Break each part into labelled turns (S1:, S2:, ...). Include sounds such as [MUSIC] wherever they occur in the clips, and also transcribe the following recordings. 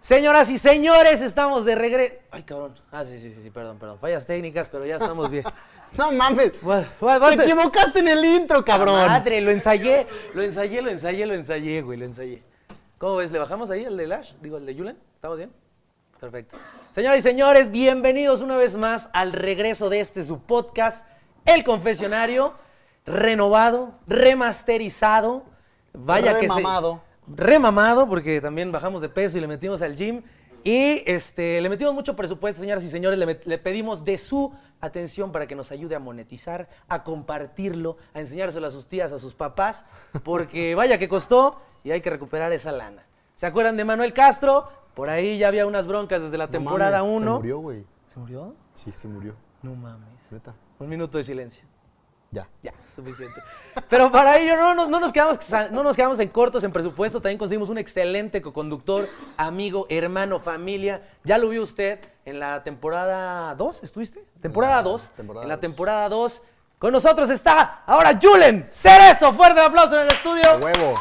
S1: Señoras y señores, estamos de regreso. Ay, cabrón. Ah, sí, sí, sí, sí, perdón, perdón. Fallas técnicas, pero ya estamos
S2: [LAUGHS]
S1: bien.
S2: No mames.
S1: Bueno, va- va a
S2: Te
S1: ser-
S2: equivocaste en el intro, cabrón.
S1: Madre, lo ensayé, lo ensayé, lo ensayé, lo ensayé, güey, lo ensayé. ¿Cómo ves? ¿Le bajamos ahí el de Lash? Digo, el de Yulen. ¿Estamos bien? Perfecto. Señoras y señores, bienvenidos una vez más al regreso de este su podcast, El Confesionario, renovado, remasterizado. Vaya que se-
S2: Remamado.
S1: remamado, porque también bajamos de peso y le metimos al gym. Y este, le metimos mucho presupuesto, señoras y señores. Le, met- le pedimos de su atención para que nos ayude a monetizar, a compartirlo, a enseñárselo a sus tías, a sus papás,
S2: [LAUGHS]
S1: porque vaya que costó y hay que recuperar esa lana. ¿Se acuerdan de Manuel Castro? Por ahí ya había unas broncas desde la
S2: No
S1: temporada
S2: mames,
S1: 1.
S2: Se murió, güey.
S1: ¿Se murió?
S2: Sí, se murió.
S1: No mames.
S2: Neta.
S1: Un minuto de silencio.
S2: Ya.
S1: Ya, suficiente. Pero para ello no, nos- no nos quedamos, no nos quedamos en cortos en presupuesto. También conseguimos un excelente coconductor, amigo, hermano, familia. Ya lo vio usted en la temporada 2, ¿estuviste? Temporada
S2: la
S1: 2.
S2: Ah, temporada
S1: En la
S2: dos.
S1: temporada 2. Con nosotros está ahora Julen Cerezo. Fuerte aplauso en el
S2: A
S1: estudio.
S2: huevo.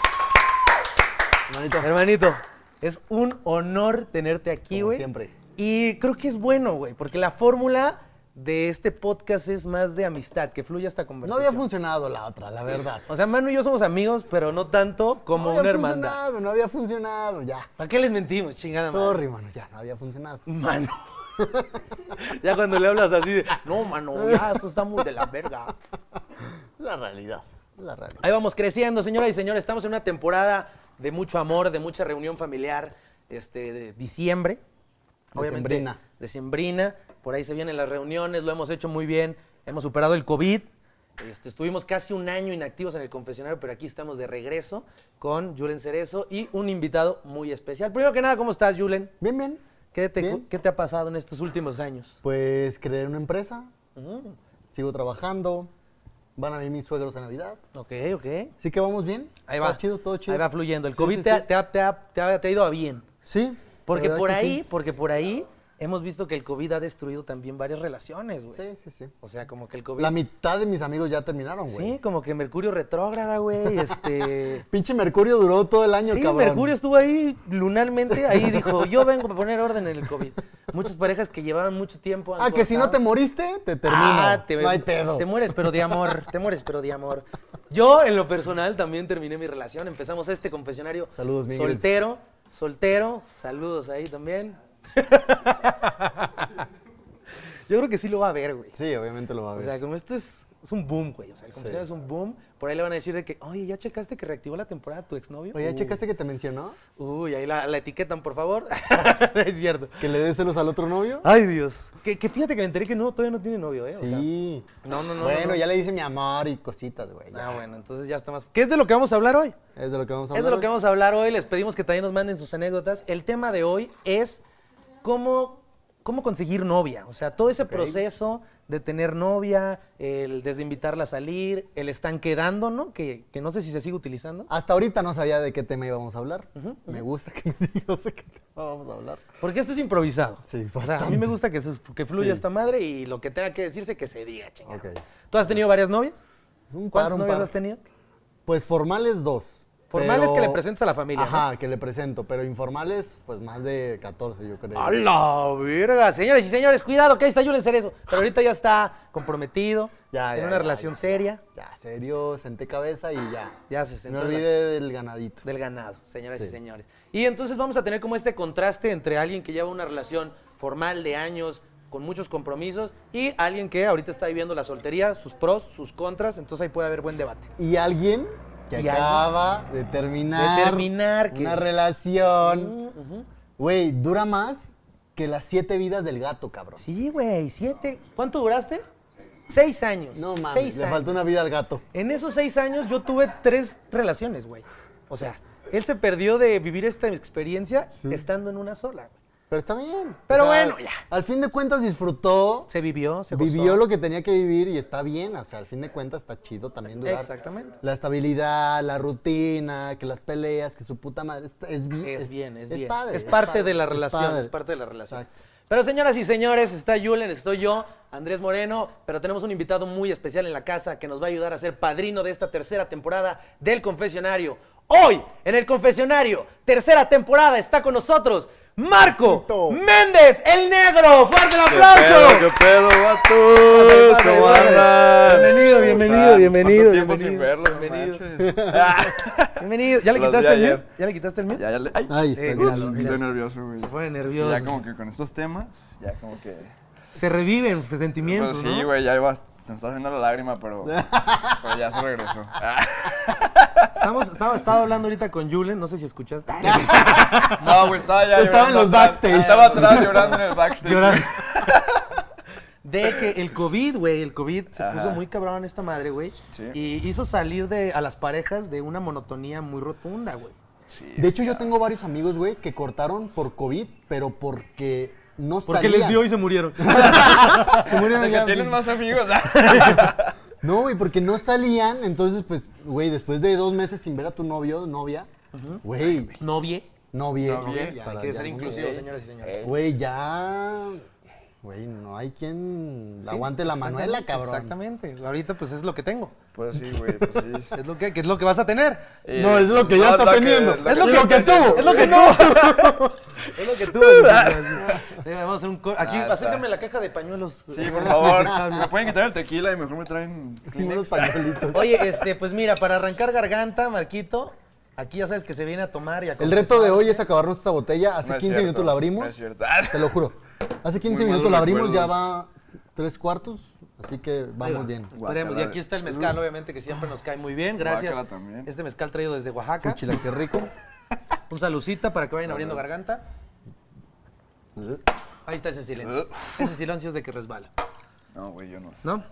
S2: Manito.
S1: Hermanito, es un honor tenerte aquí,
S2: Como
S1: güey.
S2: siempre.
S1: Y creo que es bueno, güey, porque la fórmula de este podcast es más de amistad, que fluya esta
S2: No
S1: conversación.
S2: había funcionado la otra, la verdad.
S1: O sea, Manu y yo somos amigos, pero no tanto como
S2: no había
S1: una hermandad.
S2: funcionado, no había funcionado, ya.
S1: ¿Para qué les mentimos, chingada madre?
S2: Sorry, mano, ya, no había funcionado.
S1: Mano. [LAUGHS] ya cuando le hablas así de, no, mano, ya, esto está muy de la verga.
S2: La realidad, la realidad.
S1: Ahí vamos creciendo, señoras y señores. Estamos en una temporada de mucho amor, de mucha reunión familiar, este, de diciembre.
S2: Decembrina.
S1: Decembrina. Por ahí se vienen las reuniones, lo hemos hecho muy bien. Hemos superado el COVID. Este, estuvimos casi un año inactivos en el confesionario, pero aquí estamos de regreso con Julen Cerezo y un invitado muy especial. Primero que nada, ¿cómo estás, Julen?
S2: Bien, bien.
S1: ¿Qué te,
S2: Bien.
S1: qué te ha pasado en estos últimos años?
S2: Pues creé una empresa,
S1: Mm,
S2: sigo trabajando, van a venir mis suegros a Navidad.
S1: ok, ok.
S2: Así que vamos bien.
S1: Ahí
S2: Todo
S1: va.
S2: chido, todo chido.
S1: Ahí va fluyendo. El
S2: Sí,
S1: COVID
S2: sí,
S1: te, ha-
S2: sí.
S1: te ha- te ha- te ha- te ha ido a bien.
S2: Sí.
S1: Porque
S2: la verdad
S1: por
S2: que
S1: ahí,
S2: sí.
S1: porque por ahí hemos visto que el COVID ha destruido también varias relaciones, güey.
S2: Sí, sí, sí.
S1: O sea, como que el COVID.
S2: La mitad de mis amigos ya terminaron, güey.
S1: sí, como que Mercurio retrógrada, [LAUGHS] güey. Este.
S2: Pinche Mercurio duró todo el año,
S1: sí,
S2: cabrón.
S1: Mercurio estuvo ahí lunarmente, ahí dijo, yo vengo a poner orden en el COVID. Muchas parejas que llevaban mucho tiempo. han
S2: Ah, que si no
S1: cortado.
S2: te moriste, te termino.
S1: Ah, te-
S2: no hay pedo.
S1: Te mueres, pero de
S2: [LAUGHS]
S1: amor. Te mueres, pero de amor. Yo, en lo personal, también terminé mi relación. Empezamos este confesionario.
S2: Saludos, mi Ingrid.
S1: Soltero, soltero. Saludos ahí
S2: [LAUGHS]
S1: también. Yo creo que sí lo va a ver, güey.
S2: Sí, obviamente lo va a
S1: O
S2: ver.
S1: sea, como esto es, es un boom, güey. O sea, el confesionario es un boom. Por ahí le van a decir de que, oye, ¿ya checaste que reactivó la temporada tu exnovio?
S2: Oye,
S1: Uy.
S2: ¿checaste que te mencionó?
S1: Uy, ahí la, la etiquetan, por
S2: [LAUGHS]
S1: favor. [LAUGHS] es cierto.
S2: ¿Que le des celos al otro novio?
S1: Ay, Dios. Que, que fíjate que me enteré que no, todavía no tiene novio, ¿eh? Ah, O sea,
S2: sí.
S1: no, no, no,
S2: Bueno,
S1: no.
S2: ya le hice mi amor y cositas, güey. ya.
S1: Ah, bueno, entonces ya está más. ¿Qué es de lo que vamos a hablar hoy?
S2: Es de lo que vamos a hablar.
S1: Es de lo que vamos a hablar hoy. Les pedimos que también nos manden sus anécdotas. El tema de hoy es cómo, cómo conseguir novia. O sea, todo ese proceso de tener novia, el desde invitarla a salir, el están quedando, ¿no? Que, que no sé si se sigue utilizando.
S2: Hasta ahorita no sabía de qué tema íbamos a hablar. Me gusta que [LAUGHS] me digas de qué tema vamos a hablar.
S1: Porque esto es improvisado.
S2: Sí,
S1: O sea, a mí
S2: bastante.
S1: me gusta que, se- que fluya
S2: Sí.
S1: esta madre y lo que tenga que decirse que se diga, chingada.
S2: Ok.
S1: ¿Tú has tenido varias novias?
S2: Un par,
S1: ¿Cuántas
S2: un
S1: novias
S2: par.
S1: has tenido?
S2: Pues formales dos.
S1: Formales
S2: pero-
S1: que le presentes a la familia,
S2: Ajá, que le presento. Pero informales, pues más de 14, yo creo.
S1: ¡A la verga! Señores y señores, cuidado, que ahí está Julen Cerezo. Pero ahorita ya está comprometido,
S2: Ya,
S1: tiene
S2: ya,
S1: una
S2: ya,
S1: relación
S2: ya, ya.
S1: serio.
S2: Ya, serio, senté cabeza y ya.
S1: Ya se
S2: Me
S1: sentó la-
S2: olvidé del ganadito.
S1: del ganado, señoras y
S2: Sí.
S1: señores. Y entonces vamos a tener como este contraste entre alguien que lleva una relación formal de años, con muchos compromisos, y alguien que ahorita está viviendo la soltería, sus pros, sus contras, entonces ahí puede haber buen debate.
S2: Y alguien que
S1: Y
S2: acaba de terminar,
S1: De terminar, que-
S2: una relación. Güey, dura más que las siete vidas del gato, cabrón.
S1: Sí, güey, siete. ¿Cuánto duraste? Seis años.
S2: No mames,
S1: Seis
S2: le
S1: años.
S2: faltó una vida al gato.
S1: En esos seis años yo tuve tres relaciones, güey. O sea, él se perdió de vivir esta experiencia estando en una sola. güey.
S2: Pero está bien.
S1: Pero bueno, ya.
S2: Al fin de cuentas disfrutó,
S1: Se vivió, se gozó.
S2: vivió lo que tenía que vivir y está bien. O sea, al fin de cuentas está chido también durar.
S1: Exactamente.
S2: La estabilidad, la rutina, que las peleas, que su puta madre. está- Es, bien,
S1: Es bien, es bien.
S2: padre,
S1: es parte
S2: padre,
S1: de la relación,
S2: padre.
S1: es, parte de la relación.
S2: Exacto.
S1: Pero señoras y señores, está Julen, estoy yo, Andrés Moreno, pero tenemos un invitado muy especial en la casa que nos va a ayudar a ser padrino de esta tercera temporada del Confesionario. Hoy, en el Confesionario, tercera temporada, está con nosotros Marco
S2: Tito.
S1: Méndez, el negro. Fuerte el aplauso.
S3: ¡Qué pedo, vatos!
S1: Pásale,
S3: ¿Cómo
S1: pásale.
S3: andan?
S1: Bienvenido,
S3: ¿Cómo
S1: bienvenido, bienvenido,
S3: están? ¿Cuánto tiempo
S1: bienvenido,
S3: sin verlos? no
S1: bienvenido.
S3: manches.
S1: Bienvenido. ¿Ya le
S3: Los de
S1: quitaste el mute?
S3: ayer.
S1: ¿Ya le quitaste el mute?
S3: [LAUGHS] Ya, ya le...
S2: Ahí
S3: ¡Ay!
S2: está.
S1: Eh,
S2: mira,
S1: ups.
S2: mira.
S3: Estoy nervioso, güey.
S1: pone nervioso.
S3: Ya como que con estos temas, ya como que...
S1: Se reviven
S3: Pues
S1: sentimientos,
S3: sí,
S1: ¿no?
S3: güey, ya iba... Se me está haciendo la lágrima,
S1: [LAUGHS]
S3: pero... pero ya se regresó. Ah,
S1: Estamos, estaba, estaba hablando ahorita con Julen, no sé si
S3: [LAUGHS]
S1: escuchaste.
S3: No, güey, estaba ya
S2: Estaba en
S3: llorando
S2: los
S3: atrás.
S2: backstage.
S3: Estaba atrás llorando en el backstage.
S1: Llorando. [LAUGHS] De que el COVID, güey, el COVID se
S3: Ajá.
S1: puso muy cabrón esta madre, güey.
S3: Sí.
S1: Y hizo salir de, a las parejas de una monotonía muy rotunda, güey.
S3: Sí,
S2: De hecho, yo tengo varios amigos, güey, que cortaron por COVID, pero porque no
S1: Porque
S2: salían.
S1: les dio y se [LAUGHS] murieron.
S2: [LAUGHS] Se murieron
S3: de que
S2: ya,
S3: tienes
S2: pues.
S3: más amigos. ah.
S1: [LAUGHS]
S2: No, güey, porque no salían. Entonces, pues, güey, después de dos meses sin ver a tu novio, novia, güey,
S1: Novie.
S2: novia.
S3: Novia,
S2: novia,
S3: ya,
S1: Hay
S2: para
S1: que
S2: ya,
S1: ser
S2: ¿no?
S1: inclusivos, señoras y señores.
S2: Güey, ya. Güey, no hay quien
S1: Sí,
S2: aguante la
S1: exactamente,
S2: Manuela, cabrón.
S1: Exactamente. Ahorita pues es lo que tengo.
S3: Pues sí, güey, pues sí.
S1: Es lo que, que es lo que vas a tener.
S3: Eh,
S2: No, es lo que ya
S1: pues,
S2: está
S3: no, es lo que-
S2: teniendo.
S3: es lo
S2: Es lo
S3: que
S2: que,
S3: está
S2: tuvo.
S3: teniendo.
S2: Es lo [LAUGHS] que no.
S1: Es lo que tú. Sí, vamos a hacer un cor- Aquí,
S3: Ah, está.
S1: acércame la caja de pañuelos.
S3: Sí, por
S1: [LAUGHS]
S3: favor. me pueden quitar el tequila y mejor me traen
S2: Unos
S3: Kleenex.
S2: pañuelitos. [LAUGHS]
S1: Oye, este, pues mira, para arrancar garganta, Marquito, aquí ya sabes que se viene a tomar y a
S2: El reto de
S1: confesar.
S2: hoy es acabarnos esta botella. Hace
S3: No es
S2: 15
S3: cierto,
S2: minutos la abrimos.
S3: no es cierto. [LAUGHS]
S2: Te lo juro. Hace 15
S3: Muy
S2: minutos
S3: malos
S2: la abrimos,
S3: recuerdos.
S2: ya va tres cuartos. Así que vamos bien.
S1: Esperemos. Y
S3: Guácala.
S1: aquí está el mezcal, obviamente, que siempre nos cae muy bien. Gracias.
S3: Guácala también.
S1: Este mezcal traído desde Oaxaca.
S2: Chila, qué
S3: [LAUGHS]
S2: rico.
S1: Un salucita para que vayan abriendo garganta. Ahí está ese silencio.
S3: [LAUGHS]
S1: Ese silencio es de que resbala.
S3: No, güey, yo no.
S1: ¿No?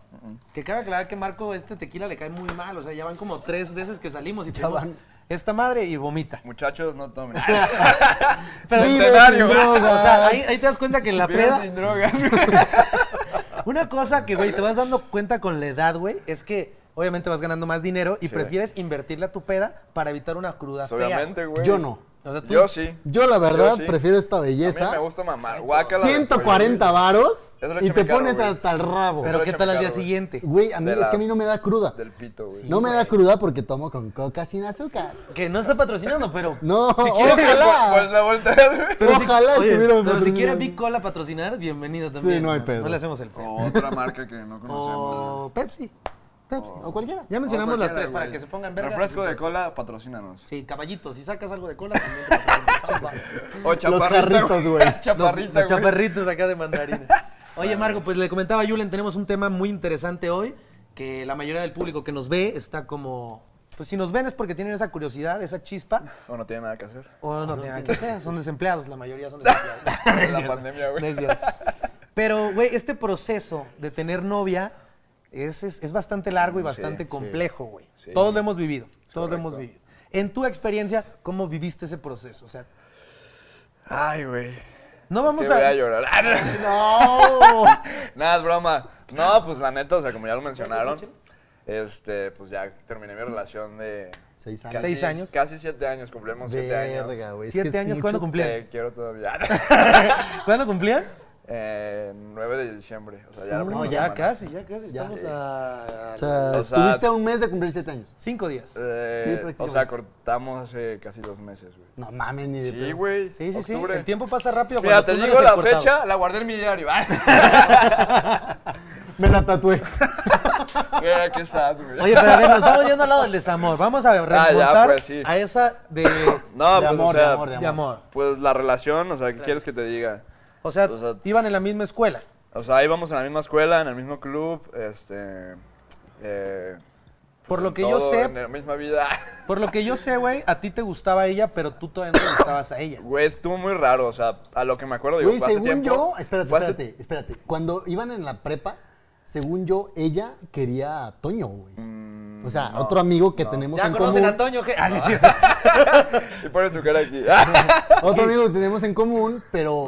S1: Que cabe aclarar que Marco este tequila le cae muy mal. O sea, ya van como tres veces que salimos y pedimos
S2: van.
S1: esta madre y vomita.
S3: Muchachos, no tomen. [LAUGHS]
S2: Ah,
S1: Pero-
S2: Vive
S3: Centenario.
S2: sin
S3: [LAUGHS]
S2: drogas.
S1: O sea, ahí, ahí te das cuenta que en la
S3: Viven
S1: peda.
S2: [LAUGHS]
S3: sin drogas.
S1: Una cosa que, güey, te vas dando cuenta con la edad, güey, es que obviamente vas ganando más dinero y
S3: Sí.
S1: prefieres invertirle a tu peda para evitar una cruda fea.
S3: Pues Obviamente, güey.
S2: Yo no.
S1: O sea, tú-
S3: Yo sí.
S2: Yo la verdad
S3: sí.
S2: prefiero esta
S3: A
S2: belleza.
S3: mí me gusta mamar. Guácala.
S2: 140 varos
S3: Es la
S2: y
S3: leche
S2: te
S3: mecano,
S2: pones
S3: güey.
S2: hasta el
S1: Pero
S2: rabo.
S3: Pero
S1: ¿qué
S3: échame
S1: tal al día
S3: caro, güey.
S1: siguente?
S2: Güey, a mí
S3: de
S2: es
S3: la-
S2: que a mí no me da cruda.
S3: Del pito, güey.
S2: No me da cruda porque tomo con coca sin azúcar.
S1: Que no está patrocinando, pero...
S2: [LAUGHS] No,
S3: Pues [LAUGHS]
S2: ojalá.
S3: la volteas, güey.
S2: [LAUGHS] Pero
S1: si-
S2: ojalá
S1: oye,
S2: estuviera
S1: Pero si
S2: patrocinando.
S1: quiere Big Cola patrocinar, bienvenido también.
S2: no hay
S1: ¿no?
S2: pedo.
S1: No le hacemos el feo.
S3: Otra marca que no
S2: Oh.
S3: conocemos.
S1: O Pepsi. Pepsi.
S2: O cualquiera.
S1: Ya mencionamos
S3: O
S1: las
S3: cualquiera,
S1: tres para
S3: güey.
S1: que se pongan verga.
S3: Refresco de cola, patrocínanos.
S1: Sí, caballito, si sacas algo de cola también te
S3: [LAUGHS]
S1: patrocinan.
S3: O chaparrita,
S2: jarritos,
S3: [LAUGHS]
S2: güey.
S1: los,
S3: chaparrita,
S1: los
S3: güey.
S1: chaparritos acá de mandarina. [LAUGHS] Oye, Marco, pues le comentaba a Julen, tenemos un tema muy interesante hoy, que la mayoría del público que nos ve está como... Pues si nos ven es porque tienen esa curiosidad, esa chispa,
S3: O [LAUGHS] no tiene nada que hacer.
S1: o no tienen que ser, son desempleados, la mayoría son [LAUGHS] desempleados. No es
S3: La
S1: cierto,
S3: pandemia, güey.
S1: no es cierto. Pero, güey, este proceso de tener novia es, es- es bastante largo y bastante complejo, güey.
S3: sí.
S1: Todos lo hemos vivido, todos lo hemos
S3: correcto.
S1: vivido. En tu experiencia, ¿cómo viviste ese proceso? O sea,
S3: Ay, güey.
S1: no
S3: Es
S1: vamos
S3: que voy
S1: a...
S3: a llorar. [LAUGHS]
S2: No.
S3: Nada, es broma. No, pues la neta, o sea, como ya lo mencionaron, este, pues ya terminé mi relación de
S2: Seis
S3: casi,
S2: años.
S1: Seis años.
S3: Casi siete años, cumplimos siete
S2: Verga,
S3: años.
S2: güey. es
S1: ¿Siete
S2: que es
S1: años?
S2: mucho-
S1: ¿Cuándo cumplieron?
S3: Te quiero todavía.
S1: [LAUGHS]
S3: [LAUGHS]
S1: ¿Cuándo cumplían?
S3: eh, 9 de diciembre. O sea, ya la
S1: No,
S3: primera
S1: ya
S3: semana.
S1: casi, ya casi.
S2: Ya.
S3: eh.
S1: Estamos a
S2: O sea,
S3: O sea,
S2: estuviste a un mes de cumplir siete años.
S1: cinco días.
S3: Eh,
S2: Sí,
S3: o
S2: prácticamente.
S3: sea, cortamos hace casi dos meses, güey.
S2: No mames, ni de
S3: Sí,
S2: pedo.
S3: güey.
S1: Sí, sí, sí.
S3: octubre.
S1: El tiempo pasa rápido.
S3: Mira,
S1: cuando
S3: te
S1: tú no
S3: digo
S1: eres
S3: la
S1: el cortado.
S3: fecha, la guardé en mi diario. [LAUGHS]
S2: Me la tatué.
S3: Mira, qué sad, güey.
S1: Oye, pero a ver, nos vamos yendo al lado del desamor. Vamos a
S3: ya,
S1: remontar
S3: pues, sí.
S1: a esa de,
S3: no,
S2: de
S3: pues,
S2: amor,
S3: o sea,
S2: de amor, de
S1: de amor.
S3: Pues la relación, o sea, ¿qué quieres que te diga?
S1: O sea,
S3: O sea,
S1: iban en la misma escuela.
S3: O sea, íbamos en la misma escuela, en el mismo club, este... eh,
S1: Por
S3: pues,
S1: lo
S3: en
S1: que yo
S3: todo,
S1: sé-
S3: En la misma vida. [LAUGHS]
S1: Por lo que yo sé, güey, a ti te gustaba ella, pero tú todavía no le gustabas a ella.
S3: Güey, estuvo muy raro, o sea, a lo que me acuerdo, digo,
S2: Güey,
S3: fue hace
S2: según
S3: tiempo,
S2: yo, espérate,
S3: fue hace-
S2: espérate, espérate. Cuando iban en la prepa, según yo, ella quería a Toño, güey.
S3: Mm,
S2: o sea, otro amigo que tenemos
S1: Ya
S2: en
S1: conocen
S2: común.
S1: a Antonio, que.
S3: Ah, Y [LAUGHS] pones tu cara aquí. [LAUGHS]
S2: Otro amigo que tenemos en común, pero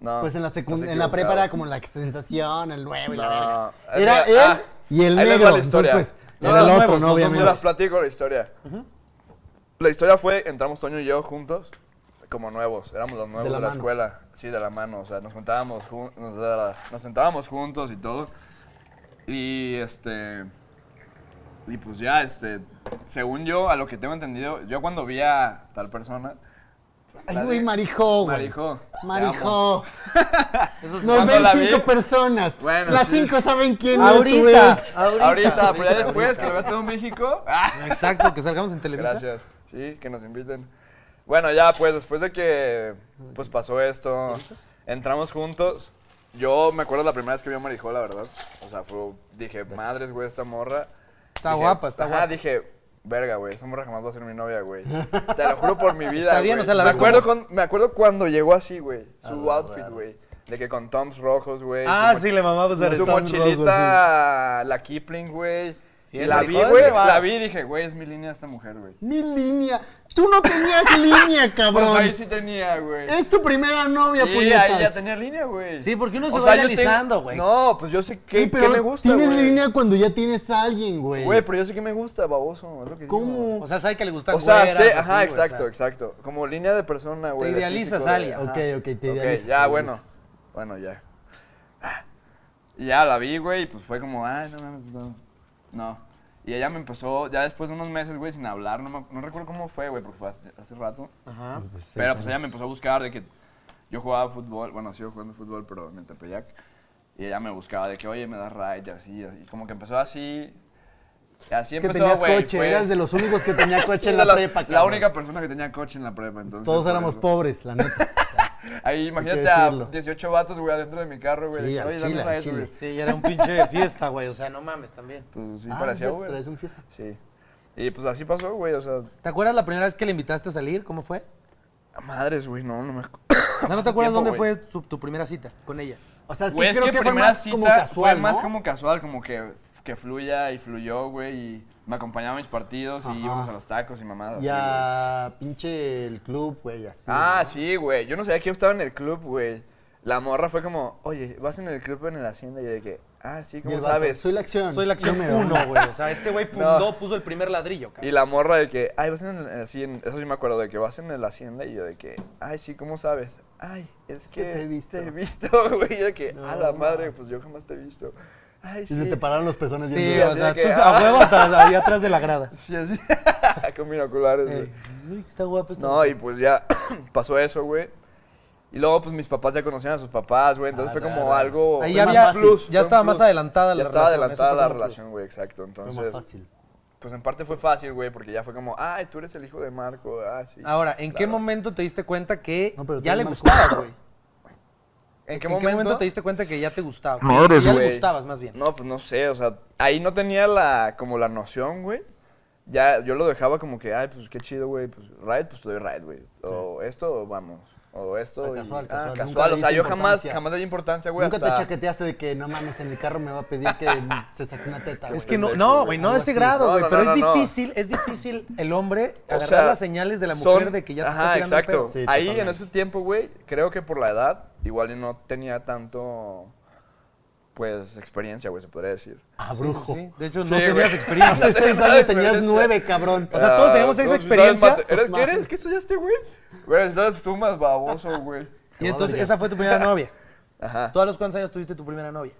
S3: No, no,
S2: pues en la
S3: estás
S2: secundaria, en la prepa era
S3: equivocado.
S2: como la sensación, el nuevo y la
S3: No,
S2: verga.
S3: eh,
S2: Era él
S3: mira, ah,
S2: y el
S3: ahí les va
S2: negro.
S3: la historia.
S2: Entonces, pues,
S3: No,
S2: era el
S3: los
S2: otro, ¿no?
S3: nuevos, los nuevos.
S2: Obviamente.
S3: Se las platico la historia. La historia fue, entramos Toño y yo juntos, como nuevos, éramos los nuevos
S2: De
S3: de
S2: la
S3: la,
S2: mano.
S3: escuela. Sí, de la mano, o sea, nos juntábamos, jun- nos, nos sentábamos juntos y todo. Y este... Y pues ya, este... Según yo, a lo que tengo entendido, yo cuando vi a tal persona,
S2: Ay, güey, Marijó, güey.
S3: Marijo,
S2: [LAUGHS]
S3: te
S2: Marijó.
S1: Eso sí.
S2: Nos
S3: Cuando
S2: ven
S3: la
S2: cinco
S3: vi-
S2: personas.
S3: Bueno,
S2: Las
S3: sí.
S2: cinco saben quién
S1: ahorita,
S2: es tu ex.
S1: ahorita.
S3: Ahorita, pero ya
S1: ahorita,
S3: después que
S1: ahorita.
S3: lo vea todo México. ¡ah!
S1: [LAUGHS] Exacto, que salgamos en televisión.
S3: Gracias. Sí, que nos inviten. Bueno, ya pues después de que pues pasó esto, entramos juntos. Yo me acuerdo la primera vez que vi a Marijó, la verdad. O sea, fue, dije, madres, güey, esta morra.
S1: Está
S3: Dije,
S1: guapa, está
S3: ajá,
S1: guapa.
S3: dije, verga, güey, esta morra jamás va a ser mi novia, güey. Te lo
S1: [LAUGHS]
S3: juro por mi vida,
S1: Está bien,
S3: güey.
S1: o sea, la
S3: me,
S1: ves
S3: acuerdo con- me acuerdo cuando llegó así, güey, su outfit, güey. De que con toms rojos, güey.
S1: Ah,
S3: su
S1: sí, le mamamos a
S3: su
S2: Tom
S3: mochilita, la Kipling, güey. Y
S1: es
S3: la
S1: rico,
S3: vi,
S1: es
S3: güey.
S1: rico.
S3: La vi y dije, güey, es mi línea esta mujer, güey.
S2: Mi línea. Tú no
S3: [LAUGHS]
S2: tenías línea,
S3: Pues
S2: cabrón.
S3: ahí sí tenía, güey.
S2: Es tu primera novia,
S3: Sí,
S2: puñetas.
S3: ahí ya tenía línea, güey.
S1: Sí, porque uno se
S3: O
S1: va
S3: yo
S1: idealizando,
S3: tengo-
S1: güey.
S3: No, pues yo sé qué,
S2: Güey, pero
S3: qué me gusta,
S2: tienes
S3: güey.
S2: línea cuando ya tienes a alguien, güey.
S3: Güey, pero yo sé qué me gusta, baboso. es lo que digo.
S2: ¿Cómo?
S1: O sea, sabe que le gustan
S3: O sea,
S1: güeras,
S3: sé,
S1: así,
S3: ajá,
S1: pues güey, o sea.
S3: exacto, exacto. Como línea de persona, güey.
S1: Te
S3: de
S1: idealizas
S3: físico,
S1: a
S3: de-
S1: alguien.
S2: ok, ok, te
S3: Ok,
S2: idealizas,
S3: ya,
S2: te
S3: bueno.
S2: idealizas.
S3: Bueno, ya. Ah, Y ya la vi, güey, y pues fue como, ay, no mames, no. No. Y ella me empezó, ya después de unos meses, güey, sin hablar, no, me- no recuerdo cómo fue, güey, porque fue hace, hace rato.
S1: Ajá.
S2: seis
S3: pero pues ella me
S2: años.
S3: empezó a buscar de que yo jugaba fútbol, bueno, sigo jugando fútbol, pero en Tepeyac. Y ella me buscaba de que, oye, me das ride, y así, y así. Como que empezó así. y así
S2: Es que
S3: empezó,
S2: tenías
S3: güey.
S2: coche,
S3: fue-
S2: eras de los únicos que tenía coche
S3: [LAUGHS] Sí,
S2: en la,
S3: de las-
S2: prepa,
S3: La
S2: cabrón.
S3: única persona que tenía coche en la prepa, entonces. pues,
S2: Todos
S3: por
S2: éramos
S3: eso.
S2: pobres, la neta.
S3: Ahí imagínate
S2: Hay que
S3: a
S2: decirlo.
S3: 18 vatos, güey, adentro de mi carro, güey.
S2: Sí,
S3: de que,
S2: al
S3: "Oye, dame
S2: chile, al
S3: para eso,
S2: chile.
S3: güey".
S1: Sí, ya era un pinche de fiesta, güey. O sea, no mames también.
S3: Pues [LAUGHS] sí,
S2: Ah,
S3: parecía,
S2: sí,
S3: güey.
S2: traes un fiesta.
S3: Sí. Y pues así pasó, güey, o sea.
S1: ¿Te acuerdas la primera vez que le invitaste a salir? ¿Cómo fue?
S3: a Madres, güey, no, no me acuerdo.
S1: O sea, ¿no te
S3: Hace
S1: acuerdas
S3: tiempo,
S1: dónde
S3: güey.
S1: fue su- tu primera cita con ella?
S2: O sea, [COUGHS] es que
S3: Güey, es
S2: creo
S3: que,
S2: que, fue
S3: primera
S2: más
S3: cita
S2: como casual,
S3: fue más
S2: ¿no?
S3: como casual, como que, que fluya y fluyó, güey, y me acompañaba a mis partidos
S2: Ajá.
S3: y íbamos a los tacos y mamadas. así,
S2: Y a pinche el club, güey, así.
S3: güey. ah, sí, güey, yo no sabía que yo estaba en el club, güey. La morra fue como, oye, vas en el club en el Hacienda y yo de que, ah,
S2: Y
S3: sí,
S2: el
S3: ¿cómo
S2: vato,
S3: sabes?
S2: Soy la acción.
S1: Soy la
S2: [LAUGHS]
S1: acción
S2: número
S1: uno, güey. O sea, este
S3: [LAUGHS]
S1: güey fundó, puso el primer ladrillo,
S3: Y
S1: cabrón.
S3: la morra de que, ay, vas en el, así, en- eso sí me acuerdo, de que vas en el Hacienda y yo de que, ay, sí, ¿cómo sabes? Ay, es,
S2: que te he visto.
S3: Te he visto, [LAUGHS] güey, yo de que, a la madre, pues yo jamás te he visto. Ay,
S2: Y
S3: sí.
S2: se te pararon los pezones. bien
S1: Sí,
S2: duros.
S1: o
S3: así
S1: sea,
S3: de
S1: tú
S3: que,
S1: a
S3: ah. [LAUGHS]
S1: huevo hasta ahí atrás de la grada.
S3: Sí, así, [LAUGHS] con binoculares, güey.
S1: Ey, uy, está guapo este.
S3: No, y pues ya [CLEARS THROAT] pasó eso, güey. Y luego, pues mis papás ya conocían a sus papás, güey, entonces
S2: Ah,
S3: fue
S2: da,
S3: como
S2: da.
S3: algo.
S1: Ahí
S3: fue
S1: había-
S3: más plus,
S1: ya
S3: fue un
S1: estaba más
S3: plus.
S1: adelantada la
S3: Ya estaba
S1: relación, eso
S3: adelantada
S1: fue
S3: la
S1: un plus.
S3: relación, güey, exacto.
S2: Fue
S3: Entonces,
S2: más fácil.
S3: pues en parte fue fácil, güey, porque ya fue como, ay, tú eres el hijo de Marco, ah, sí.
S1: Ahora, ¿en qué
S3: claro.
S1: momento te diste cuenta que
S2: No, pero tú
S1: ya le
S2: eres más
S1: gustabas, güey?
S3: ¿En
S1: ¿En qué momento te diste cuenta que ya te gustaba?
S3: Madres,
S1: ya le
S3: güey.
S1: gustabas, más bien.
S3: No, pues no sé, o sea, ahí no tenía la, como la noción, güey. Ya, yo lo dejaba como que, ay, pues qué chido, güey, pues ride, pues te doy ride, güey. O esto, vamos. O esto.
S2: Ah,
S3: y-
S2: casual,
S3: ah,
S2: casual. Nunca
S3: casual.
S2: le
S3: O sea,
S2: diste
S3: yo jamás,
S2: importancia.
S3: jamás le di importancia, güey.
S2: Nunca te
S3: hasta-
S2: chaqueteaste de que no mames, en el carro me va a pedir que [LAUGHS] se saque una teta, güey.
S1: Es que no,
S3: pendejo,
S1: no,
S3: güey.
S1: güey, no a
S2: Algo
S1: ese
S2: así.
S1: grado,
S3: No,
S1: güey,
S3: no,
S1: pero
S3: no,
S1: es
S3: no, no.
S1: difícil, es difícil el hombre
S3: O
S1: agarrar
S3: sea,
S1: las señales de la mujer
S3: son-
S1: de que ya te
S3: Ajá,
S1: está tirando el
S3: exacto.
S1: pedo.
S2: Sí,
S3: Ahí en
S2: totalmente.
S3: ese tiempo, güey, creo que por la edad, igual y no tenía tanto, pues, experiencia, güey, se podría decir.
S2: Ah, brujo.
S1: Sí, De hecho, no
S3: Sí, güey.
S1: tenías experiencia.
S3: [LAUGHS]
S2: Hace seis
S3: Nada de
S2: años tenías
S1: [LAUGHS]
S3: diferencia.
S2: nueve, cabrón.
S1: O sea, todos
S3: Ah,
S1: tenemos esa
S3: todos, si
S1: experiencia.
S3: sabes mate- ¿Eres, ¿Qué eres? ¿Qué estudiaste, güey? Güey, sabes, sumas baboso, güey.
S1: Y entonces
S2: Madre.
S1: esa fue tu primera novia.
S3: Oh, [LAUGHS] Ajá. Oh.
S1: ¿Tú a los cuántos años tuviste tu primera novia?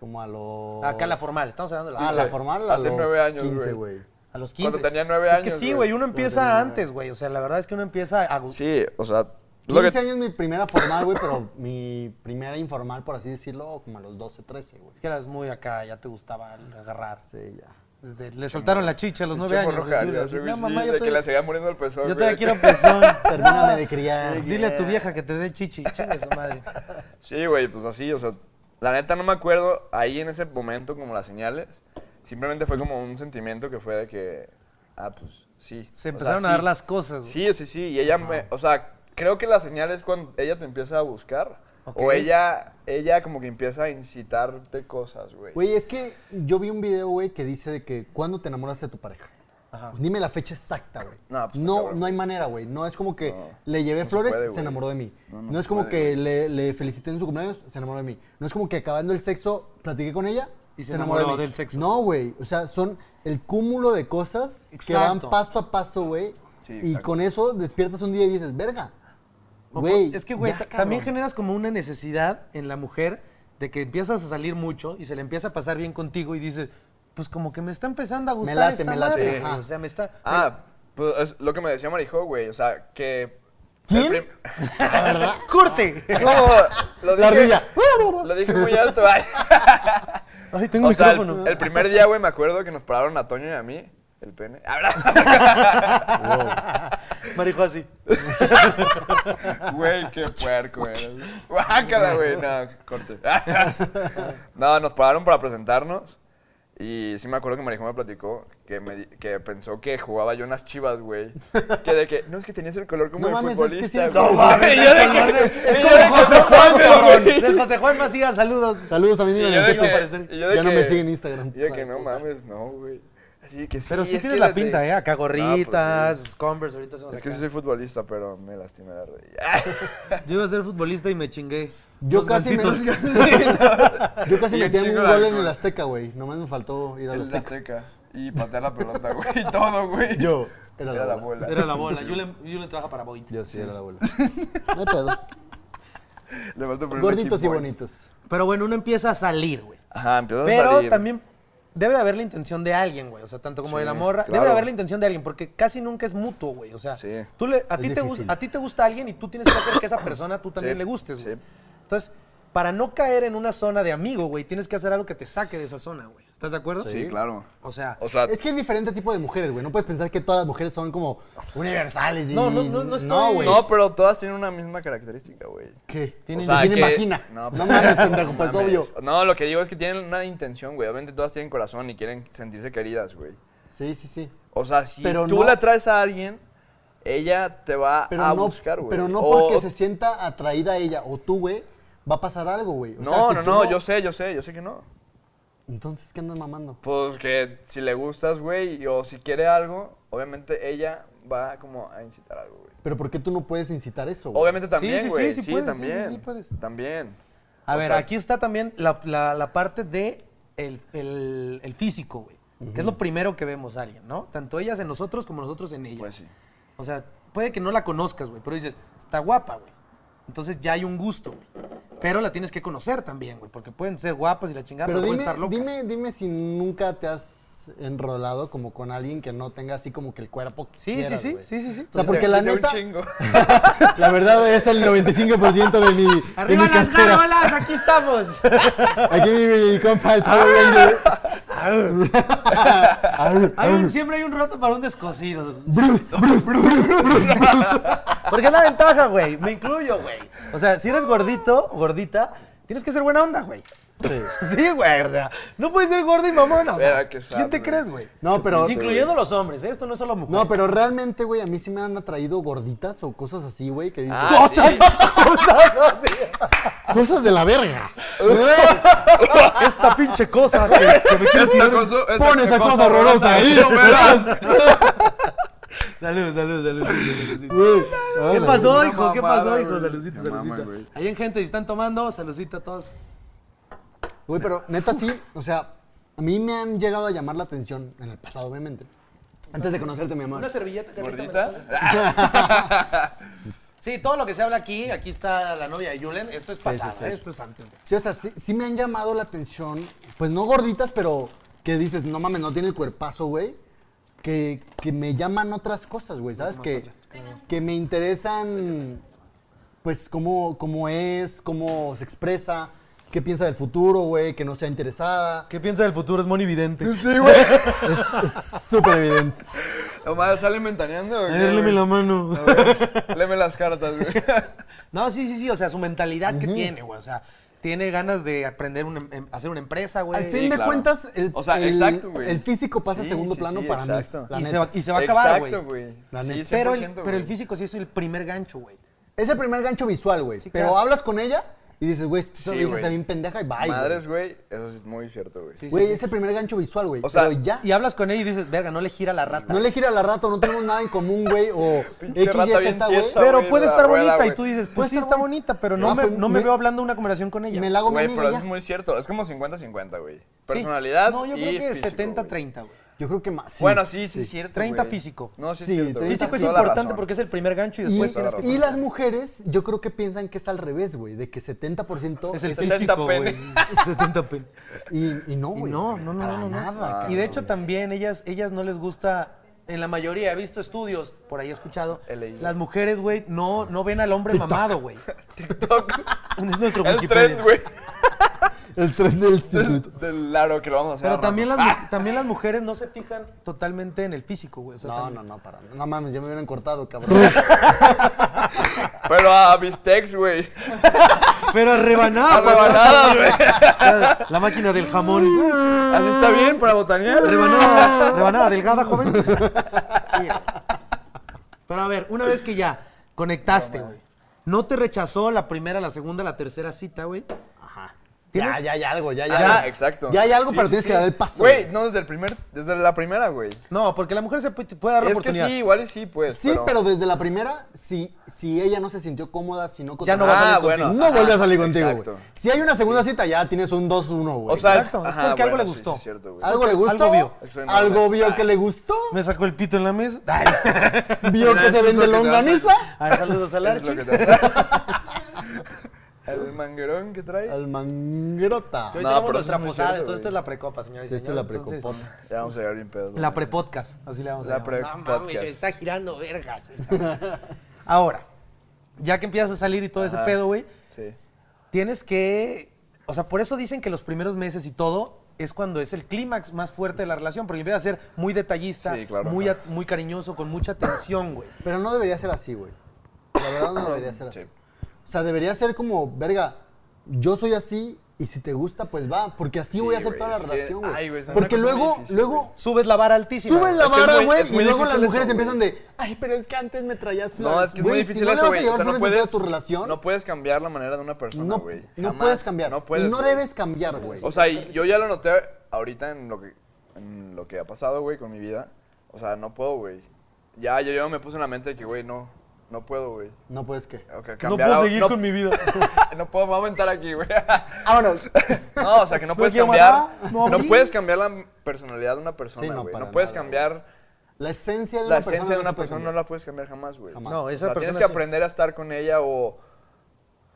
S2: Como a los...
S1: Acá la formal, estamos hablando de la
S2: Ah, la formal a
S3: Hace
S2: los
S3: nueve años,
S2: 15,
S3: güey.
S2: güey.
S1: A los 15.
S3: Cuando tenía nueve
S1: Es que
S3: años,
S1: sí,
S3: güey.
S1: güey, uno empieza antes, güey. O sea, la verdad es que uno empieza a...
S3: Sí, o sea, lo
S2: 15
S3: que,
S2: años mi primera formal, güey, pero mi primera informal, por así decirlo, como a los 12, 13, güey.
S1: Es que eras muy acá, ya te gustaba agarrar.
S2: Sí, ya.
S1: Desde- le soltaron la chicha a los nueve
S3: Che,
S1: años.
S3: morro
S1: güey,
S3: Javier,
S1: así,
S3: güey,
S1: no,
S3: sí,
S1: mamá, yo
S3: de que
S1: todavía-
S3: la seguía muriendo el pezón,
S1: yo
S3: güey.
S1: todavía quiero pezón.
S3: [LAUGHS]
S2: Termíname de criar.
S1: Dile a tu vieja que te dé chichi, chinga su madre.
S3: [LAUGHS] Sí, güey, pues así, o sea, la neta no me acuerdo ahí en ese momento como las señales. Simplemente fue como un sentimiento que fue de que, ah, pues sí.
S1: Se
S3: O sea,
S1: empezaron a
S3: sí.
S1: dar las cosas, güey.
S3: Sí, sí, sí, y ella me, o sea, creo que la señal es cuando ella te empieza a buscar.
S1: Ok.
S3: O ella, ella como que empieza a incitarte cosas, güey.
S2: Güey, es que yo vi un video, güey, que dice de que cuándo te enamoraste de tu pareja.
S1: Ajá.
S2: Pues dime la fecha exacta, güey.
S3: No, pues, está
S2: no,
S3: cabrón.
S2: no hay manera, güey. No es como que
S3: No.
S2: le llevé
S3: No se
S2: flores,
S3: puede,
S2: se
S3: güey.
S2: enamoró de mí. No,
S3: No, no
S2: es
S3: se
S2: como
S3: puede,
S2: que le, le felicité en su cumpleaños, se enamoró de mí. No es como que acabando el sexo platiqué con ella
S1: Y se enamoró del sexo.
S2: No, güey. O sea, son el cúmulo de cosas que van
S1: Exacto.
S2: paso a paso, güey.
S3: Sí,
S2: y
S3: exacto.
S2: con eso despiertas un día y dices, verga.
S1: O
S2: Güey.
S1: por- es que, güey,
S2: ya,
S1: ta-
S2: cabrón.
S1: también generas como una necesidad en la mujer de que empiezas a salir mucho y se le empieza a pasar bien contigo y dices, pues como que me está empezando a gustar
S2: late,
S1: esta
S2: me late,
S1: madre,
S2: ajá.
S1: güey. O sea, me está...
S3: Ah, pues es lo que me decía Marijo, güey. O sea, que
S2: ¿Quién? [LAUGHS]
S3: prim- [LAUGHS]
S1: [LAUGHS]
S2: La verdad.
S1: ¡Curte!
S3: ¿Cómo? Lo
S2: La
S3: dije,
S2: ardilla.
S3: lo dije muy alto. ay.
S1: Ay, tengo un
S3: O sea, el-
S1: micrófono. [LAUGHS]
S3: el, primer día, güey, me acuerdo que nos pararon a Toño y a mí. El pene. Ah, Ahora,
S1: Marijo así.
S3: Güey, qué puerco eres. Guácala, güey. No, corte. [LAUGHS] No, nos pararon para presentarnos. Y sí me acuerdo que Marijo me platicó que, me di- que pensó que jugaba yo en las chivas, güey. Que de que, no, es que tenías el color como
S2: No
S3: de
S2: mames, es que sí
S3: futbolista.
S2: eres
S3: güey.
S2: como-
S3: [LAUGHS] yo de que...
S1: Es
S3: yo
S1: como el
S3: de que
S1: José
S3: soy
S1: Juan,
S3: Juan,
S1: cabrón.
S3: güey.
S1: El José Juan Macías, saludos.
S2: Saludos a mi
S3: Y
S2: niño.
S3: yo de
S1: Tengo
S3: que-
S1: parecer.
S3: y yo de
S2: Ya no
S3: que-
S2: me sigue en Instagram.
S3: Y yo de que, no mames, no, güey. Así que sí.
S1: Pero sí
S3: es
S1: tienes
S3: que
S1: la
S3: desde-
S1: pinta, ¿eh? Acá
S3: Ah,
S1: gorritas,
S3: pues sí.
S1: Converse, ahorita se van
S3: Es que sí
S1: acá.
S3: soy futbolista, pero me lastimé la rodilla.
S1: Yo iba a ser futbolista y me chingué.
S2: Yo
S1: Los
S2: casi
S1: [LAUGHS]
S2: me-
S1: gancitos.
S2: Yo casi
S3: Y un
S2: metí un
S3: chingo de
S2: gol en
S3: alcohol.
S2: el Azteca, güey. Nomás me faltó ir al
S3: El
S2: Azteca.
S3: Azteca. Y patear la pelota, güey. [LAUGHS] Y todo, güey.
S2: Yo. Era
S3: Era,
S2: la
S3: la
S2: bola.
S3: bola.
S1: Era la bola. Yo le, yo le trabaja para Boyd.
S2: Yo sí, era la abuela. No hay
S3: [LAUGHS]
S2: pedo.
S3: Le falta poner
S2: Gorditos
S3: Ricky
S2: y
S3: Boy.
S2: bonitos.
S1: Pero bueno, uno empieza a salir, güey.
S3: Ajá, empiezas a
S1: Pero
S3: salir.
S1: también debe de haber la intención de alguien, güey. O sea, tanto como de la morra. Debe de
S3: claro.
S1: haber la intención de alguien, porque casi nunca es mutuo, güey. O sea,
S3: Sí.
S1: tú le- a, ti te gus-
S2: difícil.
S1: a ti te gusta alguien y tú tienes que hacer que esa persona tú también
S3: Sí,
S1: le gustes, güey.
S3: sí.
S1: Entonces, para no caer en una zona de amigo, güey, tienes que hacer algo que te saque de esa zona, güey. ¿Estás de acuerdo?
S3: Sí, claro.
S1: O sea,
S3: O sea,
S2: Es que hay diferente tipo de mujeres, güey. No puedes pensar que todas las mujeres son como universales y...
S1: No, no, no, no estoy-
S2: güey.
S3: no, pero todas tienen una misma característica, güey.
S2: ¿Qué?
S1: Tienen-
S2: Pues tienen
S3: que-
S2: vagina. No,
S3: pues, [LAUGHS]
S2: mames, pendejo, pues,
S3: mames.
S2: obvio.
S3: No, lo que digo es que tienen una intención, güey. Obviamente todas tienen corazón y quieren sentirse queridas, güey.
S2: Sí, sí, sí.
S3: O sea, si
S2: Pero
S3: tú
S2: no-
S3: la traes a alguien, ella te va
S2: Pero
S3: Ah, a
S2: no,
S3: buscar, güey.
S2: Pero no
S3: O-
S2: porque se sienta atraída a ella o tú, güey, va a pasar algo, güey. O
S3: No,
S2: sea, si
S3: no,
S2: tú
S3: no, yo sé, yo sé, yo sé que no.
S2: Entonces, ¿qué andas mamando?
S3: Pues que si le gustas, güey, o si quiere algo, obviamente ella va como a incitar algo, güey.
S2: Pero ¿por qué tú no puedes incitar eso, güey?
S3: Obviamente
S1: sí,
S3: también,
S1: sí,
S3: güey.
S1: sí puedes, sí, sí,
S3: también.
S1: sí puedes.
S3: También.
S1: A
S3: O
S1: ver,
S3: sea,
S1: aquí está también la, la- la parte de el, el- el físico, güey. Que es lo primero que vemos a alguien, ¿no? Tanto ellas en nosotros como nosotros en ellas.
S3: Pues sí.
S1: O sea, puede que no la conozcas, güey, pero dices, está guapa, güey. Entonces ya hay un gusto, güey. Pero la tienes que conocer también, güey, porque pueden ser guapas y la chingada, pero,
S2: Pero dime,
S1: pueden estar locas.
S2: dime, dime si nunca te has enrolado como con alguien que no tenga así como que el cuerpo que
S1: Sí,
S2: quieras,
S1: sí, sí,
S2: güey.
S1: sí, sí, sí.
S2: O sea, porque la
S3: Dice un
S1: [LAUGHS]
S2: neta,
S3: chingo.
S2: [LAUGHS]
S3: [LAUGHS]
S2: la verdad es el 95% de mi, de
S1: ¡Arriba
S2: mi
S1: las
S2: cartera.
S1: gárgolas! ¡Aquí estamos!
S2: [LAUGHS] Aquí mi, mi compa, el Power Ranger. Arr,
S1: Hay un-
S2: arr.
S1: siempre hay un rato para un descosido.
S2: Bruce, Bruce, Bruce, Bruce, Bruce.
S1: Porque es la ventaja, güey. Me incluyo, güey. O sea, si eres gordito, gordita, tienes que ser buena onda, güey.
S2: Sí.
S1: [LAUGHS] Sí, güey, o sea, no puedes ser gordo y mamón, o sea,
S3: Verá qué sad,
S1: ¿quién te
S3: güey.
S1: crees, güey?
S2: No, pero-
S1: Incluyendo los hombres, ¿eh? esto no es solo mujeres.
S2: No, pero realmente, güey, a mí sí me han atraído gorditas o cosas así, güey, que dices,
S3: Ah, sí.
S2: cosas de la verga.
S1: [LAUGHS] Esta pinche cosa que, que
S3: [LAUGHS]
S1: me quieres
S3: Esta
S1: tirar.
S3: cosa- esta
S2: Pon esa cosa horrorosa ahí.
S1: [LAUGHS]
S3: no verás.
S1: Salud, salud, salud. saludcita.
S2: Güey,
S1: ¿Qué
S2: hola.
S1: pasó,
S3: una
S1: hijo? ¿Qué
S3: mamada,
S1: pasó,
S3: güey.
S1: hijo? Saludcita,
S3: Me maman,
S1: saludcita.
S3: güey.
S1: Ahí en gente, si están tomando, saludcita a todos.
S2: Güey, pero neta sí, o sea, a mí me han llegado a llamar la atención en el pasado, obviamente. Antes de conocerte, mi amor.
S1: Una servilleta, Carlita, me la pasas.
S3: ¿Gordita? Ah,
S1: Sí, todo lo que se habla aquí, aquí está la novia de Julen, esto es pasado, ¿eh? esto es antes.
S2: Sí, o sea, sí, sí me han llamado la atención, pues no gorditas, pero que dices, no mames, no tiene el cuerpazo, güey. Que, que me llaman otras cosas, güey, ¿sabes? Que, que me interesan, pues, cómo, cómo es, cómo se expresa, qué piensa del futuro, güey, que no sea interesada.
S1: ¿Qué piensa del futuro? Es muy evidente.
S3: Sí, güey.
S2: Es- Es súper evidente.
S3: Nomás salen ventaneando, güey. [LAUGHS]
S1: mano. [LAUGHS]
S3: Léeme las cartas, güey.
S1: No, sí, sí, sí, o sea, su mentalidad que tiene, güey, o sea, tiene ganas de aprender, una, em- hacer una empresa, güey.
S2: Al fin
S3: sí,
S2: de
S3: claro.
S2: cuentas, el,
S3: O sea,
S2: el-
S3: exacto, güey.
S2: el físico pasa a
S3: Sí,
S2: segundo
S3: sí,
S2: plano
S3: sí,
S2: para
S3: exacto.
S2: mí. la
S1: y, se
S2: neta.
S1: va, y se va a acabar, güey.
S3: Exacto, güey.
S2: La
S3: Sí,
S2: neta.
S3: 100%,
S1: Pero, el, pero el
S3: güey.
S1: físico sí es el primer gancho, güey.
S2: Es el primer gancho visual, güey.
S1: Sí,
S2: pero
S1: claro.
S2: hablas con ella y dices, güey, esta
S3: Sí,
S2: vieja
S3: güey.
S2: está bien pendeja y bye.
S3: Madres, güey, eso sí es muy cierto, güey.
S1: Sí,
S2: Güey,
S1: sí,
S2: es el primer gancho visual, güey.
S3: O sea,
S2: pero ya.
S1: Y hablas con él y dices, verga, no le gira la rata.
S2: No le gira la rata, no tenemos nada en común, güey. O
S3: Pinche
S2: X,
S3: rata
S2: Y,
S3: bien
S2: Z, güey.
S3: tiesa,
S1: pero
S3: güey,
S1: puede
S3: la
S1: estar
S3: rueda,
S1: bonita y
S3: güey.
S1: tú dices,
S2: Puede
S1: pues sí
S2: estar
S1: está
S2: bonita.
S1: bonita, pero
S2: Ah,
S1: no me,
S2: pues,
S1: no me
S2: me-
S1: veo hablando una conversación con ella.
S2: Me la hago mi
S3: Güey,
S2: amiga
S3: pero
S2: ya.
S3: es muy cierto. Es como 50-50, güey.
S1: Sí.
S3: Personalidad.
S1: No, yo creo
S3: y
S1: que
S3: físico,
S1: 70-30, güey.
S2: Yo creo que más. sí.
S3: Bueno, sí, sí, es cierto.
S1: 30
S3: güey.
S1: físico.
S3: No, sí,
S2: Sí,
S3: es cierto. güey.
S2: 30
S1: Físico es
S3: Toda la
S1: importante
S3: razón.
S1: porque es el primer gancho y
S2: Y,
S1: después tienes que...
S2: y las mujeres, yo creo que piensan que es al revés, güey. De que 70%
S1: Es el
S3: 70
S1: físico, güey.
S3: pene.
S1: 70 pen.
S2: Y, y no,
S1: Y
S2: güey.
S1: no, no, no,
S2: Para
S1: no, no.
S2: nada,
S1: Y de hecho también ellas, ellas no les gusta en la mayoría, he visto estudios, por ahí he escuchado,
S3: He leído.
S1: las mujeres, güey, no, no ven al hombre mamado, güey.
S3: [LAUGHS] TikTok.
S1: Es nuestro
S3: El
S1: Wikipedia.
S3: tren, güey.
S2: El tren del instituto.
S3: Del aro que lo vamos a hacer.
S1: Pero
S3: al
S1: también las,
S3: rato.
S1: mu- también las mujeres no se fijan totalmente en el físico, güey. O sea,
S2: No,
S1: también-
S2: no, no, para. No mames, ya me hubieran cortado, cabrón.
S3: Pero a Bistecs, güey.
S1: Pero rebanada,
S3: A
S1: papá. [LAUGHS]
S3: rebanadas, güey.
S1: La máquina del jamón.
S3: Así está bien para botanear.
S1: Rebanada, rebanada delgada, joven. Sí. güey. Pero a ver, una vez que ya conectaste, güey. No te rechazó la primera, la segunda, la tercera cita, güey.
S2: Ajá.
S1: ¿Tienes?
S2: Ya, ya hay algo, ya hay algo.
S3: Ya, exacto.
S2: Ya hay algo,
S3: Sí,
S2: pero
S3: sí,
S2: tienes
S3: sí.
S2: que dar el paso.
S3: Güey, no, desde el primer, desde la primera, güey.
S1: No, porque la mujer se puede, puede dar la
S3: Es que
S1: oportunidad.
S3: sí, igual y sí, pues.
S2: Sí, pero, desde la primera, si, si ella no se sintió cómoda, si no
S1: Ya no va a salir
S2: cotorreó,
S3: Ah,
S1: contigo.
S3: bueno.
S2: no
S3: ajá,
S2: vuelve a salir contigo,
S3: exacto.
S2: güey. Si hay una segunda cita, ya tienes un 2-1, güey.
S3: O sea,
S1: Exacto, es porque algo le
S3: sí,
S1: gustó.
S3: sí, es cierto, güey.
S2: ¿Algo le gustó?
S1: algo vio.
S2: Algo
S3: Ah.
S2: vio que le
S3: [LAUGHS]
S2: gustó.
S1: Me sacó el pito en la mesa.
S2: Vio
S3: Mira,
S2: que
S3: eso
S2: se
S3: es
S2: vende
S3: lo que te
S2: longaniza.
S1: Ay, saludos al
S3: Es
S1: Archie.
S3: lo que te hace. El manguerón que trae.
S2: Al mangrota.
S1: Hoy
S3: No,
S1: tenemos
S3: pero
S1: nuestra
S3: eso es muy
S1: posada,
S3: cierto,
S1: entonces
S3: güey.
S1: esta es la precopa, señores y
S2: Esta es la
S1: señores, entonces-
S2: precopota.
S3: Ya vamos a llegar bien pedos.
S1: La
S3: güey.
S1: prepodcast, así le vamos a
S3: La
S1: llamar.
S3: pre-
S1: No mames,
S3: podcast.
S1: está girando vergas. [LAUGHS] esta- Ahora, ya que empiezas a salir y todo ese
S3: Ajá.
S1: pedo, güey,
S3: Sí.
S1: tienes que... O sea, por eso dicen que los primeros meses y todo es cuando es el clímax más fuerte de la relación, porque empiezas a ser muy detallista,
S3: Sí, claro,
S1: muy,
S3: ajá.
S1: at- muy cariñoso, con mucha atención, güey.
S2: Pero no debería ser así, güey. La verdad no debería ser así.
S3: Sí.
S2: O sea, debería ser como, verga, yo soy así y si te gusta, pues va. Porque así
S3: Sí,
S2: voy a hacer
S3: güey,
S2: toda la
S3: es que-
S2: relación,
S3: ay, güey,
S2: güey.
S3: es una
S2: Porque
S3: cosa muy
S2: luego,
S3: difícil,
S2: luego
S1: Subes la vara altísima.
S2: suben la
S3: Es que es
S2: vara,
S3: muy-
S2: güey,
S3: es
S2: y
S3: muy
S2: luego las
S3: difícil
S2: mujeres
S3: eso,
S2: empiezan
S3: güey.
S2: de, ay, pero es que antes me traías flores.
S3: No, es que es muy
S2: Güey,
S3: difícil
S2: si no
S3: eso, güey.
S2: Le
S3: O
S2: vas a llevar
S3: sea, no
S2: flores en toda
S3: puedes,
S2: tu relación,
S3: no puedes cambiar la manera de una persona,
S2: no,
S3: güey.
S2: no
S3: Jamás.
S2: puedes cambiar.
S3: No puedes.
S2: y no
S3: güey.
S2: debes cambiar, güey.
S3: O sea, y yo ya lo noté ahorita en lo que, en lo que ha pasado, güey, con mi vida. O sea, no puedo, güey. Ya, yo, yo me puse en la mente de que, güey, no, no puedo, güey.
S2: no puedes qué.
S3: O que
S1: No
S3: cambiar
S1: puedo
S3: a-
S1: seguir
S3: no-
S1: con mi vida.
S3: [LAUGHS] No puedo, me voy a aumentar aquí, güey. [LAUGHS] Ah,
S2: Vámonos.
S3: No, o sea, que no puedes
S1: llevo
S3: cambiar.
S1: nada, no
S3: No
S1: abrí.
S3: puedes cambiar la personalidad de una persona,
S2: Sí, no,
S3: güey.
S2: para
S3: no puedes
S2: nada,
S3: cambiar
S2: [LAUGHS] La esencia de una
S3: la
S2: persona.
S3: esencia de
S2: no
S3: una
S2: se puede
S3: persona, no
S2: cambiar.
S3: la puedes cambiar jamás, güey.
S2: Jamás.
S1: No,
S3: O
S1: esa
S3: sea,
S1: persona...
S3: tienes que
S1: sí.
S3: aprender a estar con ella o.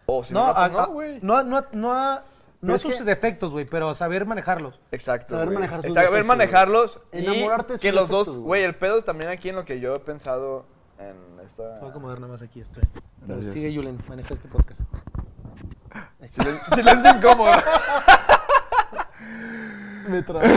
S3: O si
S1: No,
S3: no,
S1: a-
S3: pues
S1: a-
S3: no, güey.
S1: no, no, no, no
S2: es
S1: sus
S2: que-
S1: defectos, güey, pero saber manejarlos.
S3: Exacto.
S2: Saber
S3: güey.
S2: manejar sus
S3: Saber
S2: defectos,
S3: manejarlos.
S2: güey.
S3: y
S2: Enamorarte de
S3: Que
S2: sus
S3: los
S2: defectos,
S3: dos.
S2: güey.
S3: Güey, el pedo es también aquí en lo que yo he pensado en esta.
S1: Voy a acomodar nada más aquí esto.
S3: Gracias.
S1: Sigue, Julen, maneja este podcast.
S3: Silen- [LAUGHS] Silencio incómodo.
S2: [LAUGHS] Me trabé.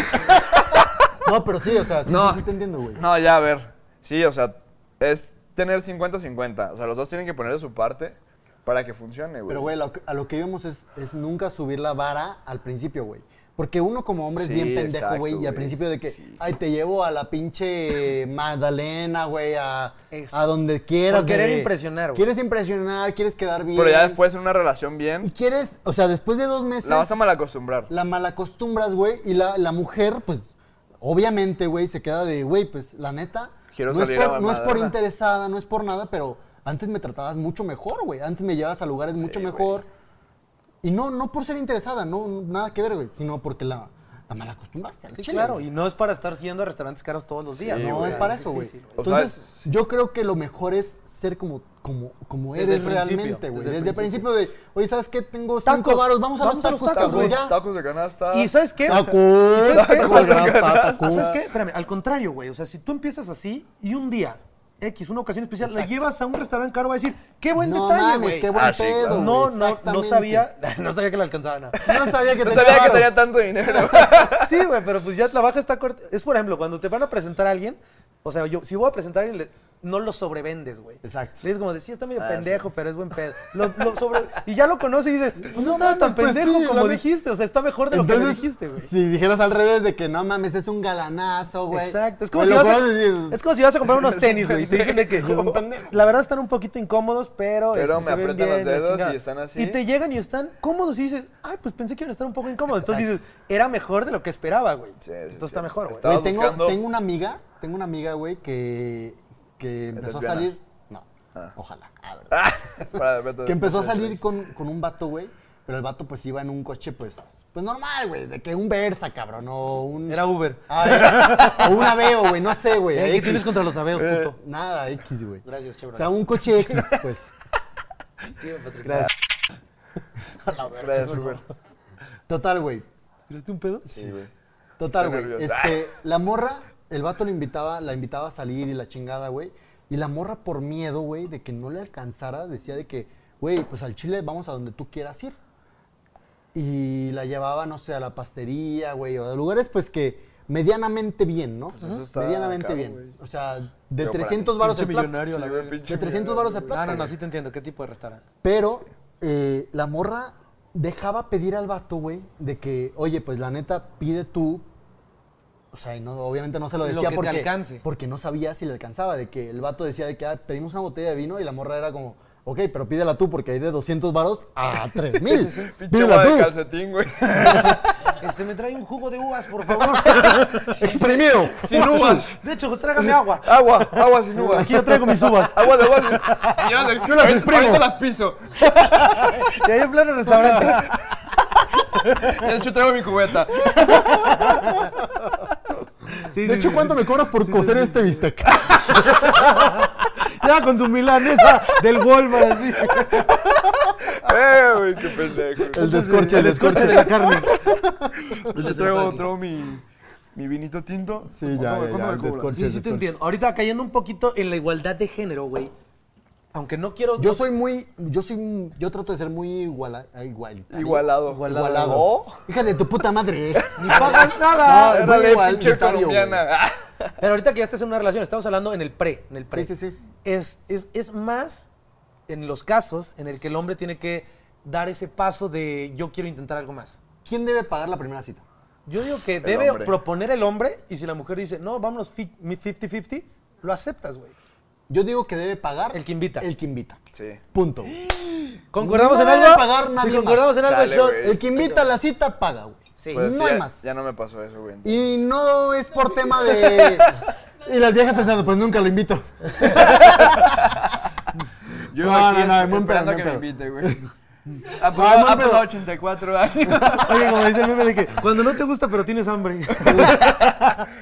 S2: no, pero sí, o sea, sí,
S3: No.
S2: sí, sí te entiendo, güey.
S3: No, ya, a ver. Sí, o sea, es tener 50-50. O sea, los dos tienen que poner de su parte para que funcione, güey.
S2: Pero, güey, lo que- a lo que íbamos es, es nunca subir la vara al principio, güey. Porque uno como hombre es
S3: Sí,
S2: bien pendejo,
S3: exacto,
S2: güey, y al
S3: güey.
S2: principio de que,
S3: Sí.
S2: ay, te llevo a la pinche Magdalena, güey, a,
S1: Ex-
S2: a donde quieras,
S1: Por querer
S2: bebé.
S1: impresionar, güey.
S2: Quieres impresionar, quieres quedar bien.
S3: Pero ya después en una relación bien,
S2: Y quieres, o sea, después de dos meses,
S3: la vas a
S2: la,
S3: malacostumbrar.
S2: malacostumbras, güey, y la, la mujer, pues, obviamente, güey, se queda de, güey, pues, la neta,
S3: Quiero
S2: no,
S3: salir
S2: es
S3: a
S2: por, no es por
S3: Magdalena.
S2: interesada, no es por nada, pero antes me tratabas mucho mejor, güey, antes me llevas a lugares mucho
S3: Sí, güey.
S2: mejor. Y no, no por ser interesada, no, nada que ver, güey, sino porque la, la malacostumbraste al
S1: Sí,
S2: chile,
S1: claro,
S2: güey.
S1: y no es para estar siendo a restaurantes caros todos los días.
S3: Sí,
S2: no,
S3: güey.
S2: es para eso, güey.
S1: difícil, güey.
S3: O sea,
S2: Entonces,
S3: es-
S2: yo creo que lo mejor es ser como, como, como
S1: Desde
S2: eres
S1: el principio,
S2: realmente, güey.
S1: desde
S2: Desde,
S1: el
S2: el principio de, oye, ¿sabes qué? Tengo cinco
S1: Tacos,
S2: varos, vamos a
S1: vamos
S2: los tacos, cabrón,
S3: Tacos,
S2: ya.
S3: tacos de canasta.
S1: ¿Y sabes qué?
S2: Tacos,
S1: ¿Y sabes qué?
S2: tacos de
S1: Tacos.
S2: canasta, tacos.
S1: ¿Sabes qué? Espérame, al contrario, güey. O sea, si tú empiezas así y un día, X, una ocasión especial, la llevas a un restaurante caro, va a decir, qué buen
S2: no
S1: detalle,
S2: mames,
S1: güey.
S2: qué buen
S3: Ah, sí,
S2: pedo.
S3: claro.
S2: güey,
S1: no, no, no
S2: exactamente.
S1: sabía, [LAUGHS] no [LAUGHS] sabía que le alcanzaba nada.
S2: No sabía que
S3: no
S2: tenía
S3: sabía que
S2: varos.
S3: tenía
S1: [LAUGHS]
S3: tanto dinero. [LAUGHS]
S1: Sí, güey, pero pues ya la baja está corta. Es por ejemplo, cuando te van a presentar a alguien, o sea, yo si voy a presentar a alguien, le- no lo sobrevendes, güey.
S2: Exacto.
S1: Le dices como de, sí, está medio
S3: Ah,
S1: pendejo, pero es buen pedo. Lo- lo sobre- Y ya lo conoce y dices, pues no, estaba
S2: mames,
S1: tan
S2: pues
S1: pendejo
S2: sí, la
S1: como
S2: neta.
S1: dijiste, o sea, está mejor de lo que me dijiste, güey.
S2: si dijeras al revés de que no mames, es un galanazo, güey.
S1: Exacto, es como,
S2: Pues
S1: si
S2: lo
S1: vas a,
S2: puedes decir,
S1: es como si vas a
S3: [LAUGHS]
S1: comprar unos tenis, güey, y te dicen de que
S2: Es un pendejo.
S1: la verdad están un poquito incómodos, pero, este,
S3: Pero me
S1: se ven
S3: aprietan los
S1: bien, la
S3: dedos y
S1: chingada".
S3: están así.
S1: Y te llegan y están cómodos y dices, ay, pues pensé que iban a estar un poco incómodos. Entonces dices, era mejor de lo que esperaba, güey.
S3: Sí, sí,
S1: Entonces
S3: sí.
S1: está mejor, güey.
S3: Está- Estabas
S2: Güey, tengo,
S3: buscando-
S2: tengo una amiga, tengo una amiga, güey, que, que empezó a
S3: lesbiana?
S2: salir. No,
S3: Ah.
S2: ojalá. a ver.
S3: Para- para-
S2: Que empezó a salir con, con un vato, güey. Pero el vato, pues, iba en un coche, pues, pues normal, güey. De que un Versa, cabrón, o un...
S1: Era Uber.
S2: Ah, o un Aveo, güey, no sé, güey.
S1: Ey, ¿Qué
S2: X.
S1: tienes contra los
S3: [LAUGHS]
S1: abeos,
S3: Eh,
S1: puto?
S2: Nada, X, güey.
S1: Gracias, Chevrolet.
S2: O sea, un coche X, pues.
S3: [LAUGHS]
S2: Gracias.
S3: Gracias, Uber.
S2: Total, güey.
S1: ¿Tiraste un pedo?
S3: Sí, güey.
S2: Total,
S3: Estoy
S2: güey.
S3: nervioso. Ah.
S2: Este, la morra el vato le invitaba, la invitaba a salir y la chingada, güey. Y la morra por miedo, güey, de que no le alcanzara, decía de que, güey, pues al Chile vamos a donde tú quieras ir. Y la llevaba, no sé, a la pastería, güey, o a lugares pues que medianamente bien, ¿no?
S3: Pues eso
S2: Ujú.
S3: está
S2: medianamente
S3: caro,
S2: bien.
S3: güey.
S2: O sea, de
S3: Pero para
S2: 300 varos el
S4: Pinche
S2: plato.
S4: millonario, la
S3: Sí,
S4: verga.
S3: pinche
S2: De 300
S3: millonario,
S2: varos el
S3: güey.
S2: plato.
S1: Ah, no, no,
S2: güey.
S1: sí te entiendo. ¿Qué tipo de restaurante?
S2: Pero eh, la morra dejaba pedir al vato, güey, de que, oye, pues la neta, pide tú. O sea, y no, obviamente no se lo
S1: Lo que
S2: decía
S1: te
S2: porque,
S1: alcance.
S2: porque no sabía si le alcanzaba. De que el vato decía de que ah, pedimos una botella de vino y la morra era como, ok, pero pídela tú porque hay de 200 varos
S1: [LAUGHS]
S2: a 3000.
S3: Pinche
S2: Pídela
S3: agua de
S2: tú. [LAUGHS]
S3: calcetín, güey.
S1: Este, me trae un jugo de uvas, por favor.
S3: [LAUGHS]
S1: [LAUGHS]
S2: Exprimido.
S3: Sin uvas.
S1: De hecho, pues trágame
S3: [LAUGHS]
S1: agua.
S3: Agua, agua sin uvas.
S1: Aquí yo traigo mis uvas.
S3: Agua de agua. Yo las,
S2: Yo las exprimo.
S3: Ahorita las piso.
S1: Y ahí en plano restaurante.
S3: De hecho, traigo mi cubeta.
S2: De hecho, ¿cuánto me cobras por coser este bistec?
S1: [LAUGHS] Ya con su milanesa del Walmart, así.
S3: Eh, güey, qué pendejo.
S2: El descorche, el descorche de la carne.
S3: Yo traigo, traigo mi, mi vinito tinto.
S2: Sí, ya,
S3: ¿Cómo-
S2: ya, ya,
S3: cómo me
S2: el
S3: cobran?
S2: descorche.
S1: Sí, sí te entiendo. Ahorita cayendo un poquito en la igualdad de género, güey. Aunque no quiero.
S2: Yo soy muy, yo soy, yo trato de ser muy iguala, igualitario.
S3: Igualado.
S1: Igualado.
S2: Igualado.
S3: ¿O?
S2: Hija de tu puta
S3: [LAUGHS]
S2: madre.
S1: Ni pagas nada.
S2: No,
S3: Era
S2: muy
S3: la
S2: igual,
S3: pinche
S2: unitario,
S3: colombiana. [LAUGHS]
S1: Pero ahorita que ya estás en una relación, estamos hablando en el pre, en el pre.
S2: Sí, sí, sí.
S1: Es, es, es más en los casos en el que el hombre tiene que dar ese paso de yo quiero intentar algo más.
S2: ¿Quién debe pagar la primera cita?
S1: Yo digo que debe
S3: hombre.
S1: proponer el hombre y si la mujer dice, no, vámonos fi- mi 50-50, lo aceptas, güey.
S2: Yo digo que debe pagar
S1: El que invita.
S2: El que invita.
S3: Sí. Eh,
S2: Punto.
S1: ¿Concordamos
S2: No
S1: en
S2: debe
S1: algo?
S2: pagar
S1: si
S2: nadie
S1: concordamos en
S2: más.
S1: algo,
S3: Chale,
S1: yo- eh,
S3: güey.
S2: El que invita a la cita paga, güey.
S1: Sí.
S3: Pues es que
S2: no hay
S3: ya-
S2: más.
S3: Ya no me pasó eso, güey.
S2: Y no es por tema
S3: [LAUGHS]
S2: de. Y las viejas pensando, pues nunca lo invito.
S3: Yo
S2: No,
S3: aquí
S2: no, no,
S3: esp-
S2: buen pedo,
S3: esperando
S2: buen
S3: que
S2: pedo.
S3: me invite, güey.
S2: [LAUGHS]
S3: Ha pasado-
S2: buen
S3: ha pasado
S2: pedo.
S3: 84
S1: [LAUGHS]
S3: años. [LAUGHS]
S1: Oye, como dice el meme de que cuando no te gusta pero tienes hambre.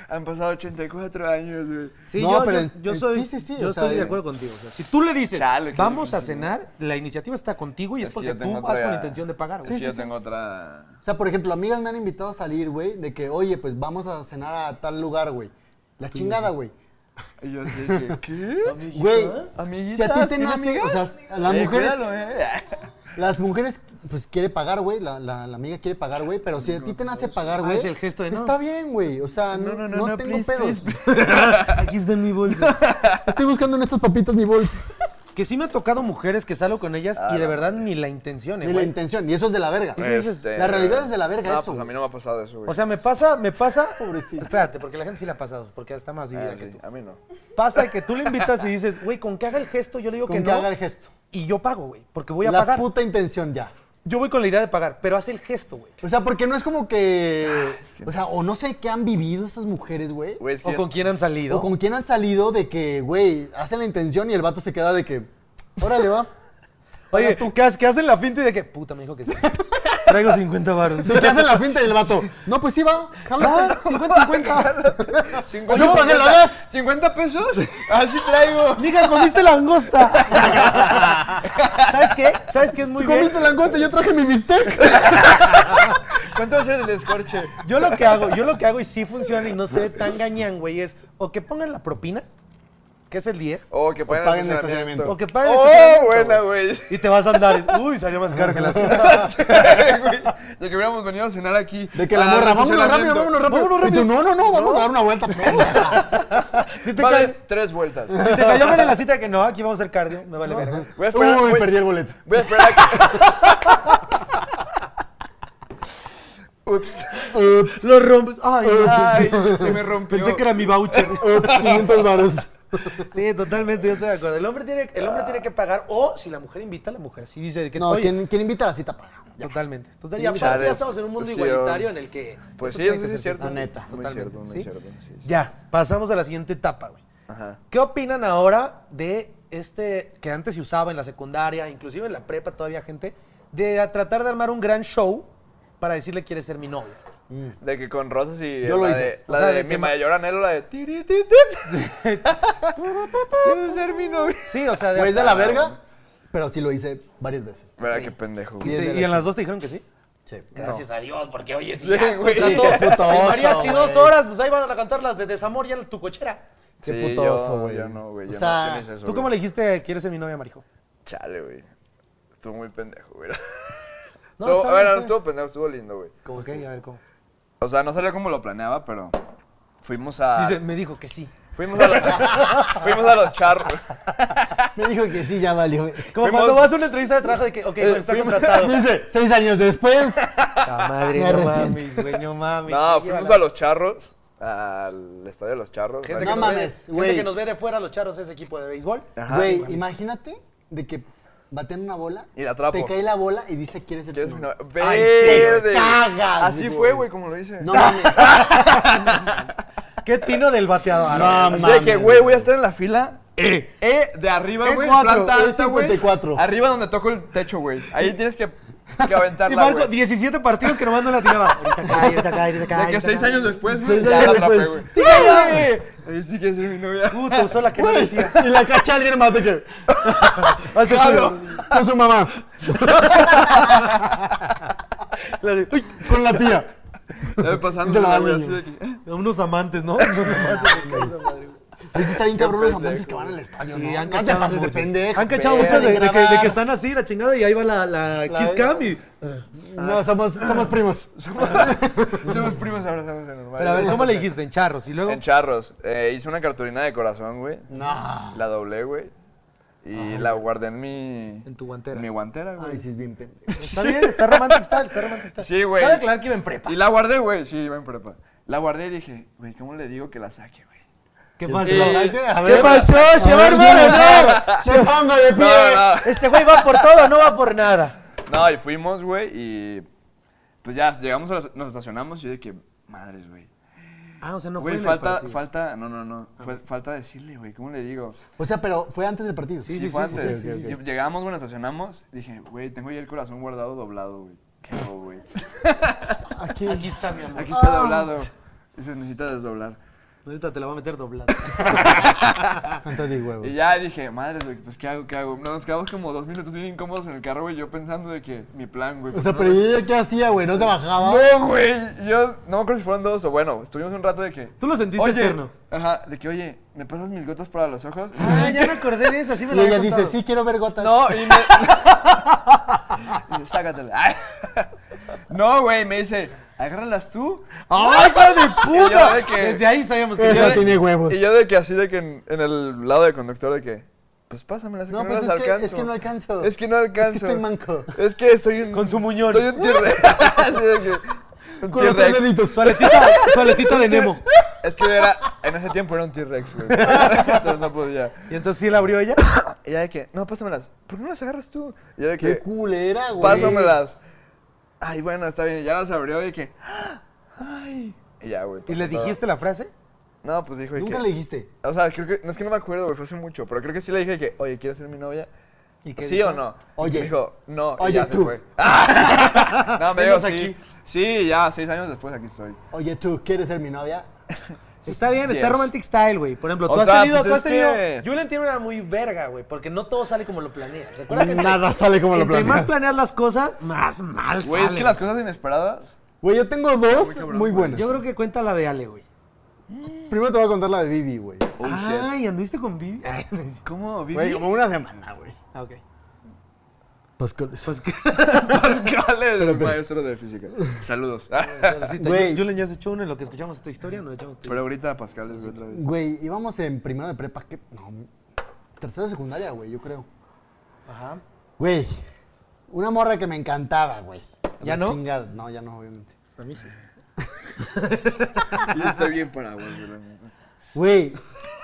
S3: Han pasado 84 años, güey.
S1: Sí,
S2: No,
S1: yo,
S2: pero
S1: yo-
S2: en-
S1: yo
S2: en-
S1: soy,
S2: sí, sí, sí,
S1: yo
S2: o sea,
S1: estoy de
S2: eh.
S1: acuerdo contigo. O sea, si tú le dices,
S3: Chale, qué
S1: vamos a
S3: difícil,
S1: cenar, la iniciativa está contigo y es,
S3: Es que
S1: porque
S3: yo
S1: tú
S3: tengo
S1: vas
S3: otra-
S1: con la intención de pagar.
S3: Es
S1: güey.
S3: que yo tengo otra.
S2: O sea, por ejemplo, amigas me han invitado a salir, güey, de que, oye, pues vamos a cenar a tal lugar, güey. La chingada, güey.
S3: Y
S2: [LAUGHS]
S3: yo dije, ¿qué?
S2: Güey,
S3: Pues, ¿Amiguitas?
S2: si a ti te
S3: ¿Tiene
S2: nace, o
S3: amigas?
S2: sea, las
S3: Eh,
S2: mujeres,
S3: [LAUGHS]
S2: [LAUGHS]
S3: cuídalo, eh.
S2: las mujeres, pues quiere pagar, güey, la, la- la amiga quiere pagar, güey, pero si a ti te nace pagar, güey,
S1: Ah, es el gesto de no.
S2: está bien, güey, o sea, no, no, tengo
S3: please,
S2: pedos.
S1: [LAUGHS] Aquí está en mi bolsa.
S2: Estoy buscando en estos papitos mi
S1: [LAUGHS]
S2: bolsa.
S1: Que sí me ha tocado mujeres que salgo con ellas y de verdad ni la intención, eh,
S2: Ni la
S1: güey.
S2: intención, y eso es de la verga.
S3: Este,
S2: la realidad es de la verga
S3: no,
S2: eso,
S3: Pues a
S2: güey.
S3: mí no me ha pasado eso, güey.
S1: O sea, me pasa, me pasa.
S2: Pobrecito.
S1: Espérate, porque la gente sí la ha pasado, porque está más vivida
S3: Ah,
S1: que
S3: sí,
S1: tú.
S3: a mí no.
S1: Pasa que tú le invitas y dices, güey, con que haga el gesto, yo le digo
S2: Con
S1: que,
S2: que,
S1: no.
S2: haga el gesto.
S1: Y yo pago, güey, porque voy a
S2: la
S1: pagar.
S2: puta intención ya.
S1: Yo voy con la idea de pagar, pero hace el gesto, güey.
S2: O sea, porque no es como que, o sea, o no sé qué han vivido esas mujeres, güey.
S3: Güey, es que
S1: O con quién han salido.
S2: O con quién han salido de que, güey, hacen la intención y el vato se queda de que, órale, va.
S1: [LAUGHS] Oye, ¿qué, haces- qué hacen la finta y de que, puta, me [LAUGHS] dijo que sí. Traigo 50 varos.
S2: De que hacen la finta y el vato, no, pues sí, va, jala.
S1: Ah,
S2: [LAUGHS]
S1: 50-50.
S3: 50,
S2: Yo pagué la gas.
S3: 50 pesos. [LAUGHS] Así traigo.
S1: Mija, comiste langosta. [LAUGHS]
S2: [LAUGHS]
S1: ¿Sabes qué? ¿Sabes qué es muy
S2: ¿Tú comiste
S1: bien?
S2: langosta? Yo traje mi bistec.
S3: ¿Cuánto va a ser el descorche?
S1: Yo lo que hago, yo lo que hago y sí funciona y no se ve tan gañán, güey, es o que pongan la propina, que es el 10,
S3: O que paguen,
S2: paguen el
S3: el estacionamiento.
S1: o que paguen el
S3: Oh,
S1: estacionamiento,
S3: buena, güey.
S1: y te vas a andar. Uy, salió más caro que la cena.
S3: Sí, [LAUGHS] güey. De que hubiéramos venido a cenar aquí.
S2: De que la
S3: Ah,
S2: morra,
S3: el
S2: vámonos rápido,
S3: estacionamiento.
S2: vámonos rápido. Y tú, no, no, no, vamos a dar una vuelta.
S1: Si te,
S3: Vale,
S1: ca-
S3: tres vueltas.
S1: si te cayó mal en la cita de que no, aquí vamos a hacer cardio, me vale verga.
S3: Voy a
S2: [LAUGHS]
S3: esperar.
S2: Uy,
S3: voy-
S2: perdí el boleto.
S3: Voy a esperar a que.
S2: Ups. Ups. Lo ah, rompes. Ay,
S3: Ay, se me rompió.
S1: Pensé que era mi voucher.
S2: [LAUGHS] ups, 500 varos.
S1: Sí, totalmente, yo estoy de acuerdo. El hombre tiene, el hombre tiene que pagar, o si la mujer invita a la mujer, si dice que
S2: No,
S1: oye,
S2: ¿quién, quién invita a la cita paga?
S1: Totalmente. Entonces,
S3: Sí,
S1: ya,
S3: chale.
S1: ya estamos en un mundo
S3: Es que yo-
S1: igualitario en el que.
S3: Pues
S1: esto
S3: sí,
S1: tiene
S3: sí,
S1: que
S3: sí,
S1: ser
S3: es cierto.
S1: tan-
S2: la neta.
S3: Muy
S1: Totalmente,
S3: cierto, muy
S1: ¿sí?
S3: cierto. sí, sí.
S1: Ya, pasamos a la siguiente etapa, güey.
S3: Ajá.
S1: ¿Qué opinan ahora de este que antes se usaba en la secundaria, inclusive en la prepa todavía gente, de a tratar de armar un gran show para decirle quieres ser mi novio?
S3: De que con rosas y.
S2: Yo lo
S3: la
S2: hice.
S3: de-
S1: O
S3: la
S1: sea,
S3: de
S1: de
S3: mi
S1: que-
S3: mayor anhelo, la de. tiri, ti, ti. Quiero ser mi novio.
S1: Sí, o sea, de
S2: Güey, es de
S1: hasta-
S2: la verga, pero sí lo hice varias veces.
S3: Verá qué
S1: ¿Y,
S3: pendejo, güey.
S1: te-
S2: Diez de
S1: y
S2: la
S1: en las dos te dijeron que sí.
S2: Sí.
S1: Gracias a Dios, porque oye, si
S3: Sí,
S1: ya,
S3: güey.
S1: contrato
S3: [LAUGHS]
S2: Sí, qué puto
S1: el
S2: oso,
S1: mariachi dos
S2: güey.
S1: horas, pues ahí van a cantar las de Desamor ya en tu cochera.
S2: Qué
S3: Sí,
S2: puto
S3: yo-
S2: oso, güey.
S3: Yo no, güey.
S2: O
S3: yo
S2: sea,
S3: no, ¿quién es eso,
S1: ¿Tú cómo
S3: güey?
S1: le dijiste, quieres ser mi novia, Marijo?
S3: Chale, güey. Estuvo muy pendejo, güey.
S1: No,
S3: [LAUGHS] No, estuvo,
S1: está
S3: bueno,
S1: bien,
S3: no
S1: está
S3: estuvo pendejo, estuvo lindo, güey.
S1: ¿Cómo que? A ver, ¿cómo?
S3: O sea, no salió como lo planeaba, pero fuimos a...
S1: Dice, me dijo que sí.
S3: Fuimos a, los- [LAUGHS] fuimos a los charros.
S2: Me dijo que sí, ya [LAUGHS] valió.
S1: Como
S3: Fuimos-
S1: cuando vas a una entrevista de trabajo de que, ok, güey, está [LAUGHS] contratado.
S2: Dice, seis años después.
S1: La madre,
S2: Me
S1: no
S2: arrepiento.
S1: mames, güey, no mames.
S3: No,
S1: Sí,
S3: fuimos
S1: la-
S3: a los charros, al estadio de los charros.
S1: Gente, que,
S3: Ahí
S2: No
S1: nos ve, de-
S2: mames,
S1: gente
S2: güey.
S1: que nos ve de fuera, los charros, ese equipo de béisbol.
S3: Ajá.
S2: Güey, imagínate de que batean una bola.
S3: Y la atrapo.
S2: Te cae la bola y dice, ¿quieres ser
S3: ¿Quieres
S2: tu
S3: una-
S2: novia? Ay,
S3: Verde.
S2: te cagas,
S3: Así fue, güey, como lo hice.
S2: No
S3: [LAUGHS]
S2: mames.
S1: Qué tino del bateador.
S2: No
S3: Así de que, güey, voy a
S2: güey. E.
S3: estar en la fila. Eh. Eh, de arriba, güey.
S2: E4,
S3: planta alta, güey.
S2: E54.
S3: Arriba donde toco el techo, güey. Ahí tienes que, que
S1: Y
S3: aventarla,
S1: Marco,
S3: güey.
S1: 17 partidos que nomás no la tiraba. [LAUGHS] Ahorita cae, ahorita cae, ahorita cae.
S3: De que seis años después,
S2: [LAUGHS]
S3: güey,
S2: Seis
S3: ya
S2: años
S3: la atrapé,
S2: después.
S3: güey.
S2: Sí,
S3: Ahí sí que es mi novia.
S1: Puta, usó la que no decía.
S2: Y la cacha alguien más de que.
S3: [LAUGHS]
S2: Hasta
S3: Claro.
S2: su- Con su
S3: [LAUGHS]
S2: mamá.
S1: La de, uy,
S2: Con la tía.
S3: Ya me
S2: Y se la
S3: pasando
S2: da
S3: la
S2: al
S3: güey, así
S2: niño.
S3: de que... [LAUGHS] eh.
S1: a unos amantes, ¿no? Unos amantes de casa, madre, güey.
S2: Ahí sí está bien cabrón los
S3: pendejo,
S2: amantes que van al
S3: güey.
S2: estadio.
S1: Sí,
S2: ¿no?
S1: han
S2: No te
S1: cachado
S2: pases de
S1: mucho.
S2: pendejo.
S1: Han cachado
S2: Deja
S1: muchas de, de que, de
S2: grabar.
S1: que están así, la chingada, y ahí va la, la
S2: La
S1: Kiss
S2: verga.
S1: Cam y...
S2: No, somos, somos primos.
S3: Somos primos, ahora estamos en normal.
S1: Pero a ver, ¿cómo le dijiste? En charros, y luego...
S3: En charros. Eh, hice una cartulina de corazón, güey.
S2: No.
S3: La doblé, güey. Y la guardé en mi.
S1: En tu guantera.
S3: en mi guantera, güey.
S2: Ay, sí, es bien pendejo.
S1: Está bien, está romántico, está, está romántico, está.
S3: Sí, güey.
S1: Cabe aclarar que iba en prepa.
S3: Y la guardé, güey. Sí, iba en prepa. La guardé y dije, güey, ¿cómo le digo que la saque, güey?
S1: ¿Qué
S2: pasó?
S1: pasó?
S2: A
S1: ¿Qué
S2: ver.
S1: pasó? Se va a armar el
S3: [LAUGHS]
S1: rabo.
S2: Se ponga de pie.
S3: No, no,
S1: Este güey va por todo, no va por nada.
S3: no. No, y fuimos, güey, y. Pues ya, llegamos, a la- nos estacionamos y yo dije, madres, güey.
S1: Ah, o sea, no
S3: Güey,
S1: fue en el
S3: falta,
S1: partido.
S3: falta. No, no, no. fue- falta decirle, güey, ¿cómo le digo?
S2: O sea, pero fue antes del partido.
S3: Sí, fue antes. Y Llegamos, güey, nos estacionamos. Dije, güey, tengo ya el corazón guardado doblado, güey. ¿Qué hago, güey?
S2: Aquí.
S1: Aquí está, mi amor.
S3: Aquí está doblado. Dices, necesitas desdoblar.
S1: Ahorita te la va a meter doblada.
S2: Canto de huevo.
S3: Y ya dije, madre, güey, pues qué hago, qué hago. No, nos quedamos como dos minutos bien incómodos en el carro, güey. Yo pensando de que mi plan, güey.
S2: O
S3: pues,
S2: sea,
S3: no,
S2: pero ¿y ella qué hacía, güey? ¿No se bajaba?
S3: No, güey. Yo no me acuerdo si fueron dos o bueno, estuvimos un rato de que.
S1: Tú lo sentiste
S3: oye,
S1: eterno.
S3: Ajá, de que, oye, ¿me pasas mis gotas para los ojos?
S1: Ah, ya me acordé de eso, sí me
S2: Y
S1: lo
S2: ella
S1: había
S2: dice,
S1: contado.
S2: sí, quiero ver gotas.
S3: No, y me. y yo, sácatela. [LAUGHS] Ay. No, güey, me dice, agárralas tú.
S1: ¡Ay, hija de
S3: [LAUGHS] Y yo
S1: puta!
S3: de que-
S1: Desde ahí sabíamos que...
S3: Y yo
S2: Esa
S3: de-
S2: tiene huevos.
S3: Y yo de que así de que en, en el lado del conductor de que, pues pásamelas,
S2: No,
S3: que
S2: pues
S3: no
S2: es
S3: las
S2: que- es
S3: alcanzo.
S2: que no alcanzo.
S3: Es que no alcanzo.
S2: Es que estoy manco.
S3: Es que soy un...
S1: Con su muñón.
S3: Soy un
S1: [LAUGHS]
S3: T-Rex. Así de que, un
S2: Con los tres
S3: T-Rex.
S2: deditos.
S1: Su aletita, su aletita de Nemo.
S3: Es que era, en ese tiempo era un T-Rex, güey. Entonces no podía.
S1: Y entonces sí la abrió ella.
S3: Y ya de que, no, pásamelas. ¿Por qué no las agarras tú? Y ya de
S2: Qué
S3: que,
S2: culera, güey.
S3: pásamelas. Ay, bueno, está bien. Y ya las abrió y de que, "¡Ah! ay. Y ya, güey.
S1: ¿Y le
S3: todo.
S1: dijiste la frase?
S3: No, pues dijo de
S2: Nunca
S3: que-
S2: le dijiste.
S3: O sea, creo que, no es que no me acuerdo, güey, fue hace mucho, pero creo que sí le dije que, oye, ¿quieres ser mi novia?
S1: ¿Y qué
S3: ¿Sí
S1: dijo?
S3: o no?
S2: Oye.
S3: Me dijo, no, y
S2: Oye,
S3: ya se
S2: tú.
S3: fue. [LAUGHS] ¡Ah! no, me dijo,
S1: Venos
S3: sí.
S1: aquí.
S3: Sí, ya, seis años después aquí estoy.
S2: Oye, tú, ¿quieres ser mi novia?
S1: Está bien, está
S3: Yes.
S1: romantic style, güey. Por ejemplo, tú
S3: O
S1: has
S3: sea,
S1: tenido,
S3: pues
S1: tú has
S3: es que-
S1: tenido. Julian tiene una muy verga, güey, porque no todo sale como lo planeas.
S3: Mm,
S1: Recuerda que entre-
S2: Nada sale como lo
S1: entre más
S2: planeas.
S1: planeas las cosas, más mal
S3: Güey, es
S1: sale,
S3: que las cosas inesperadas...
S2: Güey, yo tengo dos
S3: cabrón,
S2: muy
S3: güey.
S2: buenas.
S1: Yo creo que cuenta la de Ale, güey.
S2: Primero te voy a contar la de Vivi, güey.
S3: Oh,
S1: [LAUGHS]
S3: shit. [LAUGHS]
S1: Ay, ¿anduviste con Vivi?
S3: ¿Cómo, Vivi?
S2: Güey, como una semana, güey.
S1: ah, ok.
S2: Pues, que-
S1: Pues que.
S3: Pascal es el maestro de física. Saludos. [LAUGHS]
S2: Güey.
S1: Julian ya se echó uno este en lo que escuchamos esta historia, no echamos esta
S3: pero ahorita Pascal es otra vez.
S2: Güey, íbamos en primero de prepa, ¿qué? No, tercero de secundaria, güey, yo creo.
S1: Ajá.
S2: Güey, una morra que me encantaba, güey.
S1: ¿Ya
S2: La
S1: no?
S2: chingada. No, ya no, obviamente.
S1: A mí sí.
S3: Y estoy bien parado, güey. la neta.
S2: Güey,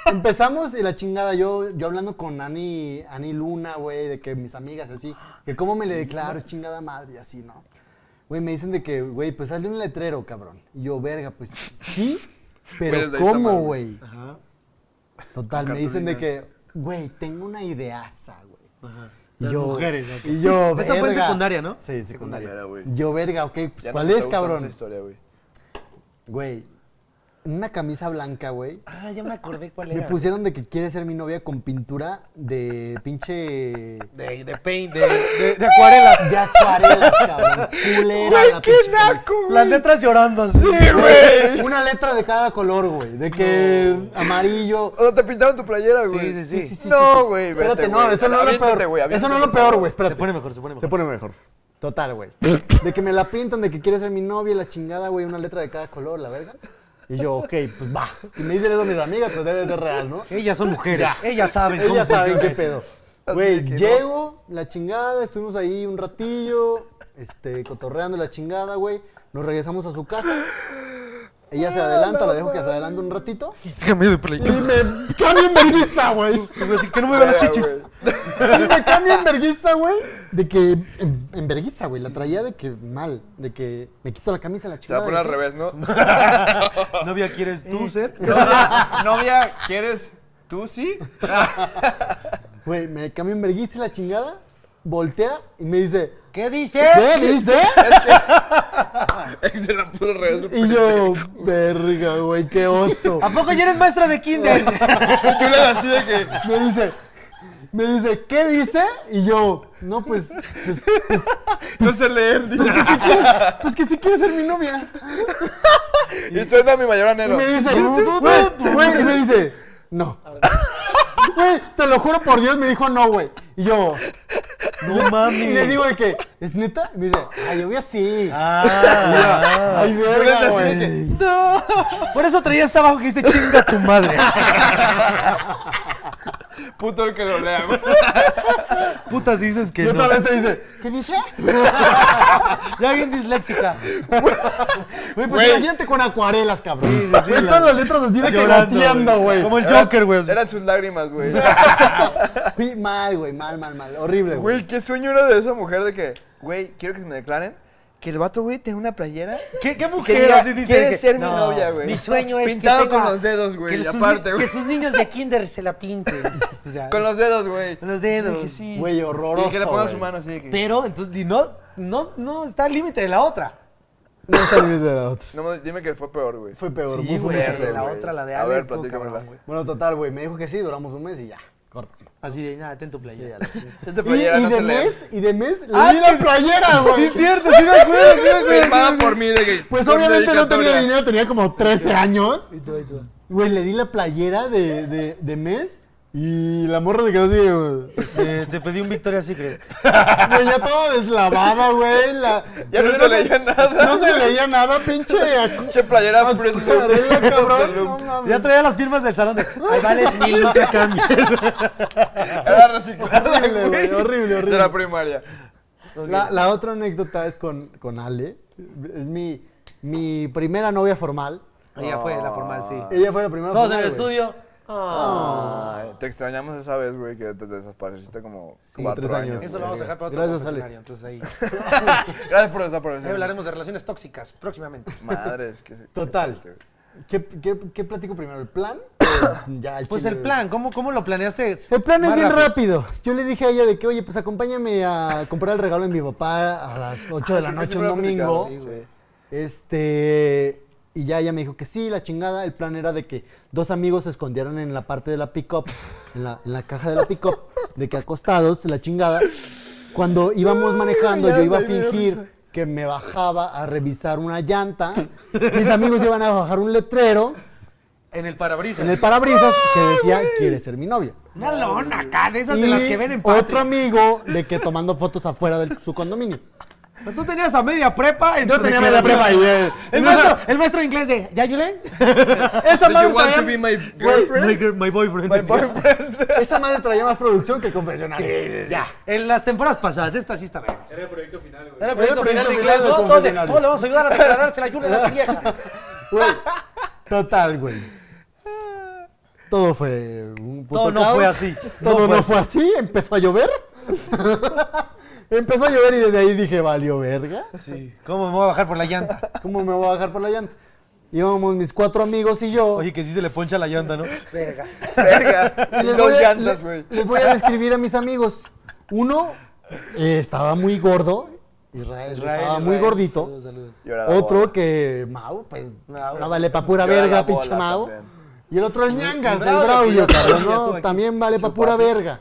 S2: empezamos y la chingada, yo, yo hablando con Ani, Ani Luna, güey, de que mis amigas así, que cómo me le declaro, chingada madre, y así, ¿no? Güey, me dicen de que, güey, pues hazle un letrero, cabrón. Y yo, verga, pues sí,
S3: Güey,
S2: pero
S3: desde ahí está
S2: ¿cómo,
S3: mal,
S2: güey?
S1: Ajá.
S2: Total,
S3: Con
S2: me dicen de
S3: cartulinas.
S2: que, güey, tengo una ideaza, güey.
S1: Ajá.
S2: Y
S1: Las
S2: yo,
S1: mujeres, ¿no?
S2: Y yo,
S1: Esa fue en
S2: verga.
S1: secundaria, ¿no?
S2: Sí, secundaria.
S3: Secundaria, güey.
S2: yo, verga, ok, pues,
S3: Ya no
S2: ¿cuál
S3: me
S2: es,
S3: está gustando esa
S2: cabrón?
S3: historia, güey.
S2: Güey, una camisa blanca, güey.
S1: Ah, ya me acordé cuál
S2: Me
S1: era.
S2: pusieron de que quiere ser mi novia con pintura de pinche.
S1: De, de paint, de, de, de acuarelas.
S2: De acuarelas, cabrón. Culera la pinche camisa.
S1: Las letras llorando así.
S2: Una letra de cada color, güey. De que amarillo.
S3: O sea, te pintaron tu playera, güey.
S1: Sí, sí, sí.
S3: No, güey, vete,
S2: Espérate, no,
S3: güey.
S2: eso no es lo
S3: Aviéntate,
S2: peor.
S3: güey,
S2: eso no es
S3: aviéntate,
S2: lo peor, güey.
S1: Se
S2: Espérate.
S1: pone mejor, se pone mejor.
S2: Se pone mejor. Total, güey. [LAUGHS] De que me la pintan, de que quiere ser mi novia, la chingada, güey, una letra de cada color, la verga. Y yo, ok, pues va. Si me dicen eso mis amigas, pues debe ser real, ¿no?
S1: Ellas son mujeres. Ellas saben cómo
S2: Ellas saben
S1: funciona
S2: qué
S1: eso.
S2: pedo.
S3: Así
S2: Güey,
S3: que no.
S2: llego, la chingada, estuvimos ahí un ratillo, este, cotorreando la chingada, güey. Nos regresamos a su casa. Ella
S1: Ah,
S2: se adelanta, la dejo que se adelante un ratito.
S1: Se cambió de play.
S2: Y me cambia en vergüenza, güey.
S1: Digo, así que no me vean las
S3: Vea,
S1: chichis.
S3: güey.
S2: Y me cambia en vergüenza, güey. De que, en, en vergüenza, güey. La traía de que mal. De que me quito la camisa la
S3: Se
S2: chingada.
S3: va a poner al
S2: y así.
S3: revés, [LAUGHS] ¿no?
S1: Novia, ¿quieres tú ser?
S3: Novia, novia, ¿quieres tú [LAUGHS] sí?
S2: Güey, me cambia en vergüenza la chingada. Voltea y me dice,
S1: ¿Qué dices?
S2: ¿qué dice?
S3: Se la puso al revés.
S2: Y yo, verga, güey, qué
S3: [LAUGHS]
S2: oso.
S1: ¿A poco ya eres maestra de kinder?
S3: Tú le das así de que.
S2: Me dice, me dice, ¿qué dice? Y yo, no, pues, pues, pues,
S3: No sé [LAUGHS] leer,
S2: pues que si quieres, pues que si quieres ser mi novia.
S3: Y suena mi mayor
S2: Y
S3: anhelo.
S2: me dice,
S1: No, no, no,
S2: güey,
S1: no.
S2: güey, y me dice, no. [LAUGHS] Güey, te lo juro por Dios, me dijo no, güey. Y yo,
S1: No
S2: y
S1: mames.
S2: le digo de que, ¿es neta? Y me dice, ay, yo voy así.
S1: Ah,
S2: Ay,
S3: Julieta
S2: verga,
S3: así de
S2: güey.
S1: por eso traía hasta abajo que dice chinga tu madre.
S3: Puto el que lo lea, güey.
S1: Puta, si dices que
S2: Y
S1: no.
S2: otra vez te dice, ¿qué dice?
S1: Ya bien disléxica.
S2: Güey, pues
S3: Güey.
S2: imagínate con acuarelas, cabrón.
S1: Sí, sí, sí,
S2: Güey,
S1: la-
S2: todas las letras así de que
S1: Llorando,
S2: gateando, güey.
S1: Como el Joker, güey. así.
S3: [LAUGHS] Eran sus lágrimas, güey.
S2: Sí, Mal, güey, mal, mal, mal. Horrible, güey.
S3: Güey, qué sueño era de esa mujer de que, güey, quiero que se me declaren que el vato, güey, tenga una playera.
S1: ¿Qué, qué mujer
S3: Que diga,
S1: así dice?
S3: "Quieres
S1: que-
S3: ser mi novia, güey".
S1: Mi sueño es
S3: Pintado
S1: que tenga-
S3: con los dedos, güey,
S1: Que,
S3: y
S1: sus ni-
S3: aparte, güey.
S1: que sus niños de kinder se la pinten. O sea,
S3: Con los dedos, güey.
S1: con los dedos.
S2: Güey, horroroso,
S3: Y que le pongan
S2: güey.
S3: su mano así de que.
S1: Pero, entonces, y no, no, no está al límite de la otra.
S2: No salís de la otra.
S3: No, me- dime que fue peor, güey.
S2: Fue peor,
S1: Sí,
S2: muy
S1: güey,
S2: fuerte,
S3: verde,
S1: la
S3: güey.
S1: otra, la de
S3: A
S1: Alex,
S3: ver,
S1: estuvo
S3: platícamela.
S1: cabrón, güey.
S2: Bueno, total, güey, me dijo que sí, duramos un mes y ya, corta.
S1: Así de, nada, ten tu playa.
S2: Sí,
S1: [LAUGHS]
S2: ya la chingada.
S3: Esta
S2: Y,
S3: playera
S2: y
S3: no
S2: de
S3: se lee.
S2: mes, y de mes, le
S1: Ah,
S2: di la
S1: sí.
S2: playera, güey.
S1: Sí, es cierto, sí me acuerdo, sí me acuerdo.
S3: Firmada por mí de que.
S2: Pues
S3: con
S2: obviamente no tenía
S3: dedicatoria.
S2: dinero, tenía como 13 años.
S1: Y tú, y tú.
S2: Güey, le di la playera de, de, de mes y la morra se quedó así, güey.
S1: Este, te pedí un Victoria Secret.
S2: Güey, ya toda deslavada, güey. la-
S3: Ya no se
S2: [LAUGHS]
S3: leía nada.
S2: No se leía nada, pinche acu-
S3: Che, playera Fruit Loop. [LAUGHS]
S2: acuarela, cabrón.
S3: Fruit
S2: No
S3: Loop.
S2: mames.
S1: Ya traía las firmas del salón de. Ahí vales mil, no te
S2: [LAUGHS]
S1: cambies.
S3: Era reciclada,
S2: Horrible, güey,
S3: güey.
S2: horrible, horrible.
S3: De la primaria.
S2: La, la otra anécdota es con, con Ale. Es mi, mi primera novia formal.
S1: Ella fue la formal, sí.
S2: Ella fue la primera
S1: Todos en
S2: formal,
S1: el
S2: güey.
S1: estudio.
S3: Ay, te extrañamos esa vez, güey, que te desapareciste como cuatro
S2: tres años.
S3: años.
S1: Eso
S3: güey.
S1: lo vamos a dejar para otro
S2: Gracias, Ale.
S1: confesionario, entonces ahí.
S3: [LAUGHS] Gracias por
S1: Ahí
S3: desaparecer.
S1: hablaremos de relaciones tóxicas próximamente.
S3: Madres.
S2: [LAUGHS]
S3: qué-
S1: Este,
S2: Total. ¿Qué, qué, qué platico primero?
S1: [COUGHS]
S2: ¿El plan? o ya,
S1: Pues
S2: chingo,
S1: el
S2: güey?
S1: plan, ¿cómo, cómo lo planeaste?
S2: El plan es
S1: Más
S2: bien rápido. Yo le dije a ella de que, oye, pues acompáñame a comprar el regalo de mi papá a las 8 de la
S3: creo que
S2: noche
S3: sí
S2: un
S3: me lo platicaste,
S2: domingo.
S3: sí, güey.
S2: este. Y ya ella me dijo que sí, la chingada. El plan era de que dos amigos se escondieran en la parte de la pick-up, en la, en la caja de la pick-up, de que acostados, la chingada. Cuando íbamos manejando, yo iba a fingir que me bajaba a revisar una llanta. Mis amigos iban a bajar un letrero
S1: En el parabrisas.
S2: en el parabrisas que decía, quiere ser mi novia.
S1: Una lona acá, de esas
S2: Y
S1: de las que ven en
S2: otro
S1: patria.
S2: amigo de que tomando fotos afuera de su condominio.
S1: Pero Tú tenías a media prepa. en
S2: Yo
S1: tu
S2: tenía media
S1: declaración.
S2: prepa y, eh,
S1: El,
S2: en
S1: maestro,
S2: esa-
S1: el maestro de inglés de, ¿ya,
S2: [LAUGHS]
S1: Julen?
S2: Esa
S3: Did you
S2: madre,
S3: want to
S2: traía,
S3: be my girlfriend? [LAUGHS]
S1: boyfriend.
S3: My boyfriend.
S2: esa madre traía más producción que el confesionario.
S1: Ah, Ya. En las temporadas pasadas, esta sí está bien.
S4: Era el proyecto final, güey.
S1: Era el proyecto
S2: Era el
S1: final de
S2: proyecto
S1: inglés.
S2: final del
S1: ¿no? Entonces,
S2: confesionario.
S1: ¿cómo le vamos a ayudar a declararse la Julen a su vieja?
S2: Güey, total, güey. Todo fue un puto
S1: Todo no
S2: caos.
S1: fue así. No
S2: Todo no,
S1: fue
S2: fue así. Empezó a llover. [LAUGHS] Empezó a llover y desde ahí dije, valió verga.
S1: [LAUGHS] Sí. ¿Cómo me voy a bajar por la llanta?
S2: ¿Cómo me voy a bajar por la llanta? Íbamos mis cuatro amigos y yo.
S1: Oye, que sí se le poncha la llanta, [LAUGHS] ¿no? Verga.
S3: Verga.
S2: [LAUGHS] les, voy
S3: Dos
S2: a,
S3: llantas,
S2: le-
S3: güey.
S2: les voy a describir a mis amigos. Uno eh, estaba muy gordo Israel,
S1: Israel,
S2: estaba muy
S1: Israel,
S2: gordito.
S1: saludos, saludos.
S3: Y ahora la bola.
S2: Otro que Mau, pues,
S1: Mau,
S2: no vale pa' pura
S3: y ahora
S2: verga,
S3: la bola
S2: pinche Mau.
S3: también.
S2: Y el otro el ñangas, el
S1: Braulio,
S2: Braulio,
S1: que ya-
S2: cabrón,
S1: ya estuvo
S2: ¿no?
S1: aquí.
S2: También vale pa' pura
S3: Chupapi.
S2: verga.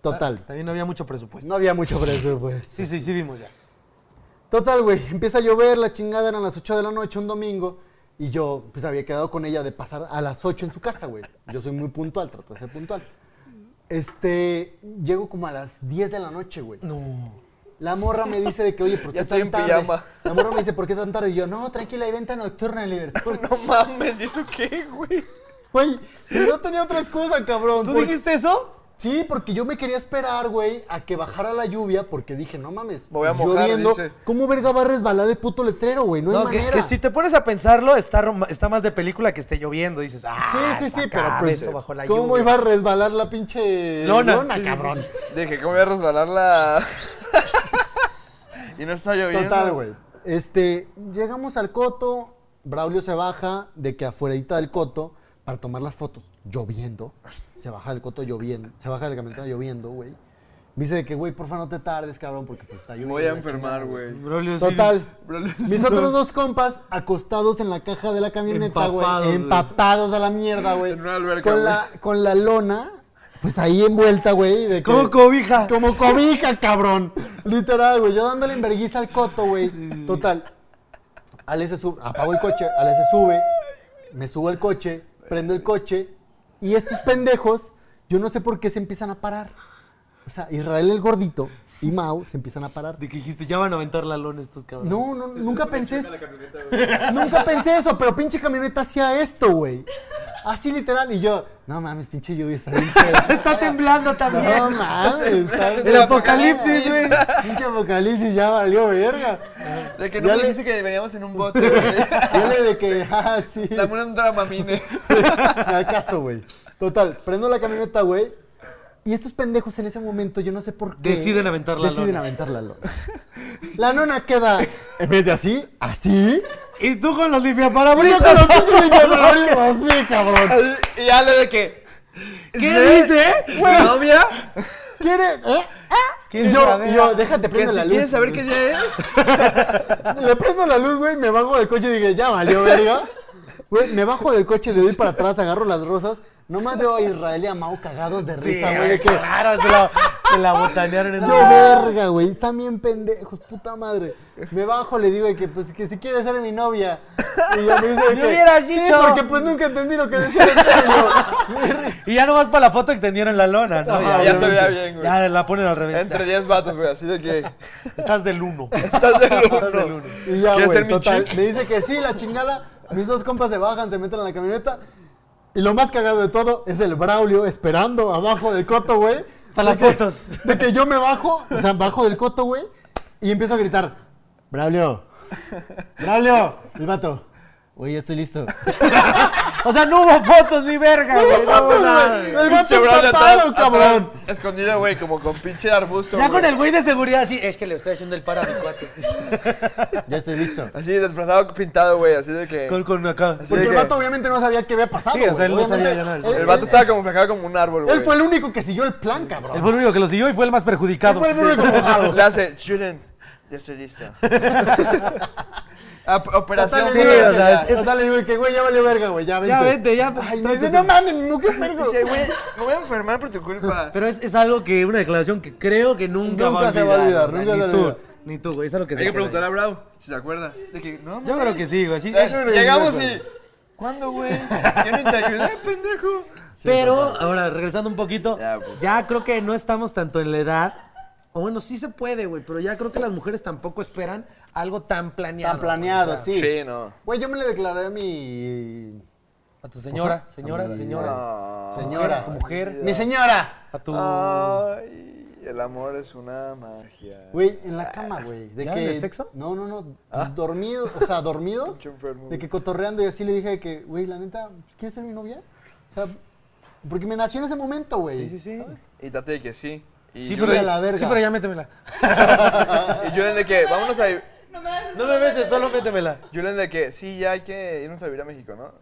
S2: Total,
S1: También no había mucho presupuesto.
S2: no había mucho pues. presupuesto.
S1: Sí, sí, sí vimos ya.
S2: Total, güey, [LAUGHS] empieza a llover, la chingada eran las 8 de la noche, un domingo, y yo pues había quedado con ella de pasar a las 8 en su casa, güey. Yo soy muy puntual, trato de ser puntual. Este, llego como a las 10 de la noche, güey.
S1: No.
S2: La morra me dice de que, oye,
S3: [LAUGHS]
S2: ¿por qué
S3: Ya estoy
S2: tan
S3: en
S2: tarde?
S3: pijama.
S2: La morra me dice, ¿por qué tan tarde? Y yo, no, tranquila, hay venta nocturna en Liverpool.
S3: [LAUGHS] No mames, ¿y eso qué, güey?
S2: Güey, yo no tenía otra excusa, cabrón.
S1: ¿Tú
S2: porque-
S1: dijiste eso?
S2: Sí, porque yo me quería esperar, güey, a que bajara la lluvia, porque dije, no mames,
S3: Me voy a mojar,
S2: lloviendo,
S3: dice.
S2: ¿cómo verga va a resbalar el puto letrero, güey? No, hay
S1: No, que,
S2: manera.
S1: que si te pones a pensarlo, está, rom- está más de película que esté lloviendo. Dices, ah,
S2: Sí, sí, sí,
S1: está
S2: pero
S1: acá,
S2: pues,
S1: beso bajo la
S2: ¿cómo
S1: lluvia.
S2: iba a resbalar la pinche
S1: Lona.
S2: lona,
S1: Sí, sí, sí.
S2: cabrón?
S3: Dije, ¿cómo voy a resbalar la...? [LAUGHS] y no está lloviendo.
S2: Total, güey. Este, llegamos al coto, Braulio se baja de que afuerita del coto para tomar las fotos, lloviendo. Se baja del coto lloviendo, se baja del camioneta lloviendo, güey. Me Dice de que, güey, porfa no te tardes, cabrón, porque pues está lloviendo.
S3: Voy a
S2: la chingada,
S3: enfermar, güey.
S1: Braulio sí. [LAUGHS]
S2: Total.
S3: Braulio sí.
S2: Mis otros dos compas acostados en la caja de la camioneta, güey.
S1: Empapados, güey.
S2: Empapados a la mierda, güey.
S3: En una alberca,
S2: Con
S3: güey.
S2: la, con la lona, pues ahí envuelta, güey. de que-
S1: ¿Cómo cobija?
S2: Como cobija, cabrón. Literal, güey. Yo dándole enverguiza al coto, güey. Total. Ale se sube, apago el coche, Ale se sube, me subo al coche, prendo el coche y estos pendejos, yo no sé por qué se empiezan a parar. O sea, Israel el gordito y Mau se empiezan a parar.
S1: De que dijiste, ya van a aventar la lona estos cabrones.
S2: No, no, nunca pensé eso. [LAUGHS] Nunca pensé eso, pero pinche camioneta hacía esto, güey. Así literal. Y yo, no mames, pinche lluvia está bien. fea".
S1: [LAUGHS] Está temblando también.
S2: No mames, está bien.
S1: El apocalipsis, güey.
S2: Pinche apocalipsis ya valió
S1: [LAUGHS]
S2: verga.
S3: De que no
S2: Ya
S3: me
S2: le-
S3: dijiste que veníamos en un bote, güey.
S2: Dile de que, [LAUGHS] ah, sí.
S1: [LAUGHS]
S3: Dame
S2: [LAUGHS]
S3: un dramamine.
S2: Al caso, güey. Total, prendo la camioneta, güey. Y estos pendejos en ese momento, yo no sé por qué.
S1: Deciden aventar la
S2: Deciden
S1: lona.
S2: aventar la lona. La lona queda, en vez de así, así.
S1: Y tú con los
S2: Yo
S1: limpiaparabrisas.
S2: con los pinches limpiaparabrisas así, cabrón.
S3: y ya le de que...
S1: ¿Qué
S3: ¿Sí?
S1: dice?
S3: ¿Mi novia?
S2: ¿Quieres? ¿Eh? ¿Ah?
S1: ¿Quieres
S2: Y yo,
S1: saber?
S2: y yo, déjate,
S3: Que
S2: prendo
S3: si
S2: la luz.
S3: quieres saber qué
S2: [LAUGHS]
S3: día es,
S1: ¿Ah?
S2: Le prendo la luz, güey, me bajo del coche y dije, ya valió, verga. Güey, me bajo del coche, le doy para atrás, agarro las rosas. Nomás veo a Israel y a Mau cagados de
S1: Sí,
S2: risa, güey.
S1: güey,
S2: de que,
S1: claro, se la, se la botanearon en
S2: Yo, verga, güey, están bien pendejos, puta madre. Me bajo, le digo de que, pues, que si quiere ser mi novia. Y yo me dice
S1: Me
S2: de que,
S1: hubieras
S2: "Sí,
S1: dicho".
S2: porque pues nunca entendí lo que decía. Y yo,
S1: Y ya nomás para la foto extendieron la lona, ¿no?
S2: Ajá,
S3: ya se veía bien, güey.
S1: Ya la ponen al revés.
S3: Entre 10 vatos, güey, así de que...
S1: Estás del uno.
S3: Estás del
S1: Estás del
S3: uno.
S1: uno.
S2: Y ya,
S3: ¿Quieres
S2: güey,
S3: ser mi
S2: total.
S3: chick?
S2: Me dice que sí, la chingada. Mis dos compas se bajan, se meten en la camioneta. Y lo más cagado de todo es el Braulio esperando abajo del coto, güey.
S1: Para
S2: De
S1: las
S2: que-
S1: fotos.
S2: De que yo me bajo, o sea, bajo del coto, güey. Y empiezo a gritar, Braulio, Braulio, el vato. Güey, ya estoy
S3: [LAUGHS]
S2: listo.
S1: O sea, no hubo fotos ni verga, güey. no hubo
S2: fotos,
S1: nada.
S2: güey. El
S3: Pinche
S2: vato
S3: Braulio atrás,
S2: tapado, cabrón.
S3: atrás, Escondido, güey, como con pinche arbusto,
S1: Ya con
S3: güey.
S1: el güey de seguridad así, es que le estoy haciendo el para a mi cuate.
S2: Ya estoy listo.
S3: Así, disfrazado, pintado, güey, así de que...
S1: Con, con acá.
S2: Porque
S3: de
S2: el
S3: que-
S2: vato obviamente no sabía qué había pasado,
S1: Sí, o sea, él
S2: güey.
S1: no sabía
S2: Obviamente,
S1: ya nada.
S2: él-
S3: El vato
S2: él-
S3: estaba camuflajado como un árbol, güey.
S2: Él fue el único que siguió el plan,
S1: Él
S2: cabrón.
S1: fue el único que lo siguió y fue el más perjudicado.
S2: Él fue el único
S1: Sí.
S2: mojado.
S3: Le hace, shooting. Ya
S1: [LAUGHS]
S3: estoy listo. Ah, p- Operación.
S2: Total,
S1: Sí,
S2: le digo,
S1: o
S2: que-
S1: sea, es- es-
S2: total, le digo que, güey, ya valió verga, güey, ya vente.
S1: Ya vente, ya.
S2: Ay, me
S1: Entonces,
S2: dice, no mames, no, qué verga.
S3: Dice, güey, me voy a enfermar por tu culpa.
S1: [LAUGHS] Pero es, es algo que, una declaración que creo que nunca,
S2: Nunca se va a olvidar, nunca
S1: ni
S2: se va a
S1: tú,
S2: olvidar.
S1: ni tú, güey. Es algo que se
S3: Hay que
S1: queda ahí.
S3: preguntar a Brau si se acuerda. De que, no,
S1: Yo
S3: mames.
S1: creo que sí, güey. sí.
S3: Eh, Llegamos y.
S2: güey.
S3: ¿Cuándo, güey? Yo no te ayudé, pendejo.
S1: Pero, ahora, regresando un poquito, ya,
S3: Ya, pues.
S1: creo que no estamos tanto en la edad. O bueno, sí se puede, güey, pero ya creo que las mujeres tampoco esperan algo tan planeado.
S2: Tan planeado,
S1: güey, o sea,
S2: sí.
S3: Sí, no.
S2: Güey, yo me le declaré a mi...
S1: A tu señora, señora,
S2: Ay,
S1: señora.
S3: Ay,
S2: Señora.
S1: a tu mujer,
S2: Mi señora.
S1: a tu...
S2: Ah,
S3: Ay, el amor es una magia.
S2: Güey, en la cama, güey. ¿De
S1: ¿Ya?
S2: que,
S1: ¿De sexo?
S2: No, no, no. Dormidos, o sea, dormidos.
S3: Pinche enfermo,
S2: de que cotorreando y así le dije que, güey, la neta, pues, ¿quieres ser mi novia? O sea, porque me nació en ese momento, güey.
S1: Sí, sí, sí.
S3: Y tate de que sí. Y
S1: Sí,
S3: yo
S1: pero,
S2: a la verga.
S1: sí, pero ya métemela.
S3: [LAUGHS] Y Julen de que, vámonos a.
S1: No me beses, solo métemela.
S3: Julen de que, sí, ya hay que irnos a vivir a México, ¿no?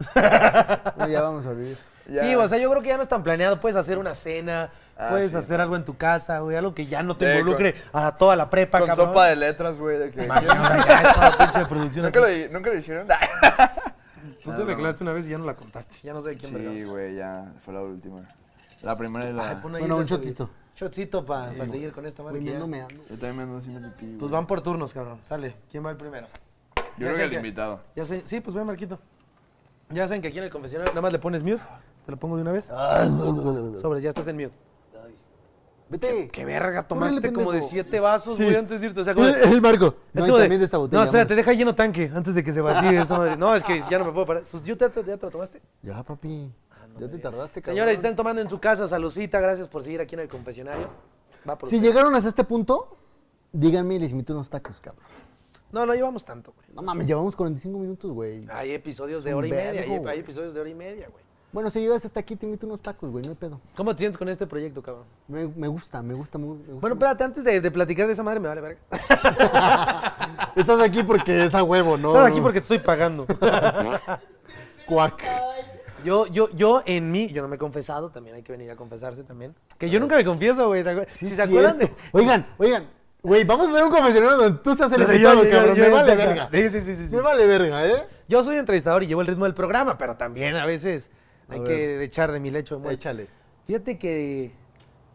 S2: No, ya vamos a vivir.
S3: Ya.
S1: Sí, o sea, yo creo que ya no es tan planeado. Puedes hacer una cena,
S3: Ah,
S1: puedes
S3: sí.
S1: hacer algo en tu casa, güey, algo que ya no te
S3: Sí,
S1: involucre a toda la prepa,
S3: Con
S1: cabrón.
S3: sopa de letras, güey. de que-
S1: Imagínate, ya esa pinche producción
S3: [LAUGHS] ¿Nunca,
S1: así.
S3: lo, di- nunca lo hicieron.
S1: Tú te reclamaste una vez y ya no la contaste. Ya no sé de quién
S3: Sí, güey, ya. Fue la última. La primera y la.
S1: Ay, pon ahí
S2: Bueno, un
S1: de-
S2: shotito.
S1: Shotcito para seguir con esta madre.
S2: Güey,
S1: que ya-
S2: meando, me ando.
S3: Yo también me ando haciendo pipí. güey.
S1: Pues van por turnos, cabrón. Sale. ¿Quién va el primero? Ya
S3: Yo creo
S1: sé
S3: que el
S1: que-
S3: invitado.
S1: Ya sé. Sí, pues ve, Marquito. Ya saben que aquí en el confesionario nada más le pones mute. Te lo pongo de una vez.
S3: Ah.
S1: Sobres, ya estás en mute.
S2: Vete.
S1: Qué verga, tomaste
S2: Córrele,
S1: como de
S2: pendejo.
S1: siete vasos,
S2: Sí.
S1: Pues, güey, antes de irte. O
S2: [LAUGHS]
S1: sea, como de-
S2: El, el Marco. No, y
S1: como de-
S2: también de esta botella.
S1: No, espérate,
S2: vámonos.
S1: deja lleno tanque antes de que se vacíe esta madre. No, es que ya no me puedo parar. Pues yo te, te- ya te Ah, lo tomaste.
S2: Ya, papi. ya te tardaste, Este cabrón.
S1: Señores, están tomando en su casa. Salucita, gracias por seguir aquí en el confesionario. Va por
S2: Si
S1: usted.
S2: llegaron hasta este punto, díganme y les invito unos tacos, cabrón.
S1: No, no llevamos tanto, güey.
S2: No mames, llevamos 45 minutos, güey.
S1: Hay episodios
S2: Es
S1: de
S2: un
S1: hora y media.
S2: vergo,
S1: hay-
S2: güey.
S1: hay episodios de hora y media, güey.
S2: Bueno, si llegas hasta aquí, te invito unos tacos, güey. No hay pedo.
S1: ¿Cómo te sientes con este proyecto, cabrón?
S2: Me, me gusta, me gusta, muy- me gusta.
S1: Bueno, espérate, antes de, de platicar de esa madre me vale verga.
S2: [LAUGHS] Estás aquí porque es a huevo, ¿no?
S1: Estás aquí porque te estoy
S2: [LAUGHS]
S1: pagando.
S2: Cuac.
S1: Yo, yo, yo en mí, yo no me he confesado, también hay que venir a confesarse también. Que yo nunca me confieso, güey. ¿te acuerdas? si se acuerdan de.
S2: Cierto. [LAUGHS] Oigan, oigan. Güey, vamos a hacer un confesionario donde tú seas el
S1: Yo-
S2: invitado,
S1: yo-
S2: cabrón.
S1: yo-
S2: me
S1: yo-
S2: vale
S1: yo-
S2: verga.
S1: Sí, sí, sí, sí, sí.
S2: Me vale verga, ¿eh?
S1: Yo soy entrevistador y llevo el ritmo del programa, pero también a veces hay que echar de mi lecho de muerte.
S2: Échale.
S1: Fíjate que.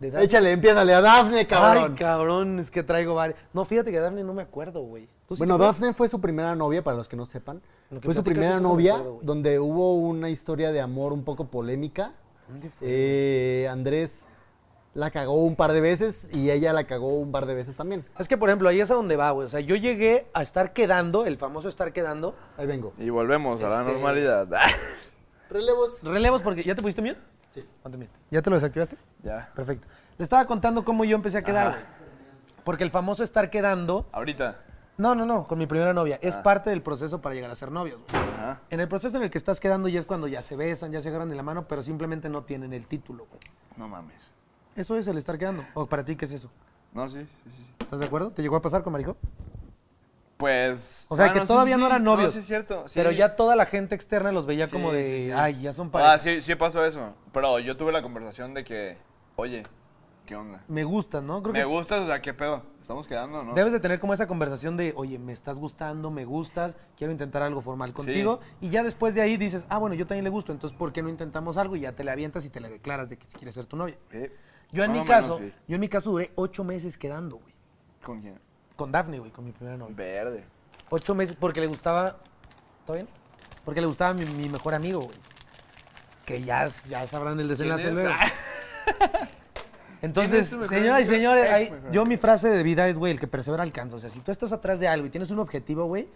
S1: De Dafne-
S2: Échale, empiézale a Dafne,
S1: Ay,
S2: cabrón.
S1: cabrón, es que traigo varios. No, fíjate que Dafne no me acuerdo, güey. ¿Tú sí
S2: Bueno,
S1: te acuerdas?
S2: Dafne fue su primera novia, para los que no sepan.
S1: Lo que
S2: Fue
S1: platicas
S2: su primera
S1: eso no me
S2: novia
S1: acuerdo, güey.
S2: donde hubo una historia de amor un poco polémica.
S1: ¿Dónde fue?
S2: Eh, Andrés la cagó un par de veces y ella la cagó un par de veces también.
S1: Es que, por ejemplo, ahí es a donde va, güey. O sea, yo llegué a estar quedando, el famoso estar quedando.
S2: Ahí vengo.
S3: Y volvemos a la
S1: Este-
S3: normalidad. [LAUGHS]
S2: Relevos.
S1: Relevos porque. ¿Ya te pusiste mute? Sí. ¿Ya te lo desactivaste?
S3: ya.
S1: Perfecto. Le estaba contando cómo yo empecé a quedar,
S3: Ajá.
S1: güey. Porque el famoso estar quedando.
S3: Ahorita.
S1: No, no, no, con mi primera novia. Es
S2: Ah.
S1: parte del proceso para llegar a ser novios, güey.
S3: Ajá.
S1: En el proceso en el que estás quedando ya es cuando ya se besan, ya se agarran de la mano, pero simplemente no tienen el título, güey.
S3: No mames.
S1: Eso es el estar quedando. ¿O para ti qué es eso?
S3: No, sí, sí, sí, sí.
S1: ¿Estás de acuerdo? ¿Te llegó a pasar con Marijo?
S3: Pues.
S1: O sea,
S3: ah,
S1: que
S3: sí,
S1: todavía
S3: sí,
S1: no
S3: sí.
S1: eran novios.
S3: No, sí, es cierto. sí.
S1: Pero ya toda la gente externa los veía
S3: Sí,
S1: como de,
S3: sí, sí.
S1: ay, ya son pareja.
S3: Ah, sí, sí pasó eso. Pero yo tuve la conversación de que, oye, ¿qué onda?
S1: Me gustan, ¿no? Creo
S3: ¿Me
S1: que
S3: gustas? O sea, ¿qué pedo? ¿Estamos quedando, no?
S1: debes de tener como esa conversación de, oye, me estás gustando, me gustas, quiero intentar algo formal contigo. Y ya después de ahí dices, ah, bueno, yo también le gusto, entonces, ¿por qué no intentamos algo? Y ya te le avientas y te le declaras de que si quieres ser tu novia.
S3: Sí.
S1: Yo en
S3: Más
S1: mi
S3: o menos,
S1: caso,
S3: Ah, sí.
S1: yo en mi caso duré ocho meses quedando, güey.
S3: ¿Con quién?
S1: Con Daphne, güey, con mi primera novia.
S3: Verde.
S1: Ocho meses porque le gustaba. ¿Está bien? Porque le gustaba mi, mi mejor amigo, güey. Que ya, ya sabrán el desenlace
S3: ¿Quién es?
S1: luego.
S3: ¿Quién es
S1: [LAUGHS] Entonces,
S3: tu mejor
S1: señoras y
S3: amigo?
S1: señores,
S3: Ex
S1: ahí-
S3: mejor
S1: yo mi frase de vida es, güey, el que persevera alcanza. O sea, si tú estás atrás de algo y tienes un objetivo, güey,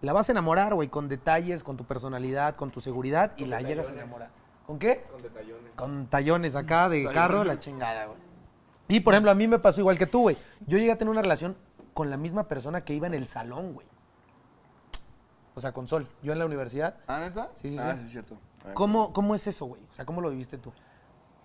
S1: la vas a enamorar, güey, con detalles, con tu personalidad, con tu seguridad y la llegas a enamorar. ¿Con qué? Con detallones. Con tallones acá de carro, la chingada, güey. Y, por ejemplo, a mí me pasó igual que tú, güey. Yo llegué a tener una relación con la misma persona que iba en el salón, güey. O sea, con Sol. Yo en la universidad.
S3: ¿Ah, neta?
S1: Sí, sí,
S3: ah,
S1: sí.
S3: es cierto.
S1: ¿Cómo, ¿Cómo es eso, güey? O sea, ¿cómo lo viviste tú?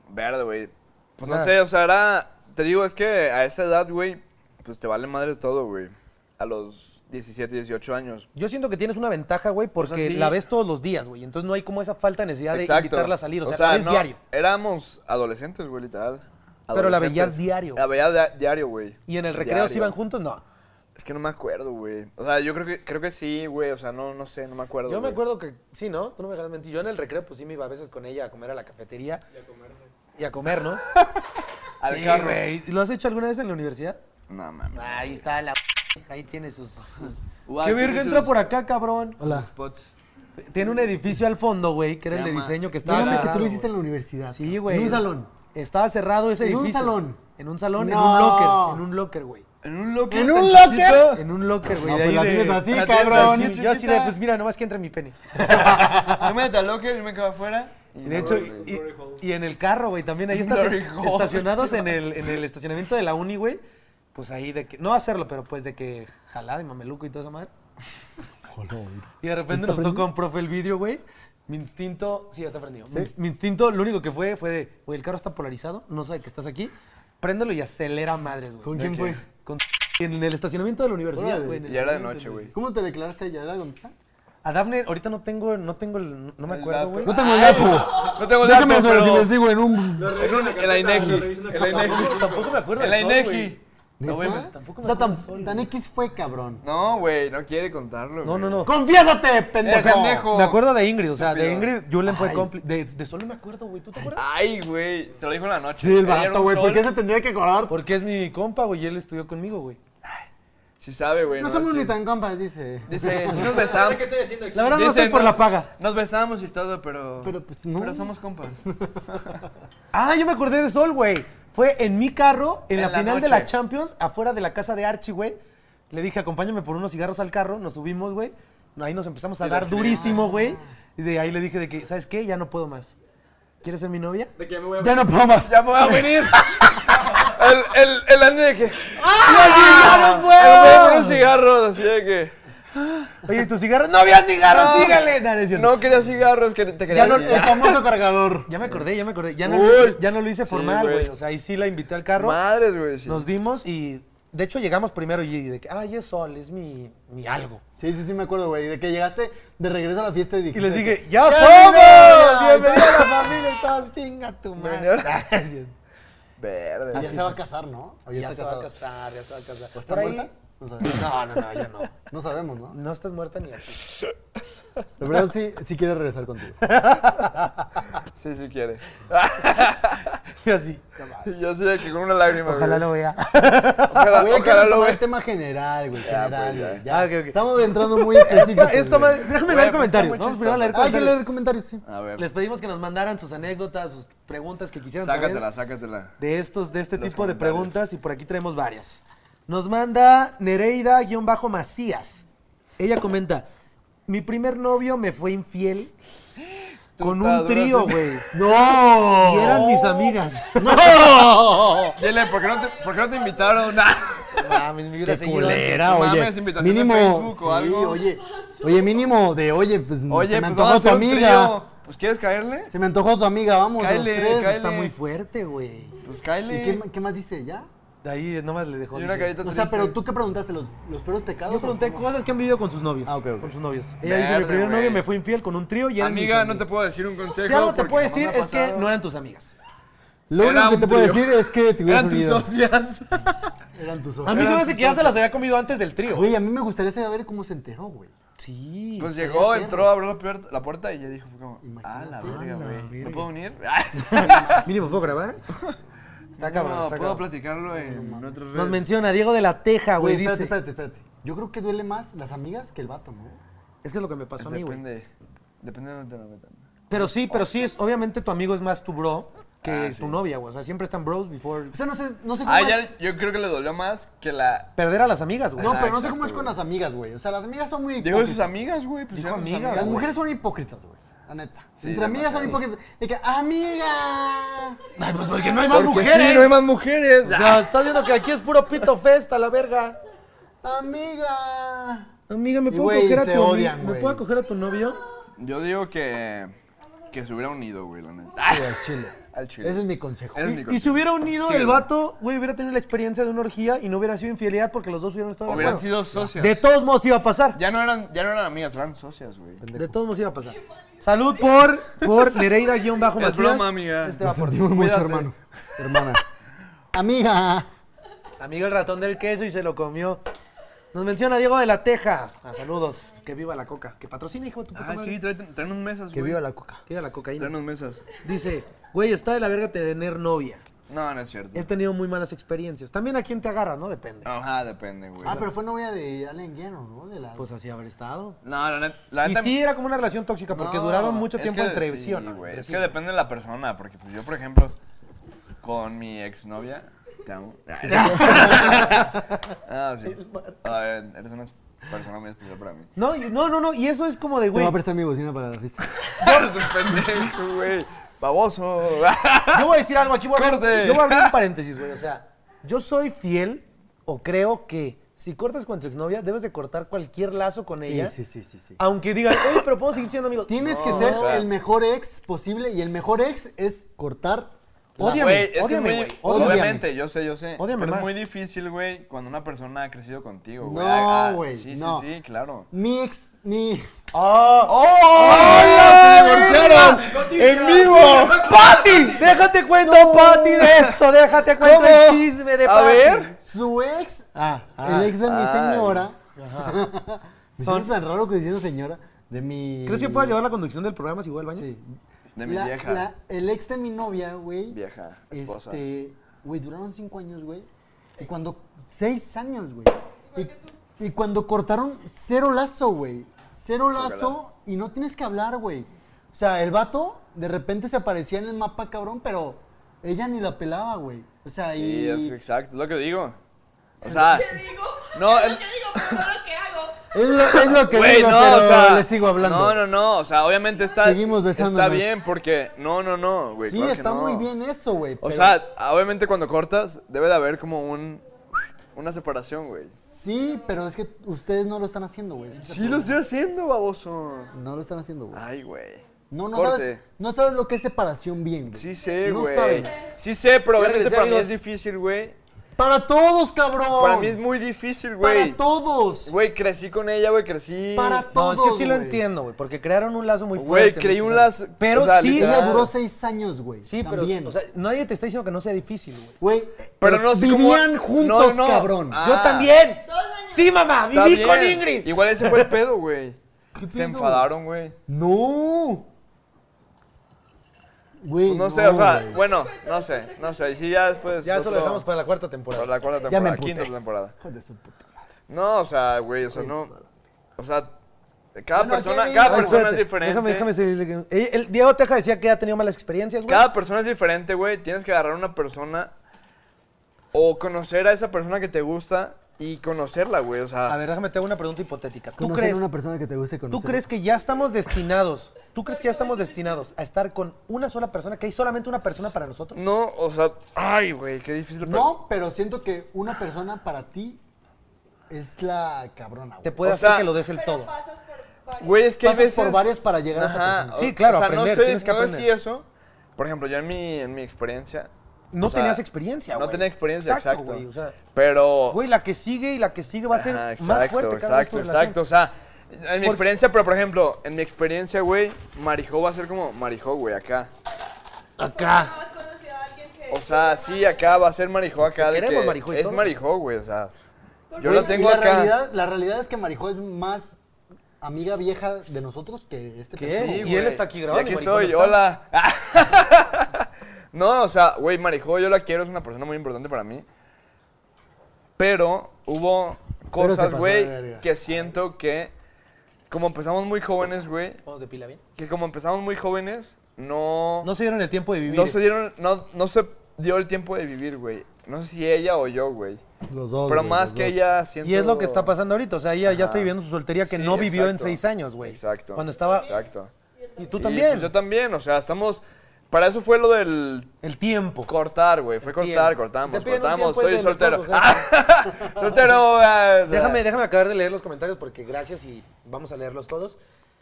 S3: Verde, güey. Pues
S1: O sea-
S3: no sé, o sea, era. Te digo, es que a esa edad, güey, pues te vale madre todo, güey. A los 17, 18 años.
S1: Yo siento que tienes una ventaja, güey, porque
S3: sí.
S1: la ves todos los días, güey. Entonces no hay como esa falta de necesidad de invitarla a salir. O sea, la ves
S3: no,
S1: diario.
S3: Éramos adolescentes, güey, literal.
S1: Pero la veías
S3: Adolescentes.
S1: diario.
S3: La veías dia- diario, güey.
S1: Y en el recreo si
S3: Diario.
S1: iban juntos, no.
S3: Es que no me acuerdo, güey. O sea, yo creo que, creo que sí, güey. O sea, no, no sé, no me acuerdo.
S1: Yo me
S3: güey.
S1: acuerdo que, sí, ¿no? Tú no me dejas mentir. Yo en el recreo, pues sí me iba a veces con ella a comer a la cafetería. Y a
S3: [LAUGHS]
S1: comernos.
S3: Al
S1: sí,
S3: carro.
S1: güey. ¿Lo has hecho alguna vez en la universidad?
S3: No, mames.
S1: Ahí está la. Ahí tiene sus. sus-
S3: Guau,
S1: ¿Qué
S3: tiene
S1: virgen
S3: sus-
S1: entra por acá, cabrón?
S2: Hola.
S3: Spots.
S1: Tiene un edificio al fondo, güey, que era el de
S3: llama-
S1: diseño que
S2: No
S1: estaba.
S2: mames que tú
S1: cerrado,
S2: lo hiciste en
S1: güey.
S2: la universidad.
S1: Sí,
S2: cabrón.
S1: güey.
S2: En un salón.
S1: Estaba cerrado ese
S2: En un
S1: edificio.
S2: salón.
S1: En un salón, en
S2: No.
S1: un locker. En un locker, güey.
S3: ¿En un locker?
S2: ¿En
S3: tan
S2: un locker?
S3: chiquito?
S1: En un locker, güey.
S2: No,
S1: de
S2: pues
S1: ahí
S2: la
S1: de-
S2: tienes así,
S1: la
S2: cabrón.
S1: así, Yo así de,
S3: Chiquita.
S1: pues mira, nomás que entre mi [LAUGHS] pene.
S3: Yo me metí al locker y me quedo afuera.
S1: Y de hecho, y, y en el carro, güey, también ahí estás
S3: Glory hole.
S1: estacionados en el, en el estacionamiento de la uni, güey. Pues ahí de que, no hacerlo, pero pues de que jalada y mameluco y toda esa madre. Y de repente nos toca un profe el vidrio, güey. Mi instinto, sí, ya está prendido. Mi, mi instinto, lo único que fue, fue de, güey, el carro está polarizado, no sabe que estás aquí. Préndelo y acelera madres, güey.
S2: ¿Con quién fue?
S1: Con- en el estacionamiento de la universidad,
S2: Órale.
S1: güey. en el
S3: Y era de
S1: estacionamiento
S3: noche,
S1: la
S3: güey.
S2: ¿Cómo te declaraste a ella? ¿Era dónde está?
S1: universidad. A Dafne, ahorita no tengo, no tengo, el- no me
S3: El
S1: acuerdo,
S3: dato.
S1: güey.
S2: No tengo el dato.
S3: Ah, No tengo el dato,
S2: Déjame sobre si
S3: pero-
S2: les digo en un.
S3: En, un- en la INEGI. En la
S1: Tampoco-
S3: INEGI.
S1: Tampoco me acuerdo
S3: En la
S1: del sol,
S3: INEGI.
S1: güey.
S3: No, güey, me-
S2: ¿Neta?
S1: tampoco me
S2: O sea, tan,
S1: acuerdo solo,
S2: tan
S1: güey.
S2: X fue, cabrón.
S3: No, güey, no quiere contarlo.
S1: No, no,
S3: güey.
S1: no.
S2: ¡Confiésate, pendejo!
S3: pendejo.
S1: Me acuerdo de Ingrid, o sea, de
S3: Estúpido.
S1: Ingrid, Julen fue
S2: Ay.
S1: cómplice. De, de Sol no me acuerdo, güey. ¿Tú te acuerdas?
S3: Ay, güey, se lo dijo en la noche.
S2: Sí, el
S3: Le dieron
S2: barato,
S3: un
S2: güey. ¿Por
S3: sol.
S2: qué se tendría que acordar?
S1: Porque es mi compa, güey, y él estudió conmigo, güey.
S3: Sí sabe, güey.
S2: No somos
S3: Sí.
S2: ni tan compas, dice.
S3: Dice, sí nos besamos.
S1: La verdad no estoy
S3: Dice,
S1: por la paga.
S3: Nos besamos y todo, pero...
S2: Pero, pues, no.
S3: Pero somos compas.
S1: Ah, yo me acordé de Sol, güey. Fue en mi carro, en,
S3: En
S1: la,
S3: la
S1: final de
S3: noche.
S1: la Champions, afuera de la casa de Archie, güey. Le dije, acompáñame por unos cigarros al carro, nos subimos, güey. Ahí nos empezamos a
S3: Y
S1: dar
S3: los creí.
S1: durísimo, güey. Y de ahí le dije de que, ¿sabes qué? Ya no puedo más. ¿Quieres ser mi novia?
S4: De que ya me voy a
S2: Ya no puedo más.
S3: ¡Ya me voy a venir! el, el, el Andy de que...
S1: ¡Ah!
S3: ¡Ah, unos cigarros! Así de que...
S1: Oye, tus cigarros. ¡No había cigarros! ¡Sígale! No, no es cierto.
S3: No quería cigarros, que te quería...
S1: Ya no-
S3: decir.
S2: El famoso cargador.
S1: Ya me acordé, ya me acordé. Ya no,
S3: Uy.
S1: lo- ya no lo hice
S3: Sí,
S1: formal,
S3: güey.
S1: güey. O sea, ahí sí la invité al carro.
S3: Madres, güey. sí.
S1: Nos dimos y. De hecho, llegamos primero y de que, ay, es Sol, es mi, mi algo.
S2: Sí, sí, sí, me acuerdo, güey. De que llegaste de regreso a la fiesta y dijiste.
S1: Y les [LAUGHS] dije, ¡ya,
S2: ¡Ya,
S1: somos!
S2: mira!
S1: ¡Bienvenido a [LAUGHS] la familia! Y todas, chinga tu [LAUGHS] madre. Gracias.
S3: Verde.
S2: Ya se va a casar, ¿no? ¿O
S1: Ah, Ya
S2: está
S1: se va a
S2: casado?
S1: casar, ya se va a casar.
S2: ¿O está
S1: Por ahí-
S2: muerta? No sabemos.
S1: [LAUGHS] No, no, no, ya no.
S2: No sabemos, ¿no?
S1: No estás muerta ni aquí.
S2: La verdad sí, sí quiere
S1: [LAUGHS]
S2: regresar contigo.
S3: Sí, sí quiere.
S1: Yo así.
S3: Y Yo sí de que con una lágrima,
S1: Ojalá
S3: güey.
S1: lo [LAUGHS] vea.
S3: Ojalá,
S2: Güey, hay que
S3: ojalá lo
S2: retomar
S3: vea.
S2: el tema general, güey,
S3: Ya,
S2: general,
S3: pues,
S2: güey.
S3: ya.
S2: ya.
S1: Ah, ok, ok.
S2: Estamos entrando muy específicos.
S1: [LAUGHS] Esta
S2: güey.
S1: madre- Déjame
S3: Güey,
S1: leer
S3: está
S1: comentarios.
S3: muy
S1: Vamos primero a leer
S3: chistoso.
S2: Ah, hay que
S1: comentarios.
S2: leer comentarios,
S1: [LAUGHS]
S2: sí.
S3: A ver,
S1: Les pedimos que nos mandaran sus anécdotas, sus preguntas que quisieran saber.
S3: sácatela, sácatela.
S1: de estos de este
S3: Los
S1: tipo de
S3: comentarios.
S1: preguntas y por aquí traemos varias. Nos manda Nereida-Macías. Ella comenta, mi primer novio me fue [GASPS] infiel con un
S3: Tentadoras.
S1: trío, [LAUGHS] güey.
S2: ¡No!
S1: Y eran mis amigas.
S2: ¡No!
S3: Dile, ¿por qué no te, por qué no te invitaron? [LAUGHS] Nah.
S1: Mames, mi vida
S2: ¡Qué
S1: seguidora.
S2: culera,
S3: No
S2: oye!
S3: mames, invitación de
S2: mínimo,
S3: Facebook o
S2: sí,
S3: algo.
S2: oye. Oye, mínimo de, oye, pues
S3: Oye,
S2: se me
S3: pues
S2: antojó
S3: vamos a
S2: tu
S3: hacer un
S2: amiga.
S3: trío. Pues, ¿quieres caerle?
S2: Se me antojó tu amiga, vamos, los
S3: Cáele,
S2: tres.
S3: cáele.
S1: Está muy fuerte, güey.
S3: Pues
S2: ¿Y
S3: cáele.
S2: qué, ma- qué más dice? ¿Ya?
S1: De ahí nomás le dejó.
S3: Y una
S1: dice.
S3: carita
S2: O sea,
S3: triste.
S2: pero tú qué preguntaste, los, los peores pecados.
S1: Yo pregunté
S2: ¿cómo?
S1: cosas que han vivido con sus novios.
S2: Ah, ok, ok.
S1: Con sus novios. Ella dice, mi
S3: Verde,
S1: primer novio
S3: güey.
S1: me fue infiel con un trío y eran mis
S3: Amiga, no te
S1: amigas".
S3: puedo decir un consejo.
S1: Si algo te
S3: porque
S1: puedo
S3: jamás me
S1: decir
S3: ha
S1: es que
S3: pasado.
S1: no eran tus amigas.
S2: Lo único
S3: Era
S2: que
S3: un
S2: te puedo
S3: trío.
S2: decir es que te hubieras
S3: Eran tus
S2: unido.
S3: socias.
S2: Eran tus
S1: A
S2: socios.
S1: mí se me hace que ya se las había comido antes del trío.
S2: Güey, a mí me gustaría saber cómo se enteró, güey.
S1: Sí.
S3: Pues llegó, entró, abrió la puerta, la puerta y ya dijo, fue como, ah, la
S2: Imagínate.
S3: verga,
S2: A la
S3: güey. ¿No
S1: verga.
S3: puedo [LAUGHS] venir?
S1: [LAUGHS] Mínimo, ¿puedo
S3: [LAUGHS]
S1: grabar? Está cabrón,
S3: no,
S1: está
S3: puedo
S1: cabrón.
S3: platicarlo en otro
S1: Nos menciona Diego de la Teja,
S2: Güey,
S1: Ah, güey. Dice.
S2: espérate, espérate, espérate. Yo creo que duele más las amigas que el vato, ¿no?
S1: Es que es lo que me pasó a mí, güey.
S3: Depende, depende de dónde te lo metan.
S1: Pero sí, pero sí, es, obviamente tu amigo es más tu bro que
S3: Ah,
S1: tu
S3: sí.
S1: novia, güey. O sea, siempre están bros before.
S2: O sea, no sé, no sé cómo
S3: Ah,
S2: es...
S3: ya, yo creo que le dolió más que la...
S1: Perder a las amigas, güey.
S2: No,
S3: Ah,
S2: pero no sé cómo
S3: exacto,
S2: es con
S3: güey.
S2: las amigas, güey. O sea, las amigas son muy
S3: Dijo de sus
S2: hipócritas.
S3: amigas, güey. Pues
S1: Dijo
S3: eran sus
S1: amigas,
S2: Las
S1: güey.
S2: mujeres son hipócritas, güey. La neta.
S3: Sí,
S2: Entre amigas son
S3: demasiado.
S2: hipócritas. De que, amiga.
S1: Ay, pues porque no hay
S3: Porque sí, no hay más Ah. mujeres.
S1: O sea, estás viendo que aquí es puro pito festa, la verga.
S2: Amiga.
S1: Amiga, ¿me
S2: Y,
S1: puedo
S2: güey,
S1: coger a tu
S2: se
S1: novio?
S2: odian,
S1: ¿Me
S2: güey.
S1: puedo coger a tu novio?
S3: Yo digo que... Que se hubiera unido, güey, la neta.
S2: Sí, al chile.
S3: Al chile.
S2: Ese es mi consejo. [LAUGHS]
S3: Ese es mi
S1: Y
S3: consejo.
S1: si hubiera unido
S3: Sí,
S1: el
S3: güey.
S1: vato, güey, hubiera tenido la experiencia de una orgía y no hubiera sido infidelidad porque los dos hubieran estado de
S3: Hubieran
S1: acuerdo.
S3: sido socias.
S1: De todos modos iba a pasar.
S3: Ya no eran, ya no eran amigas, eran socias, güey.
S1: De todos modos iba a pasar. Salud por, por Nereida-Macías.
S3: Es broma, amiga.
S1: Este va por ti.
S2: Sentimos mucho,
S3: Cuídate.
S2: hermano. Hermana. [LAUGHS] Amiga.
S1: Amigo el ratón del queso y se lo comió. Nos menciona Diego de la Teja. Ah, saludos. Que viva la coca. Que patrocina, hijo de tu puta
S3: Ah,
S1: madre.
S3: sí, traen, traen unos mesas, güey.
S2: Que viva la coca.
S1: Que viva la cocaína.
S3: Traen unos mesas.
S1: Dice, güey, está de la verga tener novia.
S3: No, no es cierto.
S1: He tenido muy malas experiencias. También a quién te agarra, ¿no? Depende.
S3: Ajá, depende, güey.
S2: Ah, pero fue novia de Allen Guerrero, ¿no? De la...
S1: Pues así haber estado.
S3: No, la, net- la
S1: Y
S3: neta...
S1: sí, era como una relación tóxica porque
S3: Ah, No,
S1: duraron mucho
S3: es
S1: tiempo
S3: que-
S1: entre
S3: sí,
S1: sí, o no,
S3: güey,
S1: entre
S3: Es
S1: sí.
S3: que depende de la persona, porque pues, yo, por ejemplo, con mi exnovia, te
S1: [LAUGHS]
S3: amo. [LAUGHS] ah, sí. A ver, eres una persona muy especial para
S1: [LAUGHS]
S3: mí.
S1: No, y- no, no, no. Y eso es como
S3: [LAUGHS]
S1: de,
S2: Te voy
S1: güey,
S2: a prestar mi bocina para la fiesta.
S3: eres un pendejo, güey. Baboso. [LAUGHS]
S1: Yo voy a decir algo aquí, voy a abrir-
S3: Corte.
S1: yo voy a
S3: [LAUGHS]
S1: abrir un paréntesis, güey. O sea, yo soy fiel o creo que si cortas con tu exnovia, debes de cortar cualquier lazo con ella.
S2: sí, sí, sí.
S1: Aunque digan, oye, pero
S3: [LAUGHS]
S1: podemos seguir siendo amigos.
S2: Tienes
S3: No,
S2: que ser
S3: o sea-
S2: el mejor ex posible y el mejor ex es cortar
S1: Ódiame,
S3: Güey, es que es
S1: ódiame,
S3: muy. [LAUGHS]
S1: güey, ódiame.
S3: Obviamente, yo sé, yo sé.
S1: Ódiame
S3: pero
S1: más.
S3: es muy difícil, güey, cuando una persona ha crecido contigo, güey.
S2: No,
S3: Ah, ah,
S2: güey,
S3: Sí,
S2: no.
S3: sí, sí, claro.
S2: Mi ex, mi...
S1: ¡Hola! ¡Se divorciaron! ¡En vivo! ¡Pati! Déjate cuento, Pati, de esto. Déjate cuento el
S3: [LAUGHS] ¿Cómo?
S1: chisme de
S3: A
S1: Pati.
S3: ver.
S2: Su ex,
S1: Ah, ah.
S2: el ex de mi
S3: ay.
S2: señora. [LAUGHS] Me siento tan raro que diciendo señora. De mi...
S1: ¿Crees que puedas llevar la conducción del programa si voy al baño?
S2: Sí.
S3: De mi
S2: La-
S3: vieja.
S2: la- el ex de mi novia, güey.
S3: Vieja, esposa.
S2: Este, güey, duraron cinco años, güey. Y cuando. Seis años, güey. Y, y cuando cortaron, cero lazo, güey. Cero lazo y no tienes que hablar, güey. O sea, el vato de repente se aparecía en el mapa, cabrón, pero ella ni la pelaba, güey. O sea,
S3: Sí,
S2: y.
S3: es exacto, es lo que digo. O sea,
S4: ¿Qué digo?
S3: No,
S4: es
S3: el-
S4: lo que digo, pero no lo que hago.
S2: Es lo, es lo que
S3: güey,
S2: digo,
S3: no,
S2: pero
S3: o sea,
S2: le sigo hablando.
S3: No, no, no, o sea, obviamente está
S2: Seguimos
S3: está
S2: besándonos.
S3: bien porque no, no, no, güey,
S2: sí,
S3: claro que
S2: está
S3: no.
S2: muy bien eso, güey.
S3: O
S2: pero-
S3: sea, ah, obviamente cuando cortas debe de haber como un una separación, güey.
S2: Sí, pero es que ustedes no lo están haciendo, güey.
S3: Sí lo estoy haciendo, baboso.
S2: No lo están haciendo, güey.
S3: Ay, güey.
S2: No, no
S3: Corte.
S2: sabes, no sabes lo que es separación bien. güey.
S3: Sí sé,
S2: No
S3: güey.
S2: sabes.
S3: sí sé, pero obviamente
S1: regresé,
S3: para mí
S1: amigos.
S3: es difícil, güey.
S2: Para todos, cabrón.
S3: Para mí es muy difícil, güey.
S2: Para todos.
S3: Güey, crecí con ella, güey, crecí.
S2: Para
S1: No, es que sí lo
S2: güey.
S1: entiendo, güey, porque crearon un lazo muy
S3: Güey,
S1: fuerte.
S3: creí
S1: muchos
S3: un
S1: años.
S3: lazo-
S1: Pero
S3: o sea,
S1: sí,
S3: literal.
S2: Ella
S3: Claro.
S2: duró seis años, güey.
S1: sí, pero
S2: También.
S1: o sea, nadie te está diciendo que no sea difícil, güey.
S2: güey.
S3: Pero no sé cómo-
S2: vivían juntos,
S3: No, no.
S2: cabrón.
S3: Ah,
S1: Yo también.
S4: Dos años.
S1: Sí, mamá,
S3: Está
S1: viví
S3: bien.
S1: con Ingrid.
S3: Igual ese fue el pedo, güey.
S2: [LAUGHS] ¿Qué
S3: Se
S2: pedo?
S3: enfadaron, güey.
S2: No. Güey.
S3: Pues no sé, o sea,
S2: güey.
S3: bueno, no sé, no sé. Y sí, ya después.
S1: Ya eso lo
S3: otro-
S1: dejamos para la cuarta temporada.
S3: para la cuarta
S2: Ya me
S3: temporada,
S2: emputé.
S3: quinta temporada.
S2: Hijo de su puta madre.
S3: No, o sea, güey, o sea, no. O sea, cada
S2: Bueno, ¿qué
S3: persona,
S2: digo?
S3: cada
S2: A ver,
S3: persona
S1: Espérate,
S3: es diferente.
S1: Déjame, déjame seguirle. que- Ey, El Diego Teja decía que ha tenido malas experiencias, güey.
S3: Cada persona es diferente, güey. Tienes que agarrar una persona o conocer a esa persona que te gusta y conocerla, güey. O sea,
S1: A ver, déjame te hago una pregunta hipotética. ¿Tú
S2: Conocer
S1: crees,
S2: a una persona que te guste conocer.
S1: ¿Tú crees que ya estamos destinados? ¿Tú crees que ya estamos destinados a estar con una sola persona? ¿Que hay solamente una persona para nosotros?
S3: no, o sea, ay, güey, qué difícil. pero-
S2: No, pero siento que una persona para ti es la cabrona, güey.
S1: Te puede
S3: O
S1: hacer
S3: sea-
S1: que lo des el
S4: Pero
S1: todo.
S4: pasas por varios.
S3: Güey, es que hay
S2: Pasas
S3: veces.
S2: por varias para llegar a esa
S3: Ajá,
S2: persona.
S3: o-
S1: Sí, claro,
S3: o sea,
S1: aprender,
S3: no sé,
S1: tienes que
S3: no sé si
S1: aprender.
S3: eso. Por ejemplo, yo en mi, en mi experiencia.
S1: No
S3: o sea,
S1: tenías experiencia, güey.
S3: No tenía experiencia, exacto.
S1: güey. O sea,
S3: pero.
S1: güey, la que sigue y la que sigue va a ser
S3: Ajá,
S1: más fuerte cada vez tu
S3: exacto,
S1: relación.
S3: exacto. O sea, en mi
S1: Por-
S3: experiencia, pero por ejemplo, en mi experiencia, güey, Marijó va a ser como Marijó, güey, acá.
S1: Acá.
S4: ¿No has conocido a alguien que...
S3: ah. O sea, sí,
S4: [LAUGHS]
S3: acá va a ser Marijó acá.
S1: Si
S3: de
S1: queremos
S3: que
S1: Marijó y
S3: Es
S1: todo.
S3: Marijó, güey, o sea. Yo
S2: Güey,
S3: la tengo
S2: y la
S3: acá.
S2: Realidad, la realidad es que Marijo es más amiga vieja de nosotros que este
S1: ¿Qué?
S2: pendejo,
S3: Sí,
S2: güey.
S1: Y él
S3: güey.
S1: está aquí grabando,
S3: Y aquí
S1: y Marijó
S3: estoy,
S1: no está.
S3: hola. [LAUGHS] no, o sea, güey, Marijó, yo la quiero, es una persona muy importante para mí. Pero hubo
S2: pasó
S3: cosas,
S2: de
S3: güey,
S2: verga.
S3: que siento que, como empezamos muy jóvenes, güey,
S1: Vamos de pila, ¿bien?
S3: que como empezamos muy jóvenes, no,
S1: No se dieron el tiempo de vivir.
S3: no se dieron, no, no se dio el tiempo de vivir, güey. No sé si ella o yo, güey.
S2: Los dos.
S3: Pero
S2: güey,
S3: más
S2: los
S3: que
S2: dos.
S3: ella siento...
S1: Y es lo que está pasando ahorita. O sea, ella ya
S3: Ajá.
S1: está viviendo su soltería que
S3: Sí,
S1: no vivió en
S3: exacto.
S1: seis años, güey.
S3: Exacto.
S1: Cuando estaba.
S3: Exacto.
S1: Y tú
S3: Y,
S1: también.
S3: pues, yo también, o sea, estamos... Para eso fue lo del
S1: el tiempo.
S3: cortar, güey. Fue
S1: El
S3: cortar,
S1: tiempo.
S3: cortamos,
S1: Si te piden un
S3: cortamos.
S1: tiempo, es
S3: Estoy
S1: de lo
S3: soltero. Ah.
S1: puedo
S3: soltero. eh,
S1: [LAUGHS] Déjame, déjame acabar de leer los comentarios porque gracias y vamos a leerlos todos.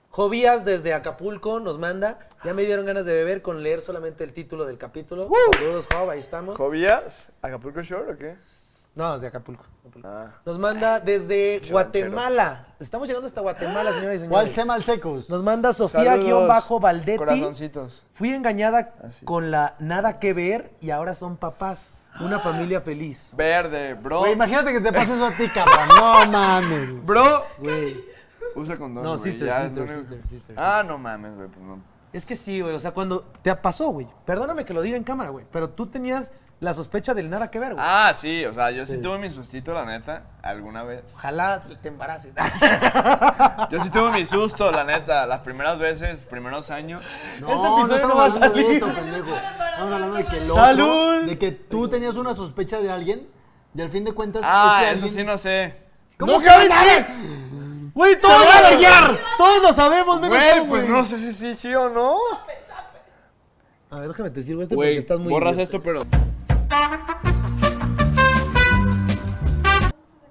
S1: Jovías desde Acapulco nos manda. Ya me dieron ganas de beber con leer solamente el título del capítulo. Saludos, Job, ahí estamos.
S3: ¿Jovías? ¿Acapulco Shore o qué?
S1: No, desde Acapulco.
S3: Ah.
S1: Nos manda desde
S3: Pinche
S1: Guatemala. Estamos llegando hasta Guatemala, señoras y señores.
S2: Guatemaltecos.
S1: Nos manda
S3: Ah, Saludos, Ah,
S1: Sofía-Valdetti.
S3: Corazoncitos.
S1: Fui engañada
S3: Así.
S1: con la nada que ver y ahora son papás.
S3: Ah.
S1: Una familia feliz.
S3: Verde, bro.
S2: Güey, imagínate que te pase eso a ti, cabrón. No mames. güey.
S3: bro.
S1: Güey.
S3: Usa condón.
S1: No,
S3: güey,
S1: sister,
S3: ya,
S1: sister,
S3: no-
S1: sister, sister,
S3: Ah, no mames, güey. Pues no.
S1: Es que sí, güey. O sea, cuando te pasó, güey. Perdóname que lo diga en cámara, güey. Pero tú tenías la sospecha del nada que ver, güey.
S3: Ah, sí, o sea, yo sí, tuve mi sustito, la neta, alguna vez.
S1: Ojalá te
S3: [LAUGHS]
S1: embaraces. [LAUGHS]
S3: Yo sí tuve mi susto, la neta, las primeras veces, primeros años.
S1: Este
S2: No,
S1: episodio
S2: no estamos
S1: no va a
S2: hablando de
S1: salir.
S2: eso, pendejo. Estamos hablando de que el otro,
S1: ¡Salud!
S2: de que tú tenías una sospecha de alguien y al fin de cuentas
S3: Ah,
S2: ese
S3: eso
S2: alguien-
S3: sí no sé.
S1: ¿Cómo sabes qué? Güey, todos
S3: voy a
S1: lo- Todos lo sabemos, menos tú,
S3: Güey, pues no sé si sí, sí o no.
S1: A ver, déjame te sirvo este porque
S3: Güey,
S1: estás muy.
S3: borras
S1: idiota.
S3: esto, pero.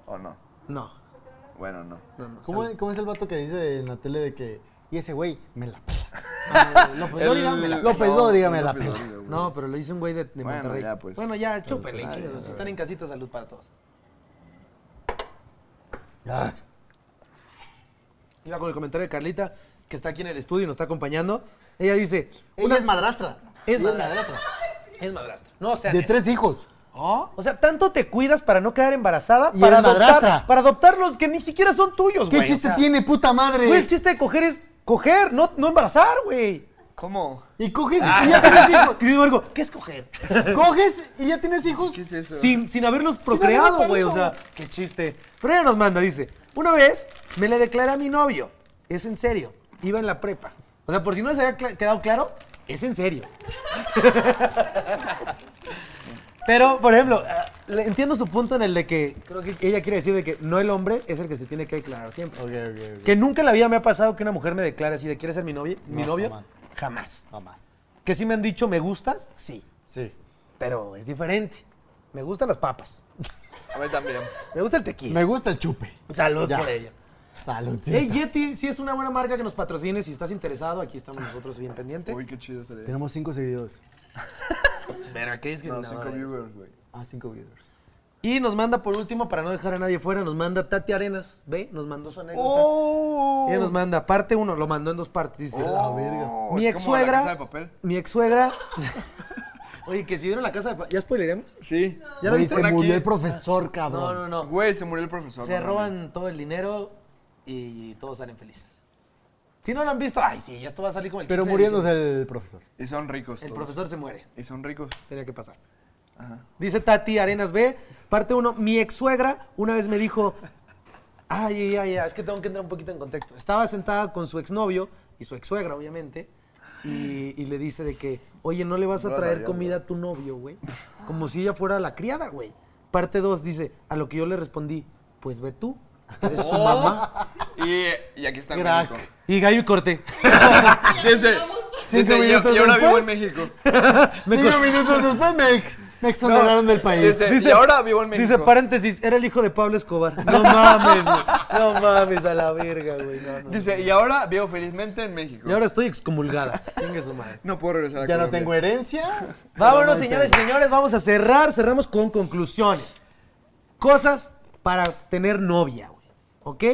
S3: ¿O no?
S1: No.
S3: Bueno, no.
S1: no, no
S2: ¿Cómo, cómo es el vato que dice en la tele de que y ese güey me la pela?
S1: Eh, López
S3: El-
S1: Dori, dámela.
S2: López
S3: no,
S2: Dori, dame la
S3: López
S2: pela.
S3: Dori, güey.
S1: No, pero lo hizo un güey de, de
S3: Bueno,
S1: Monterrey.
S3: ya, pues.
S1: Bueno, ya, chúpenle. chicos. Si están en casita, salud para todos.
S2: [LAUGHS] Ah,
S1: Iba con el comentario de Carlita, que está aquí en el estudio y nos está acompañando. Ella dice,
S2: Ella es madrastra.
S1: Es
S2: Ella
S1: madrastra. es madrastra. No, o sea,
S2: De tres hijos.
S1: o sea, tanto te cuidas para no quedar embarazada,
S2: Y
S1: para
S2: eres
S1: adoptar,
S2: madrastra.
S1: para adoptar los que ni siquiera son tuyos,
S2: ¿Qué
S1: güey.
S2: chiste
S1: o sea,
S2: tiene, puta madre?
S1: Güey, el chiste de coger es coger, no, no embarazar,
S2: [LAUGHS]
S1: güey.
S3: ¿Cómo?
S2: Y coges y ya tienes [LAUGHS] hijos.
S1: Que digo algo, ¿qué es coger?
S2: Coges y ya tienes hijos.
S3: ¿Qué es eso?
S1: Sin, sin haberlos
S2: haberlos
S1: procreado,
S2: parido.
S1: güey. O sea, qué chiste. Pero ella nos manda, dice, una vez me le declaré a mi novio. Es en serio. Iba en la prepa. O sea, por si no se había cla- quedado claro, es en serio. [LAUGHS] Pero, por ejemplo, ah, le- entiendo su punto en el de que creo que ella quiere decir de que no el hombre es el que se tiene que declarar siempre.
S2: Ok, ok, ok.
S1: Que nunca en la vida me ha pasado que una mujer me declare así de ¿quieres ser mi novio? mi
S2: No,
S1: novio.
S2: jamás.
S1: jamás.
S2: Jamás.
S1: Que sí me han dicho, ¿me gustas? Sí.
S2: Sí.
S1: Pero es diferente. Me gustan las papas.
S3: A mí también.
S1: Me gusta el tequila.
S2: Me gusta el chupe.
S1: Salud
S2: Ya.
S1: por ello.
S2: Salud.
S1: Hey, Yeti, si es una buena marca que nos patrocine, si estás interesado, aquí estamos nosotros bien pendiente.
S3: Uy, qué chido sería.
S2: Tenemos cinco seguidores.
S1: Verá, qué
S3: No,
S1: discriminador
S3: cinco
S1: eres.
S3: viewers, güey.
S2: Ah, cinco viewers.
S1: Y nos manda por último, para no dejar a nadie fuera, nos manda Tati Arenas. Ve, nos mandó su anécdota.
S3: ¡Oh!
S1: Ella nos manda parte uno, lo mandó en dos partes. Dice,
S2: La verga.
S1: mi
S3: es
S1: ex
S3: como Oh. la Casa
S1: suegra.
S3: de papel.
S1: Mi ex suegra. [LAUGHS] Oye, que si vieron la casa de. pa- ¿Ya spoileremos?
S3: Sí.
S1: ¿Ya lo
S2: Güey,
S1: viste?
S2: se
S3: Aquí.
S2: murió el profesor,
S1: No,
S2: cabrón.
S1: no, no.
S3: Güey, se murió el profesor.
S1: Se
S3: no mames.
S1: roban todo el dinero y todos salen felices. Si no lo han visto, ay, sí, ya esto va a salir como el
S2: Pero
S1: 15 de diciembre.
S2: muriéndose el profesor.
S3: Y son ricos.
S1: El
S3: todos.
S1: profesor se muere.
S3: Y son ricos.
S1: Tenía que pasar.
S3: Ajá.
S1: Dice Tati Arenas B, parte 1. Mi ex suegra una vez me dijo. Ay, ay, ay, ay, es que tengo que entrar un poquito en contexto. Estaba sentada con su exnovio y su ex suegra, obviamente. Y, y le dice de que, oye, no le vas a
S3: No
S1: traer
S3: sabía,
S1: comida a tu novio, güey. Como si ella fuera la criada, güey. Parte 2 dice, a lo que yo le respondí, pues ve tú, eres
S3: Oh.
S1: su mamá.
S3: Y, y aquí está en
S2: Crack.
S3: México.
S1: Y Gallo y
S3: [LAUGHS]
S1: corté.
S3: Desde.
S2: Cinco
S3: desde yo,
S2: minutos
S3: yo ahora vivo en
S2: después.
S3: México.
S1: Me
S2: Cinco
S1: costó-
S2: minutos después me, ex- me exoneraron del país.
S3: Dice, y ahora vivo en México.
S1: Dice, paréntesis, era el hijo de Pablo Escobar. No mames, güey. No mames, a la verga, güey. No, no,
S3: Dice, y ahora vivo felizmente en México.
S1: Y ahora estoy
S3: [LAUGHS]
S1: excomulgada. Chingue su madre.
S3: No puedo regresar a
S2: Ya no
S3: Colombia.
S2: tengo herencia.
S1: [LAUGHS] Vámonos, señores y señores, vamos a cerrar. Cerramos con conclusiones. Cosas para tener novia, güey. ¿Ok?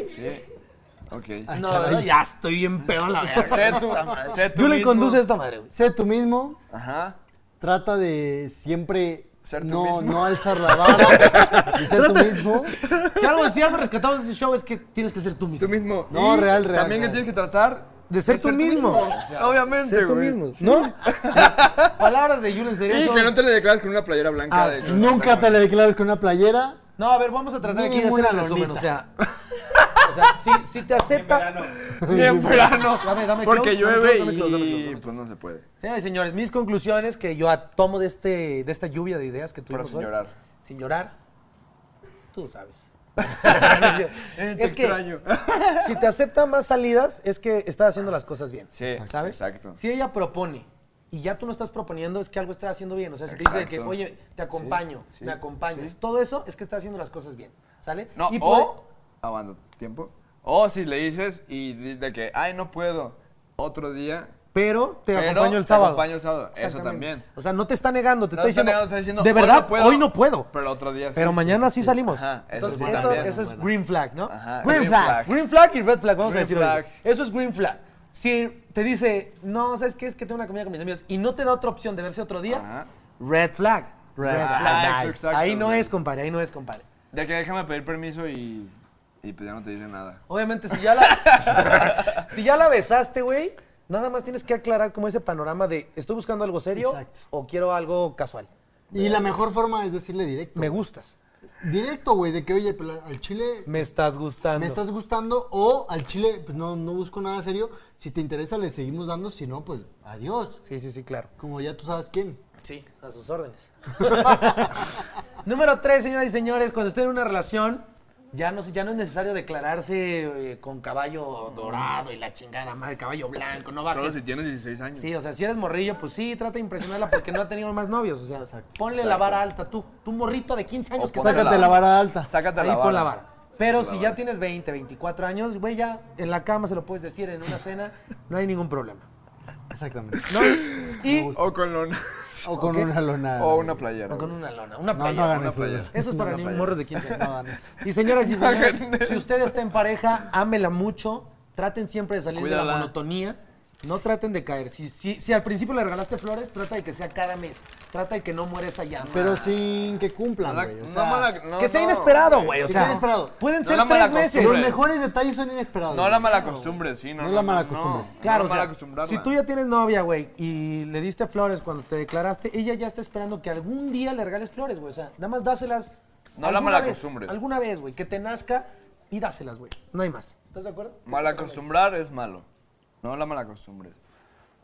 S3: Ok.
S1: Ah, No, no, ya estoy bien pedo a la
S3: Sé
S1: verga.
S3: tú,
S1: [LAUGHS]
S3: sé [LAUGHS] tú
S1: Yo le
S3: mismo.
S1: conduce a esta madre,
S3: [LAUGHS]
S1: güey.
S2: Sé tú mismo.
S3: Ajá.
S2: Trata de siempre
S3: Ser tú
S2: no,
S3: mismo.
S2: no alzar la vara. y ser tú
S3: [LAUGHS]
S2: mismo.
S1: Si algo, si algo rescatamos de ese show es que tienes que ser tú mismo.
S3: Tú mismo.
S2: No,
S3: Y
S2: real, real,
S3: También que
S2: real.
S3: tienes que tratar
S1: De ser tú mismo.
S3: O sea, Obviamente,
S1: Ser tú
S3: güey.
S1: mismo, ¿no? Palabras de Julen
S3: Y
S1: Cerezo.
S3: que no te le declaras con una playera blanca.
S2: Ah,
S3: de-
S2: sí. Nunca te le declares con una playera.
S1: No, a ver, vamos a tratar aquí de hacer
S2: Ninguna
S1: el resumen,
S2: lonita.
S1: o sea. O sea, si, si te acepta.
S3: Sí, en verano.
S1: Dame- dame
S3: porque
S1: close, dame
S3: llueve
S1: close, dame close, dame close,
S3: y
S1: dame
S3: pues no se puede.
S1: Señores y señores, mis conclusiones que yo tomo de, este, de esta lluvia de ideas que tuvimos
S3: Pero sin
S1: hoy.
S3: llorar.
S1: Sin llorar. Tú sabes.
S3: [LAUGHS] Eh, te
S1: es que
S3: extraño.
S1: [LAUGHS] si te acepta más salidas, es que estás haciendo las cosas bien.
S3: Sí,
S1: ¿sabes?
S3: exacto.
S1: Si ella propone y ya tú no estás proponiendo, es que algo estás haciendo bien. O sea, si te dice de que,
S3: Exacto.
S1: oye, te acompaño,
S3: sí,
S1: me acompañas, todo eso es que estás haciendo las cosas bien. ¿Sale?
S3: No,
S1: Y pues- puede-
S3: o. Aguanta, tiempo. O si le dices y di- de que, ay, no puedo. Otro día.
S1: Pero te
S3: Pero
S1: acompaño el
S3: te
S1: sábado.
S3: acompaño el sábado, eso
S1: Exactamente.
S3: también.
S1: O sea, no te está negando, te
S3: No
S1: está,
S3: te
S1: diciendo,
S3: negando, está diciendo,
S1: De
S3: hoy no
S1: verdad,
S3: puedo,
S1: hoy no puedo. Pero,
S3: Pero otro día sí.
S1: mañana sí, salimos.
S3: Ajá, eso
S1: Entonces,
S3: sí
S1: eso,
S3: también.
S1: eso es green flag, ¿no?
S3: Ajá,
S1: green
S3: green
S1: flag.
S3: flag.
S1: Green flag y red flag, vamos a
S3: Green
S1: decirlo. ahorita.
S3: flag.
S1: Eso es green flag. Si te dice, no, ¿sabes qué? Es que tengo una comida con mis amigos y no te da otra opción de verse otro día,
S3: Ajá.
S1: red flag.
S2: Red
S3: Ah,
S2: flag.
S3: exacto,
S1: ahí no
S3: güey.
S1: es, compadre, ahí no es, compadre.
S3: De que déjame pedir permiso y. Y pues ya no te dice nada.
S1: Obviamente, si ya la, [LAUGHS] si ya la besaste, güey, nada más tienes que aclarar como ese panorama de estoy buscando algo serio
S2: Exacto.
S1: o quiero algo casual.
S2: Y la mejor forma es decirle directo.
S1: Me gustas.
S2: Directo, güey, de que, oye, pues, la- al chile
S1: Me estás gustando.
S2: me estás gustando o al chile pues, no, no busco nada serio. Si te interesa, le seguimos dando. Si no, pues adiós.
S1: Sí, sí, sí, claro.
S2: Como ya tú sabes quién.
S1: Sí, a sus órdenes. [LAUGHS] Número tres, señoras y señores, cuando estén en una relación, ya no, se- ya no es necesario declararse eh, con caballo dorado y la chingada madre, caballo blanco, no
S3: Solo
S1: bajes.
S3: si tienes 16 años.
S1: Sí, o sea, si eres morrillo, pues sí, trata de impresionarla porque no ha tenido más novios. O sea, ponle la
S3: Exacto.
S1: vara alta tú, tú morrito de 15 años
S3: O
S1: que
S3: ponte
S1: saca-
S2: Sácate la vara alta.
S3: Sácate
S1: Ahí
S3: la
S1: pon
S3: vara.
S1: la vara. Pero
S3: Sácate
S1: si
S3: la
S1: ya
S3: vara.
S1: tienes 20, 24 años, güey, ya en la cama se lo puedes decir, en una cena, no hay ningún problema.
S2: Exactamente.
S3: [LAUGHS]
S1: ¿no? Y,
S3: O con lona.
S2: O con
S1: Ok.
S2: una lona.
S3: [LAUGHS] O una playera.
S1: o con una lona, una
S2: No,
S1: playa.
S2: no hagan
S3: una
S2: eso.
S3: playera.
S2: güey.
S1: Eso es para
S3: Una
S1: niños
S3: playera.
S1: morros de 15
S2: No
S1: años.
S2: hagan eso.
S1: Y señoras y
S3: Hagan
S1: señores, si usted está en pareja, ámela mucho, traten siempre de salir de la
S3: Cuídala.
S1: monotonía, no traten de caer. Si, si, si al principio le regalaste flores, trata de que sea cada mes, trata de que no muera esa llama.
S2: Pero sin que cumplan,
S3: No la-
S2: güey. O
S3: no
S2: sea,
S3: mala- no,
S1: que sea
S3: no,
S1: inesperado, güey, o
S2: Que
S1: sea,
S2: sea inesperado.
S1: pueden
S3: No
S1: ser
S3: la mala
S1: tres meses.
S2: Los
S3: costumbre.
S2: mejores detalles son inesperados.
S3: No la mala costumbre, sí, no.
S2: No la mala costumbre.
S1: Claro,
S3: no
S1: o sea,
S3: mala acostumbrarla.
S1: si tú ya tienes novia, güey, y le diste flores cuando te declaraste, ella ya está esperando que algún día le regales flores, güey. O sea, nada más dáselas.
S3: No la
S1: alguna
S3: mala
S1: vez,
S3: costumbre.
S1: Alguna vez, güey, que te nazca y dáselas, güey. No hay más. ¿Estás de acuerdo?
S3: Mal acostumbrar es malo. No la mala costumbre.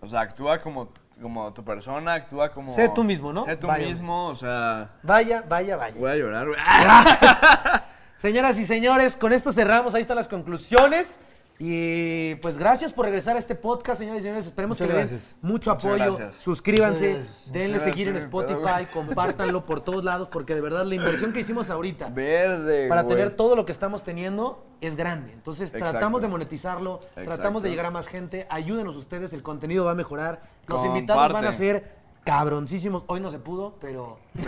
S3: O sea, actúa como, como tu persona, actúa como.
S1: Sé tú mismo, ¿no?
S3: Sé tú
S1: Vaya.
S3: mismo, o sea.
S1: Vaya, vaya, vaya.
S3: Voy a llorar, güey.
S1: Ah. Señoras y señores, con esto cerramos. Ahí están las conclusiones. Y pues gracias por regresar a este podcast, señoras y señores. Esperemos
S2: Muchas
S1: que le den
S2: gracias.
S1: mucho
S3: Muchas
S1: apoyo.
S3: gracias.
S1: Suscríbanse,
S2: Muchas gracias.
S1: denle
S3: Muchas
S1: seguir en
S3: gracias, pero
S1: Spotify,
S3: gracias.
S1: compártanlo por todos lados, porque de verdad la inversión que hicimos ahorita
S3: Verde,
S1: para
S3: güey.
S1: tener todo lo que estamos teniendo es grande. Entonces
S3: Exacto.
S1: tratamos de monetizarlo, tratamos
S3: Exacto.
S1: de llegar a más gente. Ayúdenos ustedes, el contenido va a mejorar. Los
S3: Comparte.
S1: invitados van a ser cabroncísimos. Hoy no se pudo, pero... [LAUGHS]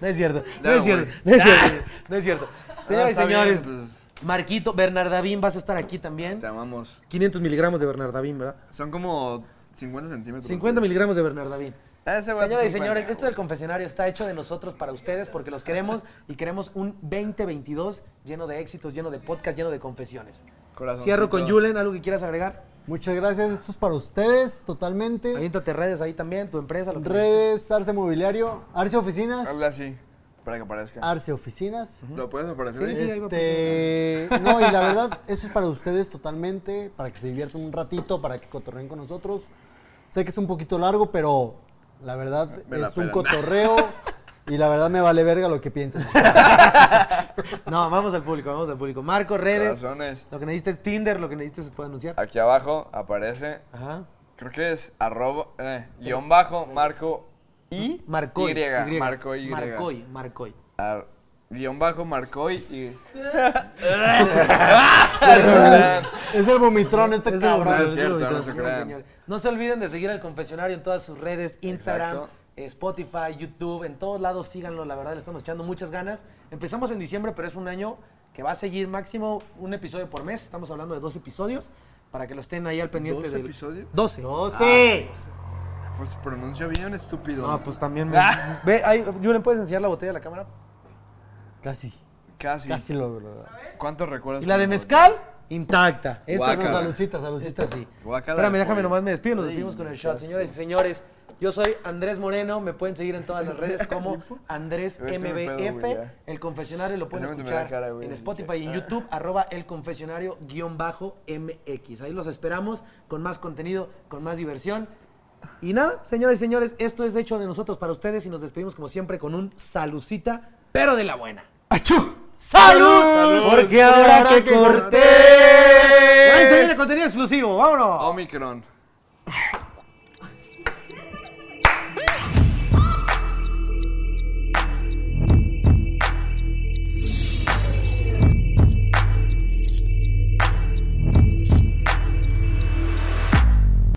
S1: no es cierto, no
S3: Ya,
S1: es cierto,
S3: güey.
S1: no es cierto, no es cierto.
S3: Ah,
S1: Señoras y
S3: está bien,
S1: señores,
S3: pues.
S1: Marquito, Bernardavín, vas a estar aquí también.
S3: Te amamos.
S1: 500 miligramos de Bernardavín, ¿verdad?
S3: Son como 50 centímetros.
S1: 50 miligramos de Bernardavín.
S3: Ah, Ese güey
S1: Señoras y
S3: 50,
S1: señores, esto
S3: güey.
S1: del confesionario está hecho de nosotros para ustedes porque los queremos y queremos un 2022 lleno de éxitos, lleno de podcast, lleno de confesiones.
S3: Corazoncito.
S1: Cierro con Julen, ¿algo que quieras agregar?
S2: Muchas gracias. Esto es para ustedes totalmente.
S1: Aviéntate redes ahí también, tu empresa, lo que
S2: Redes, Arce Mobiliario, Arce Oficinas.
S3: Hazle así, para que aparezca.
S2: Arce Oficinas.
S3: ¿Lo puedes aparecer?
S1: Ah. Sí,
S3: ahí?
S1: sí. ahí va
S2: Este, no, y la verdad, esto es para ustedes totalmente, para que se diviertan un ratito, para que cotorreen con nosotros. Sé que es un poquito largo, pero la verdad
S3: Ah, Me la
S2: es un
S3: pelan.
S2: cotorreo
S3: [LAUGHS]
S2: y la verdad me vale verga lo que piensen.
S1: No, vamos al público, vamos al público. Marco, redes.
S3: Corazones.
S1: Lo que necesites es Tinder, lo que necesites se puede anunciar.
S3: Aquí abajo aparece.
S1: Ajá.
S3: Creo que es arroba, eh, guión bajo, marco y
S1: Marcoy.
S3: Y, marco y.
S1: Marcoy, Marcoy.
S3: Ar- guión bajo, marcoy y.
S2: es el vomitrón este
S1: Es el
S2: cabrón.
S1: momento,
S3: es cierto,
S1: es el
S3: no
S1: momento,
S3: se
S1: señoras y
S3: crean.
S1: señores. No se olviden de seguir al confesionario en todas sus redes, Instagram,
S3: Exacto.
S1: Spotify, YouTube, en todos lados síganlo, la verdad le estamos echando muchas ganas. Empezamos en diciembre, pero es un año que va a seguir máximo un episodio por mes, estamos hablando de dos episodios, para que lo estén ahí al pendiente
S3: ¿Dos
S1: del... Ah,
S3: episodios?
S1: 12.
S2: ¡Doce!
S3: Pues pronuncia bien, estúpido.
S1: No, pues también... me- Ve, ahí, Julen, ¿puedes enseñar la botella a la cámara?
S2: Casi,
S3: Casi.
S2: casi lo logró.
S3: ¿Cuántos recuerdos?
S1: Y la de
S3: tenemos?
S1: mezcal, intacta. Esta
S3: Guácala.
S1: no sal-
S2: Saludcita, saludcita.
S1: Esta sí.
S3: Guácala
S1: Espérame,
S3: de
S1: déjame
S3: pollo.
S1: nomás, me despido, nos despedimos con el shot. Señoras y señores, yo soy Andrés Moreno, me pueden seguir en todas las
S3: [LAUGHS]
S1: redes como Andrés
S3: Este me pedo,
S1: MBF.
S3: güey, ya.
S1: el confesionario lo pueden
S3: Ese me te me da
S1: escuchar
S3: cara, güey.
S1: en Spotify y en
S3: [LAUGHS]
S1: YouTube, arroba el confesionario guión bajo MX. Ahí los esperamos con más contenido, con más diversión. Y nada, señoras y señores, esto es hecho de nosotros para ustedes y nos despedimos como siempre con un salucita, pero de la buena. ¡Salud!
S3: ¡Salud!
S1: Porque ahora que corté. Ahí se viene contenido exclusivo, vámonos.
S3: Omicron.